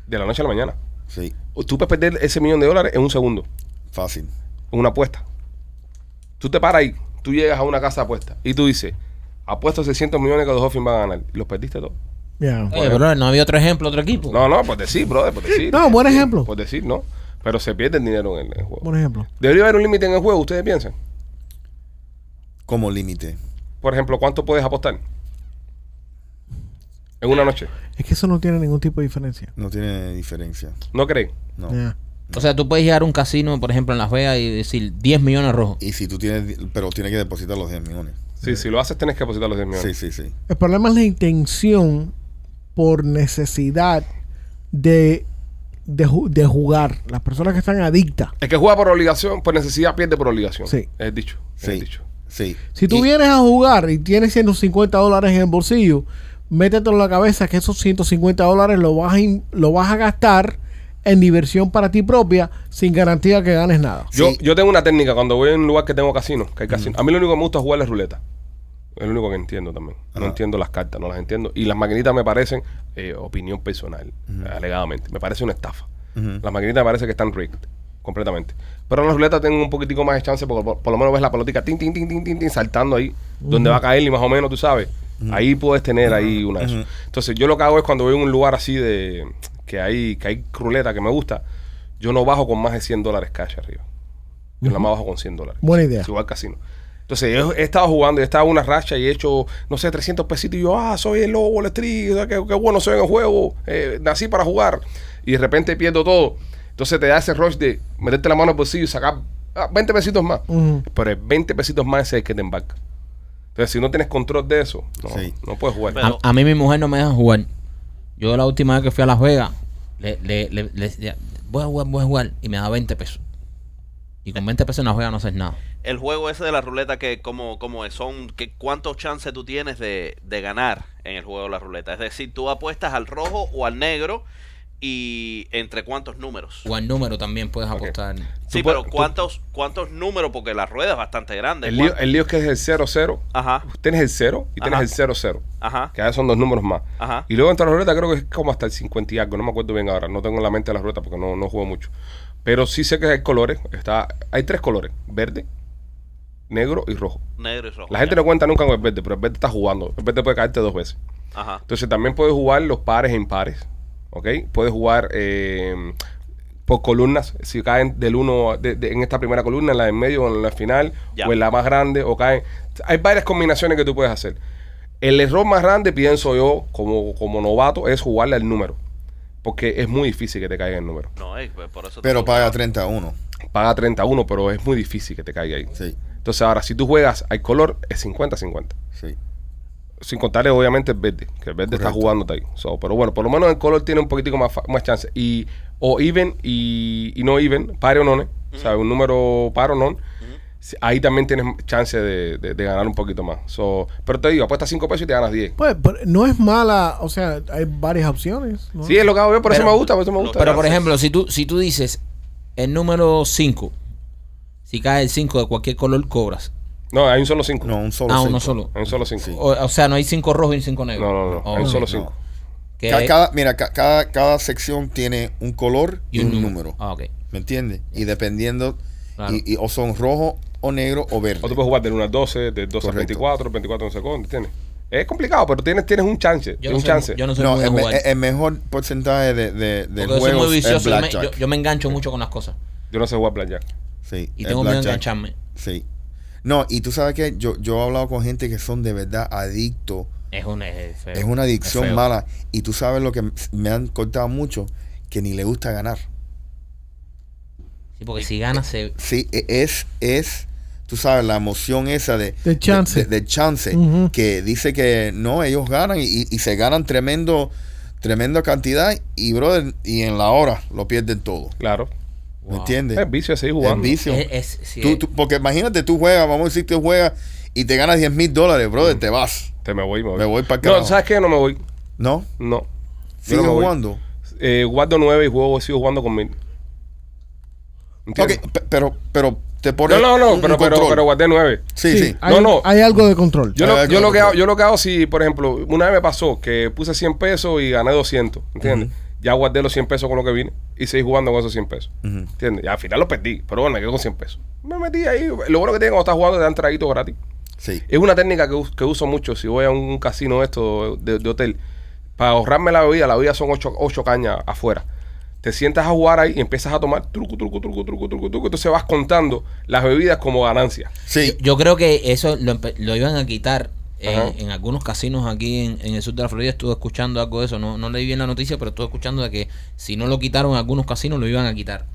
Speaker 2: de la noche a la mañana.
Speaker 4: Sí,
Speaker 2: Tú puedes perder ese millón de dólares en un segundo.
Speaker 4: fácil.
Speaker 2: en una apuesta. Tú te paras ahí, tú llegas a una casa de apuestas y tú dices, apuesto 600 millones que los Dolphins van a ganar. Y los perdiste todos.
Speaker 3: Ya.
Speaker 1: Oye, bro, no había otro ejemplo, otro equipo.
Speaker 2: No, no, por decir, brother, por decir.
Speaker 3: No, buen ejemplo.
Speaker 2: Por decir, no. Pero se pierde el dinero en el, en el juego.
Speaker 3: Por ejemplo.
Speaker 2: Debería haber un límite en el juego, ¿ustedes piensan?
Speaker 4: Como límite.
Speaker 2: Por ejemplo, ¿cuánto puedes apostar? En una noche.
Speaker 3: Es que eso no tiene ningún tipo de diferencia.
Speaker 4: No tiene diferencia.
Speaker 2: ¿No creen?
Speaker 4: No.
Speaker 3: Ya.
Speaker 1: O sea, tú puedes llegar a un casino, por ejemplo, en Las Vegas y decir 10 millones rojos.
Speaker 4: Y si tú tienes, pero tienes que depositar los 10 millones.
Speaker 2: Sí, si lo haces tenés que apostar los 10
Speaker 4: Sí,
Speaker 2: millones.
Speaker 4: sí, sí.
Speaker 3: El problema es la intención por necesidad de, de, ju- de jugar. Las personas que están adictas.
Speaker 2: El que juega por obligación, por necesidad, pierde por obligación.
Speaker 3: Sí.
Speaker 2: Es el dicho. Es
Speaker 4: Sí.
Speaker 2: el dicho.
Speaker 4: Sí.
Speaker 3: Si tú
Speaker 4: Y-
Speaker 3: vienes a jugar y tienes 150 dólares en el bolsillo, métetelo en la cabeza que esos 150 dólares lo vas a, in- lo vas a gastar en diversión para ti propia sin garantía que ganes nada.
Speaker 2: Yo,
Speaker 4: Sí. Mm.
Speaker 2: yo tengo una técnica cuando voy a un lugar que tengo casino, que hay casino. A mí lo único que me gusta es jugar es ruleta. Es lo único que entiendo también. No
Speaker 4: Ajá.
Speaker 2: entiendo las cartas, no las entiendo. Y las maquinitas me parecen, eh, opinión personal,
Speaker 4: Mm.
Speaker 2: alegadamente, me parece una estafa.
Speaker 4: Ujú.
Speaker 2: Las maquinitas me parece que están rigged, completamente. Pero en la ruleta tengo un poquitico más de chance porque por, por lo menos ves la pelotita tin, tin, tin, tin, tin, tin, saltando ahí, donde va a caer y más o menos, tú sabes. Ahí puedes tener ahí una de esas.
Speaker 4: Ujú.
Speaker 2: Entonces, yo lo que hago es cuando voy a un lugar así de que hay, que hay ruleta que me gusta, yo no bajo con más de 100 dólares cash arriba. Yo nada más bajo con 100 dólares.
Speaker 3: Buena idea.
Speaker 2: Si voy al casino. Entonces, yo he estado jugando, he estado en una racha y he hecho, no sé, 300 pesitos. Y yo, ah, soy el lobo Wall Street, o sea, qué, qué bueno soy en el juego, eh, nací para jugar. Y de repente pierdo todo. Entonces te da ese rush de meterte la mano al bolsillo y sacar ah, 20 pesitos más.
Speaker 3: Ujú.
Speaker 2: Pero el 20 pesitos más ese es el que te embarca. Entonces, si no tienes control de eso, no,
Speaker 4: Sí.
Speaker 2: no puedes jugar.
Speaker 5: Pero-
Speaker 1: a, a mí mi mujer no me deja jugar. Yo la última vez que fui a Las Vegas, le, le, le- le decía, voy a jugar, voy a jugar, y me da 20 pesos. Y con 20 pesos en Las Vegas no haces nada.
Speaker 5: El juego ese de la ruleta que como, como es, son que, cuántos chances tú tienes de, de ganar en el juego de la ruleta. Es decir, tú apuestas al rojo o al negro y entre cuántos números.
Speaker 1: O al número también puedes apostar.
Speaker 2: Tú
Speaker 5: Sí,
Speaker 2: pu-
Speaker 5: pero
Speaker 2: tú-
Speaker 5: cuántos cuántos números porque la rueda es bastante grande.
Speaker 2: el, lío,
Speaker 5: ¿Cuán-
Speaker 2: el lío es que es el 0-0.
Speaker 5: Ajá,
Speaker 2: Tienes el 0 y tienes
Speaker 5: Ajá.
Speaker 2: el 0-0.
Speaker 5: ajá,
Speaker 2: Que ahora son dos números más.
Speaker 5: ajá.
Speaker 2: Y luego entre la ruleta creo que es como hasta el 50 y algo, no me acuerdo bien ahora, no tengo en la mente la ruleta porque no, no juego mucho. Pero sí sé que hay colores, está, hay tres colores, verde, negro y rojo.
Speaker 5: Negro y rojo.
Speaker 2: La gente
Speaker 5: ya.
Speaker 2: no cuenta nunca con el verde, pero el verde está jugando, el verde puede caerte dos veces.
Speaker 5: Ajá.
Speaker 2: Entonces también puedes jugar los pares e impares, ¿ok? Puedes jugar eh, por columnas, si caen del uno, de- de- en esta primera columna, en la del medio, o en la final,
Speaker 5: Ya.
Speaker 2: o en la más grande, o caen... Hay varias combinaciones que tú puedes hacer. El error más grande, pienso yo, como, como novato, es jugarle al número. Porque es muy difícil que te caiga el número.
Speaker 5: No, eh, pues, por eso te
Speaker 4: Pero
Speaker 5: digo.
Speaker 4: paga 31.
Speaker 2: Paga 31, pero es muy difícil que te caiga ahí.
Speaker 4: Sí,
Speaker 2: Entonces ahora, si tú juegas al color, es 50-50.
Speaker 4: sí.
Speaker 2: Sin contarle, obviamente, el verde, que el verde está
Speaker 4: Correcto.
Speaker 2: jugándote ahí. So, pero bueno, por lo menos el color tiene un poquitico más, fa- más chance. Y, o even y, y no even, pare o non, o sea, un número par o non, si- ahí también tienes chance de, de- de ganar un poquito más. So, pero te digo, apuestas 5 pesos y te ganas 10.
Speaker 3: Pues pero no es mala, o sea, hay varias opciones. ¿no?
Speaker 2: Sí, es lo que hago yo, por eso
Speaker 1: Pero-
Speaker 2: me gusta, por eso me gusta.
Speaker 1: Pero por ejemplo, si tú, si tú dices el número 5, si cae el 5 de cualquier color, cobras.
Speaker 2: no, hay un solo 5.
Speaker 4: No, un solo
Speaker 1: Ah, uno
Speaker 4: cinco.
Speaker 1: solo.
Speaker 2: Hay un solo 5.
Speaker 4: Sí.
Speaker 1: O, o sea, no hay 5 rojos y un 5 negros.
Speaker 2: No, no, no,
Speaker 1: Oh,
Speaker 2: hay un solo
Speaker 4: no.
Speaker 2: 5.
Speaker 1: que-
Speaker 4: Ca- Cada, mira, ca- cada, cada sección tiene un color y, un número.
Speaker 1: Ah, ok.
Speaker 4: ¿Me entiendes? Y dependiendo,
Speaker 1: Claro.
Speaker 4: y, y o son rojo o negro o verde.
Speaker 2: O tú puedes jugar del 1 al 12, del 12 al
Speaker 4: Correcto.
Speaker 2: 24, 24 no sé cuánto, ¿entiendes? Es complicado, pero tienes, tienes un chance.
Speaker 1: Yo
Speaker 2: un
Speaker 1: no, soy,
Speaker 2: chance.
Speaker 1: yo no soy
Speaker 4: No,
Speaker 1: muy de
Speaker 4: el, me-
Speaker 1: jugar.
Speaker 4: el mejor porcentaje de, de, de
Speaker 1: porque yo soy muy
Speaker 4: juegos es
Speaker 1: vicioso. Yo me,
Speaker 4: blackjack.
Speaker 1: yo- yo me engancho mucho con las cosas.
Speaker 2: Yo no sé jugar blackjack.
Speaker 4: Sí,
Speaker 1: Y
Speaker 4: es
Speaker 1: tengo miedo de
Speaker 4: blackjack.
Speaker 1: engancharme.
Speaker 4: Sí. No, y tú sabes que yo, yo he hablado con gente que son de verdad adictos.
Speaker 1: Es, un, es, feo.
Speaker 4: Es una adicción
Speaker 1: feo.
Speaker 4: mala. Y tú sabes lo que m- me han contado mucho, que ni le gusta ganar.
Speaker 1: Sí, porque si ganas, se.
Speaker 4: Sí, e- es, es, tú sabes, la emoción esa de...
Speaker 3: De chance.
Speaker 4: De, de chance.
Speaker 3: Ujú.
Speaker 4: Que dice que no, ellos ganan y- y, y se ganan tremendo, tremenda cantidad y, brother, y en la hora lo pierden todo.
Speaker 2: Claro.
Speaker 4: ¿Me
Speaker 1: Wow.
Speaker 4: entiendes?
Speaker 2: Es vicio seguir
Speaker 4: Es
Speaker 2: jugando.
Speaker 4: vicio.
Speaker 1: Es- es- sí,
Speaker 4: Tú- tú- porque imagínate, tú juegas, vamos a decir que juegas y te ganas 10 mil dólares,
Speaker 2: Mm.
Speaker 4: brother, te vas.
Speaker 2: Te me voy, me voy.
Speaker 4: Me voy pa'l
Speaker 2: No,
Speaker 4: carajo.
Speaker 2: ¿sabes qué? No me voy.
Speaker 4: ¿No?
Speaker 2: No. Yo
Speaker 4: Sigue
Speaker 2: no me voy.
Speaker 4: jugando.
Speaker 2: Eh, guardo 9 y juego, sigo jugando con mil.
Speaker 4: Ok,
Speaker 2: ¿Entiendes?
Speaker 4: pe- pero, pero te pone.
Speaker 2: No, no,
Speaker 4: un-
Speaker 2: no,
Speaker 4: un
Speaker 2: pero, pero,
Speaker 4: control.
Speaker 2: pero guardé 9.
Speaker 4: sí, sí.
Speaker 3: Hay,
Speaker 2: No, no.
Speaker 3: hay algo de control.
Speaker 2: Yo,
Speaker 4: Ah,
Speaker 2: lo,
Speaker 4: claro,
Speaker 2: yo, lo que
Speaker 4: claro.
Speaker 2: hago, yo lo que hago si, por ejemplo, una vez me pasó que puse 100 pesos y gané 200, ¿entiendes? Ya guardé los 100 pesos con lo que vine y seguí jugando con esos 100 pesos,
Speaker 4: Ujú.
Speaker 2: ¿entiendes? Y al final los perdí, pero bueno, me quedé con 100 pesos. Me metí ahí, lo bueno que tienen cuando estás jugando te dan traguitos gratis.
Speaker 4: Sí.
Speaker 2: Es una técnica que, us- que uso mucho si voy a un casino de esto de, de hotel. Para ahorrarme la bebida, la bebida son ocho, ocho cañas afuera. Te sientas a jugar ahí y empiezas a tomar truco, truco, truco, truco, truco, truco. Entonces vas contando las bebidas como ganancia.
Speaker 4: Sí.
Speaker 1: Yo creo que eso lo, empe- lo iban a quitar
Speaker 2: Ajá.
Speaker 1: en, en algunos casinos aquí en, en el sur de la Florida. Estuve escuchando algo de eso. No, no leí bien la noticia, pero estuve escuchando de que si no lo quitaron en algunos casinos, lo iban a quitar.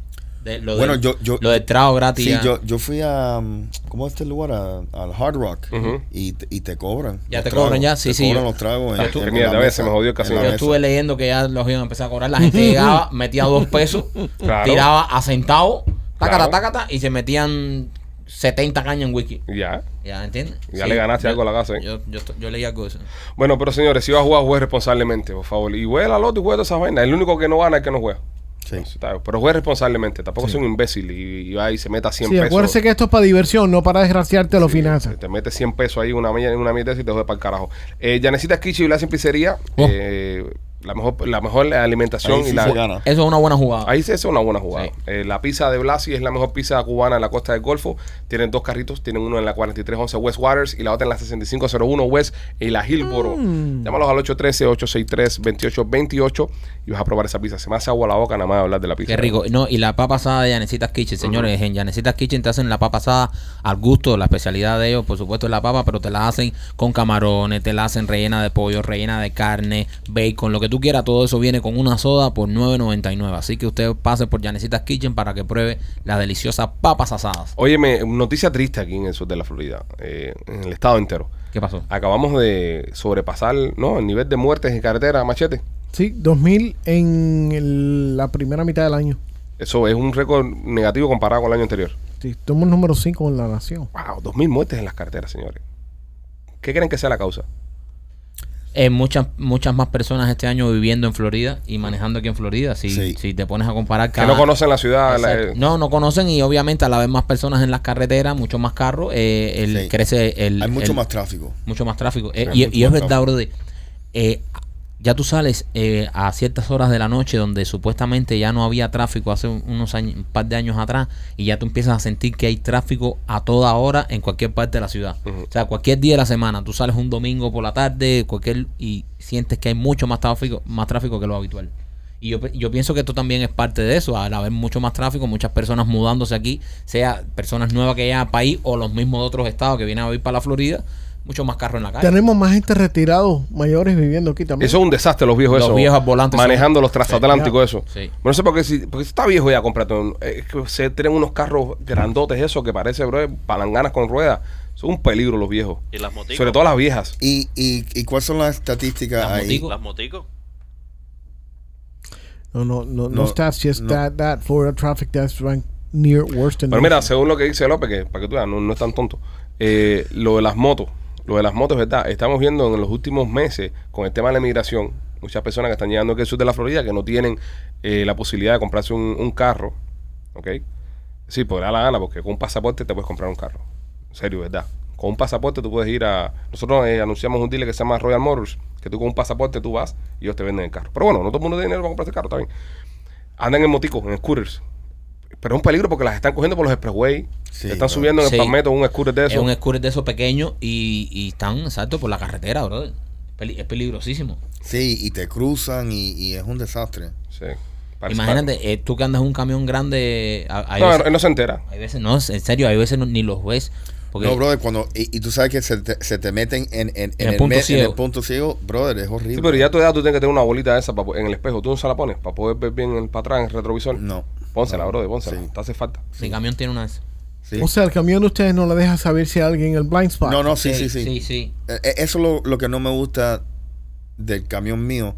Speaker 1: De- lo
Speaker 4: Bueno,
Speaker 1: del-
Speaker 4: yo- yo-
Speaker 1: lo del trago gratis.
Speaker 4: Sí,
Speaker 1: ya.
Speaker 4: yo, yo fui a. um, ¿Cómo es este lugar? A- al Hard Rock.
Speaker 2: Ujú.
Speaker 4: y, te- y te cobran.
Speaker 1: Ya
Speaker 4: los
Speaker 1: te cobran
Speaker 4: tragos.
Speaker 1: ya, sí,
Speaker 4: te
Speaker 1: sí,
Speaker 4: cobran
Speaker 1: yo-
Speaker 4: los tragos.
Speaker 2: Ah, tú- mira, a veces me jodió el casino.
Speaker 4: en la
Speaker 1: Yo
Speaker 4: mesa.
Speaker 1: estuve leyendo que ya los iban a empezar a cobrar. La
Speaker 2: <laughs>
Speaker 1: gente llegaba, metía dos pesos,
Speaker 2: Claro.
Speaker 1: tiraba a centavo, tácata,
Speaker 2: Claro.
Speaker 1: tácata, y se metían 70 cañas en whisky.
Speaker 2: Ya.
Speaker 1: ¿Ya entiendes?
Speaker 2: Ya le ganaste algo a la casa, ¿eh?
Speaker 1: Yo, yo, estoy- yo leí algo de eso.
Speaker 2: Bueno, pero señores, si vas a jugar, juegue responsablemente, por favor. Y juega la loto y juega todas esas vainas. El único que no gana es el que no juega.
Speaker 4: Sí.
Speaker 2: Eso está bien. Pero juegue responsablemente. Tampoco soy un imbécil y, y va y se meta 100
Speaker 3: Sí,
Speaker 2: pesos.
Speaker 3: acuérdese que esto es para diversión, no para desgraciarte los finanzas.
Speaker 2: Te metes 100 pesos ahí, una milla en una mierda y te jode para el carajo. Eh, Yanecita Kichi y la Pizzería.
Speaker 1: Oh.
Speaker 2: eh, la, mejor, la mejor alimentación
Speaker 4: Ahí sí
Speaker 2: y la.
Speaker 4: se gana.
Speaker 1: Eso es una buena jugada.
Speaker 2: Ahí se hace una buena jugada.
Speaker 1: Sí.
Speaker 2: Eh, la pizza de Blasi es la mejor pizza cubana en la costa del Golfo. Tienen dos carritos. Tienen uno en la 4311 West Waters y la otra en la 6501 West y la Hillboro. Llámalos al 813-863-2828 y vas a probar esa pizza. Se me hace agua la boca nada más de hablar de la pizza.
Speaker 1: Qué rico. No, y la papa asada de Yanecitas Kitchen, señores. En Yanecitas Kitchen te hacen la papa asada al gusto, la especialidad de ellos, por supuesto, es la papa, pero te la hacen con camarones, te la hacen rellena de pollo, rellena de carne, bacon, lo que tú quieras. Todo eso viene con una soda por $9.99. Así que usted pase por Yanecitas Kitchen para que pruebe las deliciosas papas asadas.
Speaker 2: Óyeme, noticia triste aquí en el sur de la Florida, eh, en el estado entero.
Speaker 1: ¿Qué pasó?
Speaker 2: Acabamos de sobrepasar ¿no? el nivel de muertes en carretera, machete.
Speaker 3: Sí, 2000 en el- la primera mitad del año.
Speaker 2: Eso es un récord negativo comparado con el año anterior.
Speaker 3: Sí, somos número 5 en la nación.
Speaker 2: Wow, 2.000 muertes en las carreteras, señores. ¿Qué creen que sea la causa?
Speaker 1: Eh, muchas, muchas más personas este año viviendo en Florida y manejando aquí en Florida. Si,
Speaker 4: Sí.
Speaker 1: si te pones a comparar
Speaker 2: Que no conocen la ciudad. la- eh,
Speaker 1: Exacto. No, no conocen y obviamente al haber más personas en las carreteras, mucho más carros, eh, el-
Speaker 4: Sí.
Speaker 1: crece el...
Speaker 4: Hay mucho
Speaker 1: el-
Speaker 4: más tráfico.
Speaker 1: mucho más tráfico. Eh,
Speaker 4: Sí,
Speaker 1: y,
Speaker 4: mucho
Speaker 1: y es
Speaker 4: más
Speaker 1: verdad, brother. Eh, ya tú sales eh, a ciertas horas de la noche donde supuestamente ya no había tráfico hace un- unos años, un par de años atrás y ya tú empiezas a sentir que hay tráfico a toda hora en cualquier parte de la ciudad. O sea, cualquier día de la semana. Tú sales un domingo por la tarde cualquier y sientes que hay mucho más tráfico, más tráfico que lo habitual. Y yo, pe- yo pienso que esto también es parte de eso, al haber mucho más tráfico, muchas personas mudándose aquí, sea personas nuevas que llegan al país o los mismos de otros estados que vienen a vivir para la Florida, mucho más carro en la calle.
Speaker 3: Tenemos más gente retirados, mayores viviendo aquí también.
Speaker 2: Eso es un desastre, los viejos
Speaker 1: Los
Speaker 2: esos.
Speaker 1: viejos volantes
Speaker 2: Manejando
Speaker 1: son-
Speaker 2: los transatlánticos, eso.
Speaker 1: Sí.
Speaker 2: Bueno, no sé por qué, si, porque si está viejo ya, cómprate un- es que se tienen unos carros grandotes, eso que parece, bro, palanganas con ruedas. Son un peligro los viejos.
Speaker 5: ¿Y las moticos?
Speaker 2: Sobre todo las viejas.
Speaker 4: ¿Y, y, y cuáles son las estadísticas
Speaker 1: Las
Speaker 4: ahí?
Speaker 1: motico-
Speaker 5: Las moticos.
Speaker 3: no, no, no, no,
Speaker 4: No,
Speaker 3: stats, just
Speaker 4: no.
Speaker 3: that, that Florida traffic that's ranked near worst in
Speaker 2: Pero mira,
Speaker 3: nation.
Speaker 2: según lo que dice López, que para que tú veas, no, no es tan tonto. eh, lo de las motos, lo de las motos, ¿verdad? Estamos viendo en los últimos meses con el tema de la migración, muchas personas que están llegando aquí al sur de la Florida que no tienen eh, la posibilidad de comprarse un, un carro, ¿ok? Sí, podrá la gana, porque con un pasaporte te puedes comprar un carro. En serio, ¿verdad? Con un pasaporte tú puedes ir a. Nosotros eh, anunciamos un dealer que se llama Royal Motors, que tú con un pasaporte tú vas y ellos te venden el carro. Pero bueno, no todo el mundo tiene dinero para comprarse el carro, está bien. Andan en moticos, en scooters, pero es un peligro porque las están cogiendo por los expressway.
Speaker 4: Sí,
Speaker 2: Te están
Speaker 4: bro.
Speaker 2: subiendo en el
Speaker 1: Sí.
Speaker 2: palmeto un scooter de
Speaker 1: Es
Speaker 2: eso.
Speaker 1: un scooter de esos pequeños y, y están, exacto, por la carretera, brother. Peli- Es peligrosísimo.
Speaker 4: Sí, y te cruzan y, y es un desastre.
Speaker 2: Sí. Parece-
Speaker 1: Imagínate, eh, tú que andas en un camión grande, a- hay,
Speaker 2: No,
Speaker 1: veces,
Speaker 2: él no se entera.
Speaker 1: hay veces- no, en serio, hay veces no- ni los ves. Porque
Speaker 4: No, brother, cuando, y, y tú sabes que se te, se te meten en, en, en
Speaker 1: el punto
Speaker 4: me-
Speaker 1: ciego.
Speaker 4: en el punto ciego, brother, es horrible.
Speaker 2: Sí, pero ya a tu edad tú tienes que tener una bolita de esa pa- en el espejo. Tú no se la pones para poder ver bien el, para atrás en el retrovisor.
Speaker 4: No.
Speaker 2: Pónsela,
Speaker 4: No.
Speaker 2: bro, pónsela.
Speaker 4: Sí.
Speaker 2: Te hace falta.
Speaker 1: mi camión tiene una de esas.
Speaker 4: Sí.
Speaker 3: O sea, el camión de ustedes no le deja saber si hay alguien en el blind spot.
Speaker 4: no, no, sí, sí, sí.
Speaker 1: Sí, sí.
Speaker 4: Eh, eh, Eso es lo, lo que no me gusta del camión mío,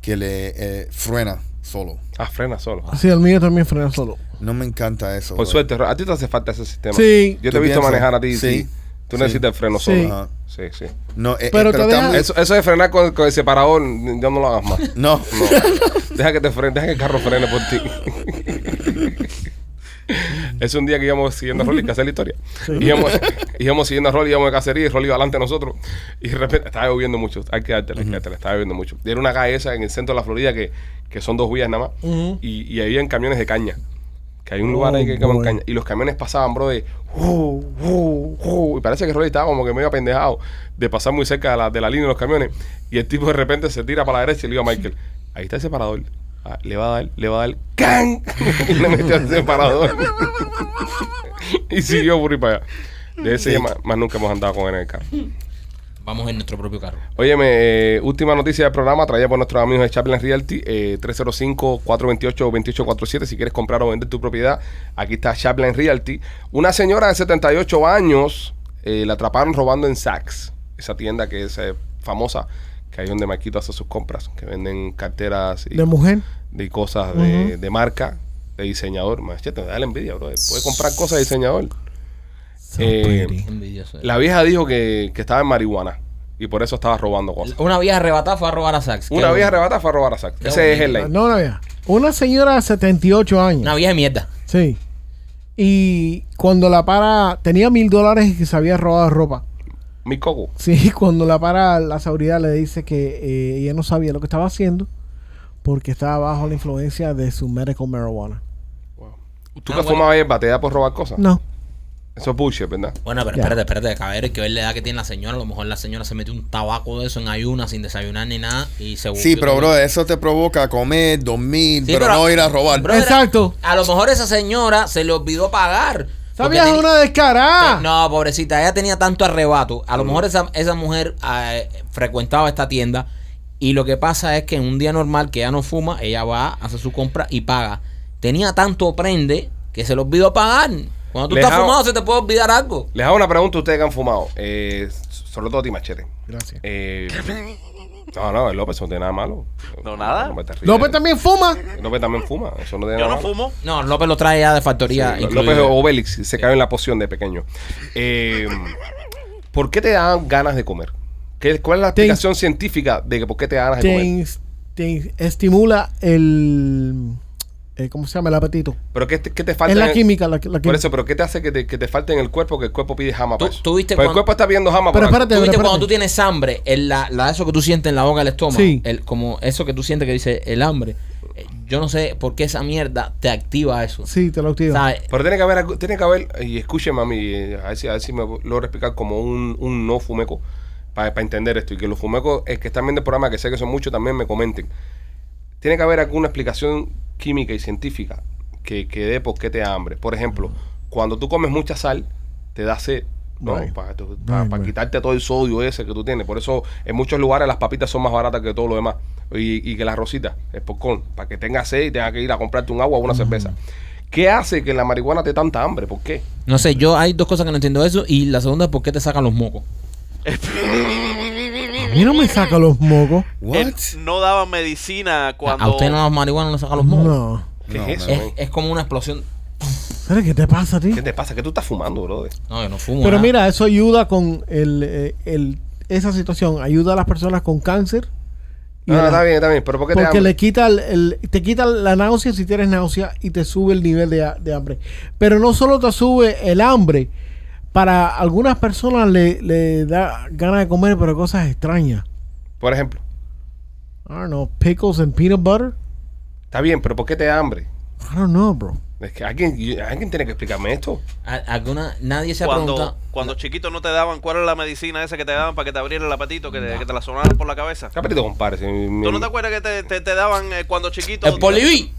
Speaker 4: que le eh, frena solo.
Speaker 2: Ah, frena solo.
Speaker 3: Sí, el mío también frena solo.
Speaker 4: No me encanta eso.
Speaker 2: Por
Speaker 4: brother.
Speaker 2: suerte, Ro- a ti te hace falta ese sistema.
Speaker 3: Sí.
Speaker 2: Yo te
Speaker 4: ¿Tú
Speaker 2: he visto
Speaker 4: piensas?
Speaker 2: manejar a ti. Sí.
Speaker 4: Sí.
Speaker 2: Tú
Speaker 4: Sí.
Speaker 2: necesitas el freno
Speaker 3: Sí.
Speaker 2: solo.
Speaker 4: Ajá.
Speaker 2: Sí, sí.
Speaker 4: No, eh, eh,
Speaker 3: Pero
Speaker 4: pero,
Speaker 3: te
Speaker 4: está
Speaker 3: deja-
Speaker 4: muy-
Speaker 2: Eso, eso de frenar con, con el separador, ya <laughs> no lo hagas más.
Speaker 3: <laughs>
Speaker 4: No,
Speaker 2: Deja que te frene, deja que el carro frene por ti.
Speaker 3: <laughs>
Speaker 2: es un día que íbamos siguiendo a Rolly, que hacer la historia. Íbamos, <laughs> íbamos siguiendo a Rolly, íbamos de cacería y Rolly iba delante de nosotros. Y de repente estaba lloviendo mucho. Hay que dártela, hay que dártela, estaba lloviendo mucho. Y era una calle esa en el centro de la Florida que, que son dos vías nada más. Y, y ahí habían camiones de caña. Que hay un lugar ahí que
Speaker 3: Oh,
Speaker 2: queman
Speaker 3: boy.
Speaker 2: caña. Y los camiones pasaban, bro, de. uh, uh, uh, y parece que Rolly estaba como que medio apendejado de pasar muy cerca de la, de la línea de los camiones. Y el tipo de repente se tira para la derecha y le digo a
Speaker 3: <laughs>
Speaker 2: Michael: Ahí está el separador. Ah, le va a dar, le va a dar. ¡Can! <laughs> y le metió el separador. <laughs> y siguió por ahí para allá. De ese día más, más nunca hemos andado con él en el carro.
Speaker 1: Vamos en nuestro propio carro.
Speaker 2: Óyeme, eh, última noticia del programa traída por nuestros amigos de Chaplin Realty, eh, 305-428-2847. Si quieres comprar o vender tu propiedad, aquí está Chaplin Realty. Una señora de 78 años eh, la atraparon robando en Saks, esa tienda que es eh, famosa, que ahí donde Maquito hace sus compras, que venden carteras y,
Speaker 3: De mujer.
Speaker 2: de cosas de, de marca, de diseñador. Machete, me da la envidia, bro. Puede comprar cosas de diseñador.
Speaker 3: So
Speaker 2: Eh,
Speaker 3: pretty.
Speaker 1: Envidioso.
Speaker 2: La vieja dijo que, que estaba en marihuana y por eso estaba robando cosas.
Speaker 1: Una vieja arrebatada fue a robar a Sax. Qué
Speaker 2: Una vieja
Speaker 1: bueno.
Speaker 2: arrebatada fue a robar a Sax.
Speaker 1: Qué
Speaker 2: Ese es
Speaker 1: bonito.
Speaker 2: el ley.
Speaker 3: Ah, No, no, ya. Una señora de 78 años.
Speaker 1: Una vieja de mierda.
Speaker 3: Sí. Y cuando la para, tenía mil dólares y se había robado ropa.
Speaker 2: Mi coco.
Speaker 3: Sí, <laughs> cuando la para la seguridad le dice que eh, ella no sabía lo que estaba haciendo porque estaba bajo la influencia de su medical marijuana.
Speaker 2: Tú
Speaker 1: Ah,
Speaker 2: que
Speaker 1: bueno.
Speaker 2: fumabas hierba, te da por robar cosas.
Speaker 3: No.
Speaker 2: Eso es bullshit, ¿verdad?
Speaker 1: Bueno, pero
Speaker 3: Ya.
Speaker 1: espérate, espérate, cabrón, hay que ver la edad que tiene la señora. A lo mejor la señora se metió un tabaco de eso en ayuna sin desayunar ni nada y se
Speaker 4: Sí,
Speaker 1: volvió-
Speaker 4: pero bro, eso te provoca comer, dormir,
Speaker 1: Sí,
Speaker 4: pero, no ir a robar.
Speaker 1: Brother,
Speaker 3: Exacto.
Speaker 1: A lo mejor esa señora se le olvidó pagar.
Speaker 3: Esa
Speaker 1: Porque
Speaker 3: vieja es
Speaker 1: tenía-
Speaker 3: una descarada.
Speaker 1: No, pobrecita, ella tenía tanto arrebato. A lo mejor esa, esa mujer eh, frecuentaba esta tienda y lo que pasa es que en un día normal que ella no fuma, ella va, hace su compra y paga. Tenía tanto prende que se le olvidó pagar. Cuando tú
Speaker 2: Le
Speaker 1: estás
Speaker 2: hago-
Speaker 1: fumado se te puede olvidar algo.
Speaker 2: Les hago una pregunta a ustedes que han fumado. Eh, sobre todo a ti, Machete.
Speaker 3: Gracias.
Speaker 2: Eh, no, no, el López no tiene nada malo.
Speaker 5: No, nada.
Speaker 2: me te ríes.
Speaker 3: López también fuma.
Speaker 2: López también fuma. Eso no tiene
Speaker 5: Yo
Speaker 2: nada
Speaker 5: no
Speaker 2: malo.
Speaker 5: fumo.
Speaker 1: No, López lo trae ya de factoría.
Speaker 2: Sí,
Speaker 1: incluido.
Speaker 2: López Obélix se cayó en la poción de pequeño. Eh, ¿Por qué te dan ganas de comer? ¿Qué- ¿Cuál es la
Speaker 3: Te-
Speaker 2: explicación científica de que por qué te dan ganas de
Speaker 3: Te,
Speaker 2: comer?
Speaker 3: ins- te in- estimula el, eh, ¿cómo se llama? El apetito.
Speaker 2: ¿Pero qué te, qué te falta?
Speaker 3: es
Speaker 2: en
Speaker 3: la
Speaker 2: el-
Speaker 3: química, la, la química.
Speaker 2: Por eso, ¿pero qué te hace que te, que te falte en el cuerpo? Que el cuerpo pide jama
Speaker 1: Tú-
Speaker 2: para eso.
Speaker 1: tú viste
Speaker 2: Pero el
Speaker 1: cuando-
Speaker 2: cuerpo está pidiendo jama
Speaker 3: Pero
Speaker 2: por algo.
Speaker 3: espérate,
Speaker 1: ¿Tú viste
Speaker 3: pero
Speaker 1: cuando tú
Speaker 3: espérate.
Speaker 1: tienes hambre, el- la, la- eso que tú sientes en la boca, el estómago,
Speaker 3: Sí.
Speaker 1: el, como eso que tú sientes que dice el hambre? Eh, Yo no sé por qué esa mierda te activa eso.
Speaker 3: Sí, te lo activa.
Speaker 1: ¿Sabes?
Speaker 2: Pero tiene que haber, algo- tiene que haber, y escúcheme a mí, eh, a ver si, a ver si me logro explicar como un, un no fumeco, para entender esto, y que los fumecos eh, que están viendo el programa, que sé que son muchos, también me comenten. Tiene que haber alguna explicación química y científica que, que dé por qué te da hambre. Por ejemplo, cuando tú comes mucha sal, te da sed. ¿no?
Speaker 3: Right.
Speaker 2: Para, tú-
Speaker 3: Right,
Speaker 2: para- para
Speaker 3: right.
Speaker 2: quitarte todo el sodio ese que tú tienes. Por eso en muchos lugares las papitas son más baratas que todo lo demás. Y, y que las rositas, el popcorn, para que tengas sed y tengas que ir a comprarte un agua o una cerveza. ¿Qué hace que la marihuana te dé tanta hambre? ¿Por qué?
Speaker 1: No sé, yo hay dos cosas que no entiendo de eso y la segunda es por qué te sacan los mocos.
Speaker 3: A mí no me saca los mocos.
Speaker 4: What?
Speaker 5: Eh, no daban medicina cuando.
Speaker 1: A usted no los marihuanos no sacan los mocos.
Speaker 3: No.
Speaker 2: ¿Qué
Speaker 4: No,
Speaker 2: es eso?
Speaker 1: Es,
Speaker 2: man?
Speaker 1: es como una explosión.
Speaker 3: ¿Sabes qué te pasa a ti?
Speaker 2: ¿Qué te pasa? ¿Qué tú estás fumando, brother?
Speaker 1: No, yo no fumo.
Speaker 3: Pero
Speaker 1: nada.
Speaker 3: mira, eso ayuda con el, eh, el- esa situación. Ayuda a las personas con cáncer.
Speaker 2: No, no,
Speaker 3: a-
Speaker 2: está bien, está bien. ¿Pero por qué te da
Speaker 3: Porque
Speaker 2: hambre?
Speaker 3: le quita el, el- te quita la náusea si tienes náusea y te sube el nivel de, ha- de hambre. Pero no solo te sube el hambre, para algunas personas le, le da ganas de comer, pero cosas extrañas.
Speaker 2: Por ejemplo.
Speaker 3: I don't know, pickles and peanut butter.
Speaker 2: Está bien, pero ¿por qué te da hambre?
Speaker 3: I don't know, bro.
Speaker 2: Es que alguien, alguien tiene que explicarme esto.
Speaker 1: A- alguna, nadie se ha
Speaker 5: Cuando,
Speaker 1: preguntado.
Speaker 5: cuando chiquito no te daban, ¿cuál era la medicina esa que te daban para que te abriera el apetito, que te, que te la sonaran por la cabeza?
Speaker 2: ¿Qué apetito, compadre? Si, mi-
Speaker 5: ¿Tú no te acuerdas que te, te- te daban eh, cuando chiquito?
Speaker 1: El poliví.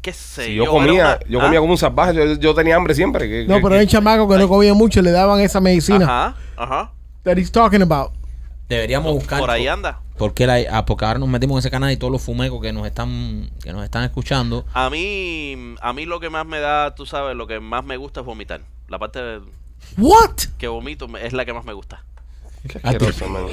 Speaker 5: ¿Qué sé
Speaker 2: si yo,
Speaker 5: era
Speaker 2: comía,
Speaker 5: una-
Speaker 2: yo comía
Speaker 5: ¿Ah?
Speaker 2: como un salvaje, yo, yo tenía hambre siempre. ¿Qué-
Speaker 3: No,
Speaker 2: qué-
Speaker 3: pero
Speaker 2: qué-
Speaker 3: hay chamacos que no comían mucho y le daban esa medicina
Speaker 5: Ajá, ajá.
Speaker 3: that he's talking about.
Speaker 1: Deberíamos buscar.
Speaker 5: Por ahí anda.
Speaker 1: Porque, la, ah, porque ahora nos metimos en ese canal y todos los fumecos que nos están que nos están escuchando.
Speaker 5: A mí, a mí lo que más me da, tú sabes, lo que más me gusta es vomitar. La parte de-
Speaker 3: What?
Speaker 5: que vomito me- es la que más me gusta.
Speaker 2: qué asqueroso, man.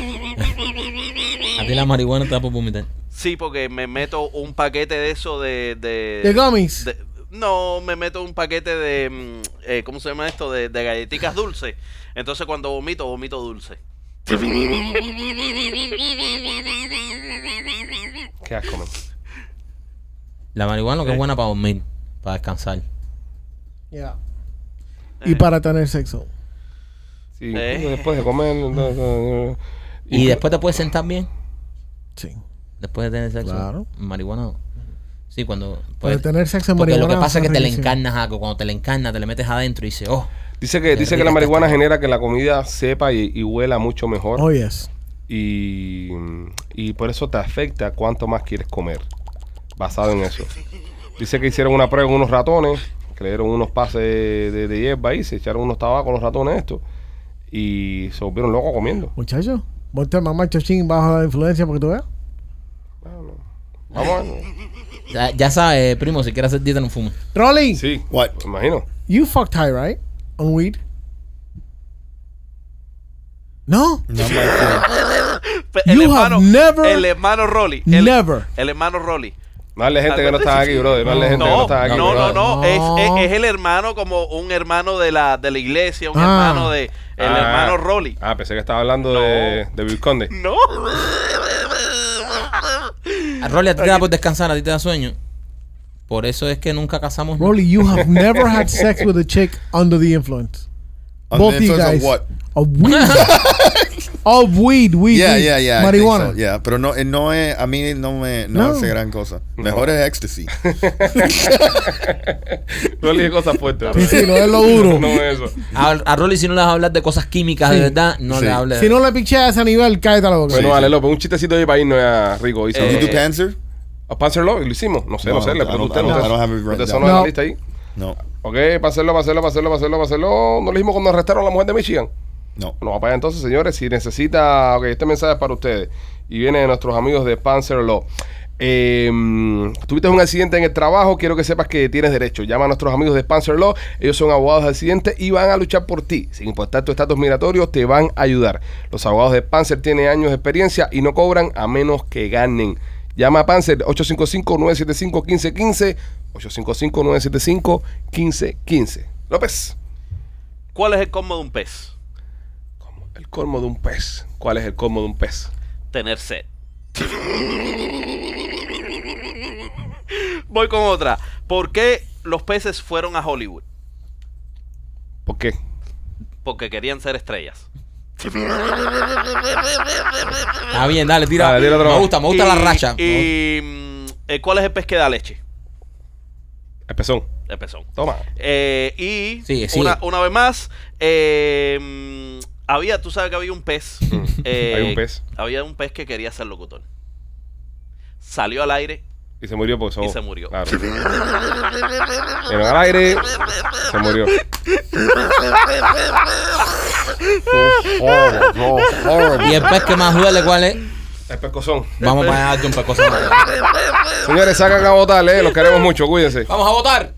Speaker 1: A ti la marihuana te da por vomitar.
Speaker 5: Sí, porque me meto un paquete de eso de... De,
Speaker 3: The gummies.
Speaker 5: Eh, de- no, me meto un paquete de... mm, eh, ¿Cómo se llama esto? De, de galletitas dulces. Entonces cuando vomito, vomito dulce.
Speaker 2: Qué asco, man.
Speaker 1: La marihuana lo que es buena para dormir, para descansar.
Speaker 3: Yeah. Y para tener sexo.
Speaker 2: Sí,
Speaker 5: Eh.
Speaker 2: incluso después de comer. no, no, no.
Speaker 1: Y después te puedes sentar bien.
Speaker 3: Sí.
Speaker 1: Después de tener sexo.
Speaker 3: Claro.
Speaker 1: Marihuana. no. Sí, cuando.
Speaker 3: Para
Speaker 1: puedes-
Speaker 3: tener sexo en
Speaker 1: porque lo que
Speaker 3: marihuana
Speaker 1: pasa es que te le
Speaker 3: riquísimo.
Speaker 1: encarnas algo. Cuando te le encarnas, te le metes adentro y dices, oh.
Speaker 2: Dice que, dice que la marihuana genera que la comida sepa y, y huela mucho mejor.
Speaker 3: Oh, yes.
Speaker 2: Y, y por eso te afecta cuánto más quieres comer. Basado en eso. Dice que hicieron una prueba con unos ratones, que le dieron unos pases de, de hierba y se echaron unos tabacos los ratones estos. Y se volvieron locos comiendo.
Speaker 3: Muchachos, ponte mamá chochín bajo la influencia porque tú veas.
Speaker 2: Vamos
Speaker 1: Ya, ya sabes, primo, si quieres hacer dieta, no fumes.
Speaker 3: Rolly,
Speaker 2: Sí.
Speaker 4: What?
Speaker 2: Me imagino.
Speaker 3: you fucked high, right? On weed. No,
Speaker 4: No, my God.
Speaker 5: Pe- El
Speaker 3: You have
Speaker 5: hermano,
Speaker 3: never-
Speaker 5: el hermano Rolly. El,
Speaker 3: never.
Speaker 5: El hermano Rolly.
Speaker 2: Más gente que no está aquí, brother. Más gente que no
Speaker 5: No,
Speaker 2: está aquí.
Speaker 5: no, no,
Speaker 2: brother.
Speaker 5: no.
Speaker 3: No.
Speaker 5: Es, es- es el hermano como un hermano de la, de la iglesia, un
Speaker 3: Ah.
Speaker 5: hermano de. El
Speaker 2: Ah.
Speaker 5: hermano Rolly.
Speaker 2: Ah, pensé que estaba hablando de, de Bill Conde.
Speaker 5: No.
Speaker 1: A Rolly, a ti te da por descansar, a ti te da sueño. Por eso es que nunca casamos.
Speaker 3: Rolly, you
Speaker 4: <laughs>
Speaker 3: have never had sex with a chick under the influence.
Speaker 4: Under
Speaker 3: Both
Speaker 4: the
Speaker 3: you
Speaker 4: influence
Speaker 3: guys.
Speaker 4: of what?
Speaker 3: Of weed.
Speaker 4: <laughs>
Speaker 3: of weed, weed.
Speaker 4: Yeah,
Speaker 3: weed.
Speaker 4: yeah, yeah. I think
Speaker 3: Marihuana.
Speaker 4: so, yeah, pero no, eh, no es, a mí no me no
Speaker 3: No.
Speaker 4: hace gran cosa. Mejor es
Speaker 2: <laughs>
Speaker 4: ecstasy.
Speaker 2: No le dije cosas fuertes.
Speaker 3: Sí,
Speaker 2: brother.
Speaker 3: sí, no es lo duro.
Speaker 2: No es eso.
Speaker 1: A, a Rolly, si no le vas a hablar de cosas químicas de
Speaker 3: Sí.
Speaker 1: verdad, no
Speaker 4: Sí.
Speaker 1: le hables.
Speaker 3: Si no le picheas a ese nivel, cállate la boca.
Speaker 2: Bueno,
Speaker 4: sí.
Speaker 2: vale, López, un chistecito ahí para irnos a Rico. Isa.
Speaker 4: ¿Did you do
Speaker 5: Eh,
Speaker 4: Panzer?
Speaker 2: ¿A Panzer Love? ¿Lo hicimos? No sé, no,
Speaker 4: No,
Speaker 2: sé.
Speaker 4: I
Speaker 2: Le
Speaker 4: don't-
Speaker 2: pregunto a usted.
Speaker 4: I don't-
Speaker 2: No,
Speaker 4: I don't have it
Speaker 2: sé.
Speaker 4: written
Speaker 2: ¿Usted sonó en
Speaker 3: down.
Speaker 2: la
Speaker 3: No.
Speaker 2: lista ahí?
Speaker 4: No,
Speaker 2: Ok, Panzerlo, Panzerlo, Panzerlo, Panzerlo, Panzerlo. No lo dijimos cuando arrestaron a la mujer de Michigan.
Speaker 4: no.
Speaker 2: Bueno, para allá entonces, señores, si necesita, ok, este mensaje es para ustedes y viene de nuestros amigos de Panzer Law. Eh, tuviste un accidente en el trabajo, quiero que sepas que tienes derecho. Llama a nuestros amigos de Panzer Law, ellos son abogados de accidentes y van a luchar por ti. Sin importar tu estatus migratorio, te van a ayudar. Los abogados de Panzer tienen años de experiencia y no cobran a menos que ganen. Llama a Panzer 855-975-1515, 855-975-1515. López.
Speaker 5: ¿Cuál es el combo de un pez?
Speaker 2: El colmo de un pez. ¿Cuál es el colmo de un pez?
Speaker 5: Tener sed. <laughs> Voy con otra. ¿Por qué los peces fueron a Hollywood?
Speaker 2: ¿Por qué?
Speaker 5: Porque querían ser estrellas.
Speaker 1: Está bien, dale, tira.
Speaker 5: Ah,
Speaker 2: Dale, tira otro.
Speaker 1: me gusta, Ah, me gusta la
Speaker 5: Y-
Speaker 1: racha.
Speaker 5: Y, mm, eh, ¿Cuál es el pez que da leche?
Speaker 2: El pezón.
Speaker 5: El pezón.
Speaker 2: Toma.
Speaker 5: Eh, y
Speaker 1: Sigue, sigue.
Speaker 5: Una, una vez más, eh, mm, había, tú sabes que había un pez. eh,
Speaker 2: Mm. Hay un pez.
Speaker 5: Había un pez que quería ser locutor. Salió al aire.
Speaker 2: Y se murió por eso.
Speaker 5: Y se murió.
Speaker 2: Claro. Pero al aire se murió.
Speaker 4: Horrible, bro, horrible.
Speaker 1: Y el pez que más duele, ¿cuál es?
Speaker 2: El pescozón.
Speaker 1: Vamos para allá, un pecoso.
Speaker 2: Señores, sacan a votar, eh. Los queremos mucho, cuídense.
Speaker 1: Vamos a votar.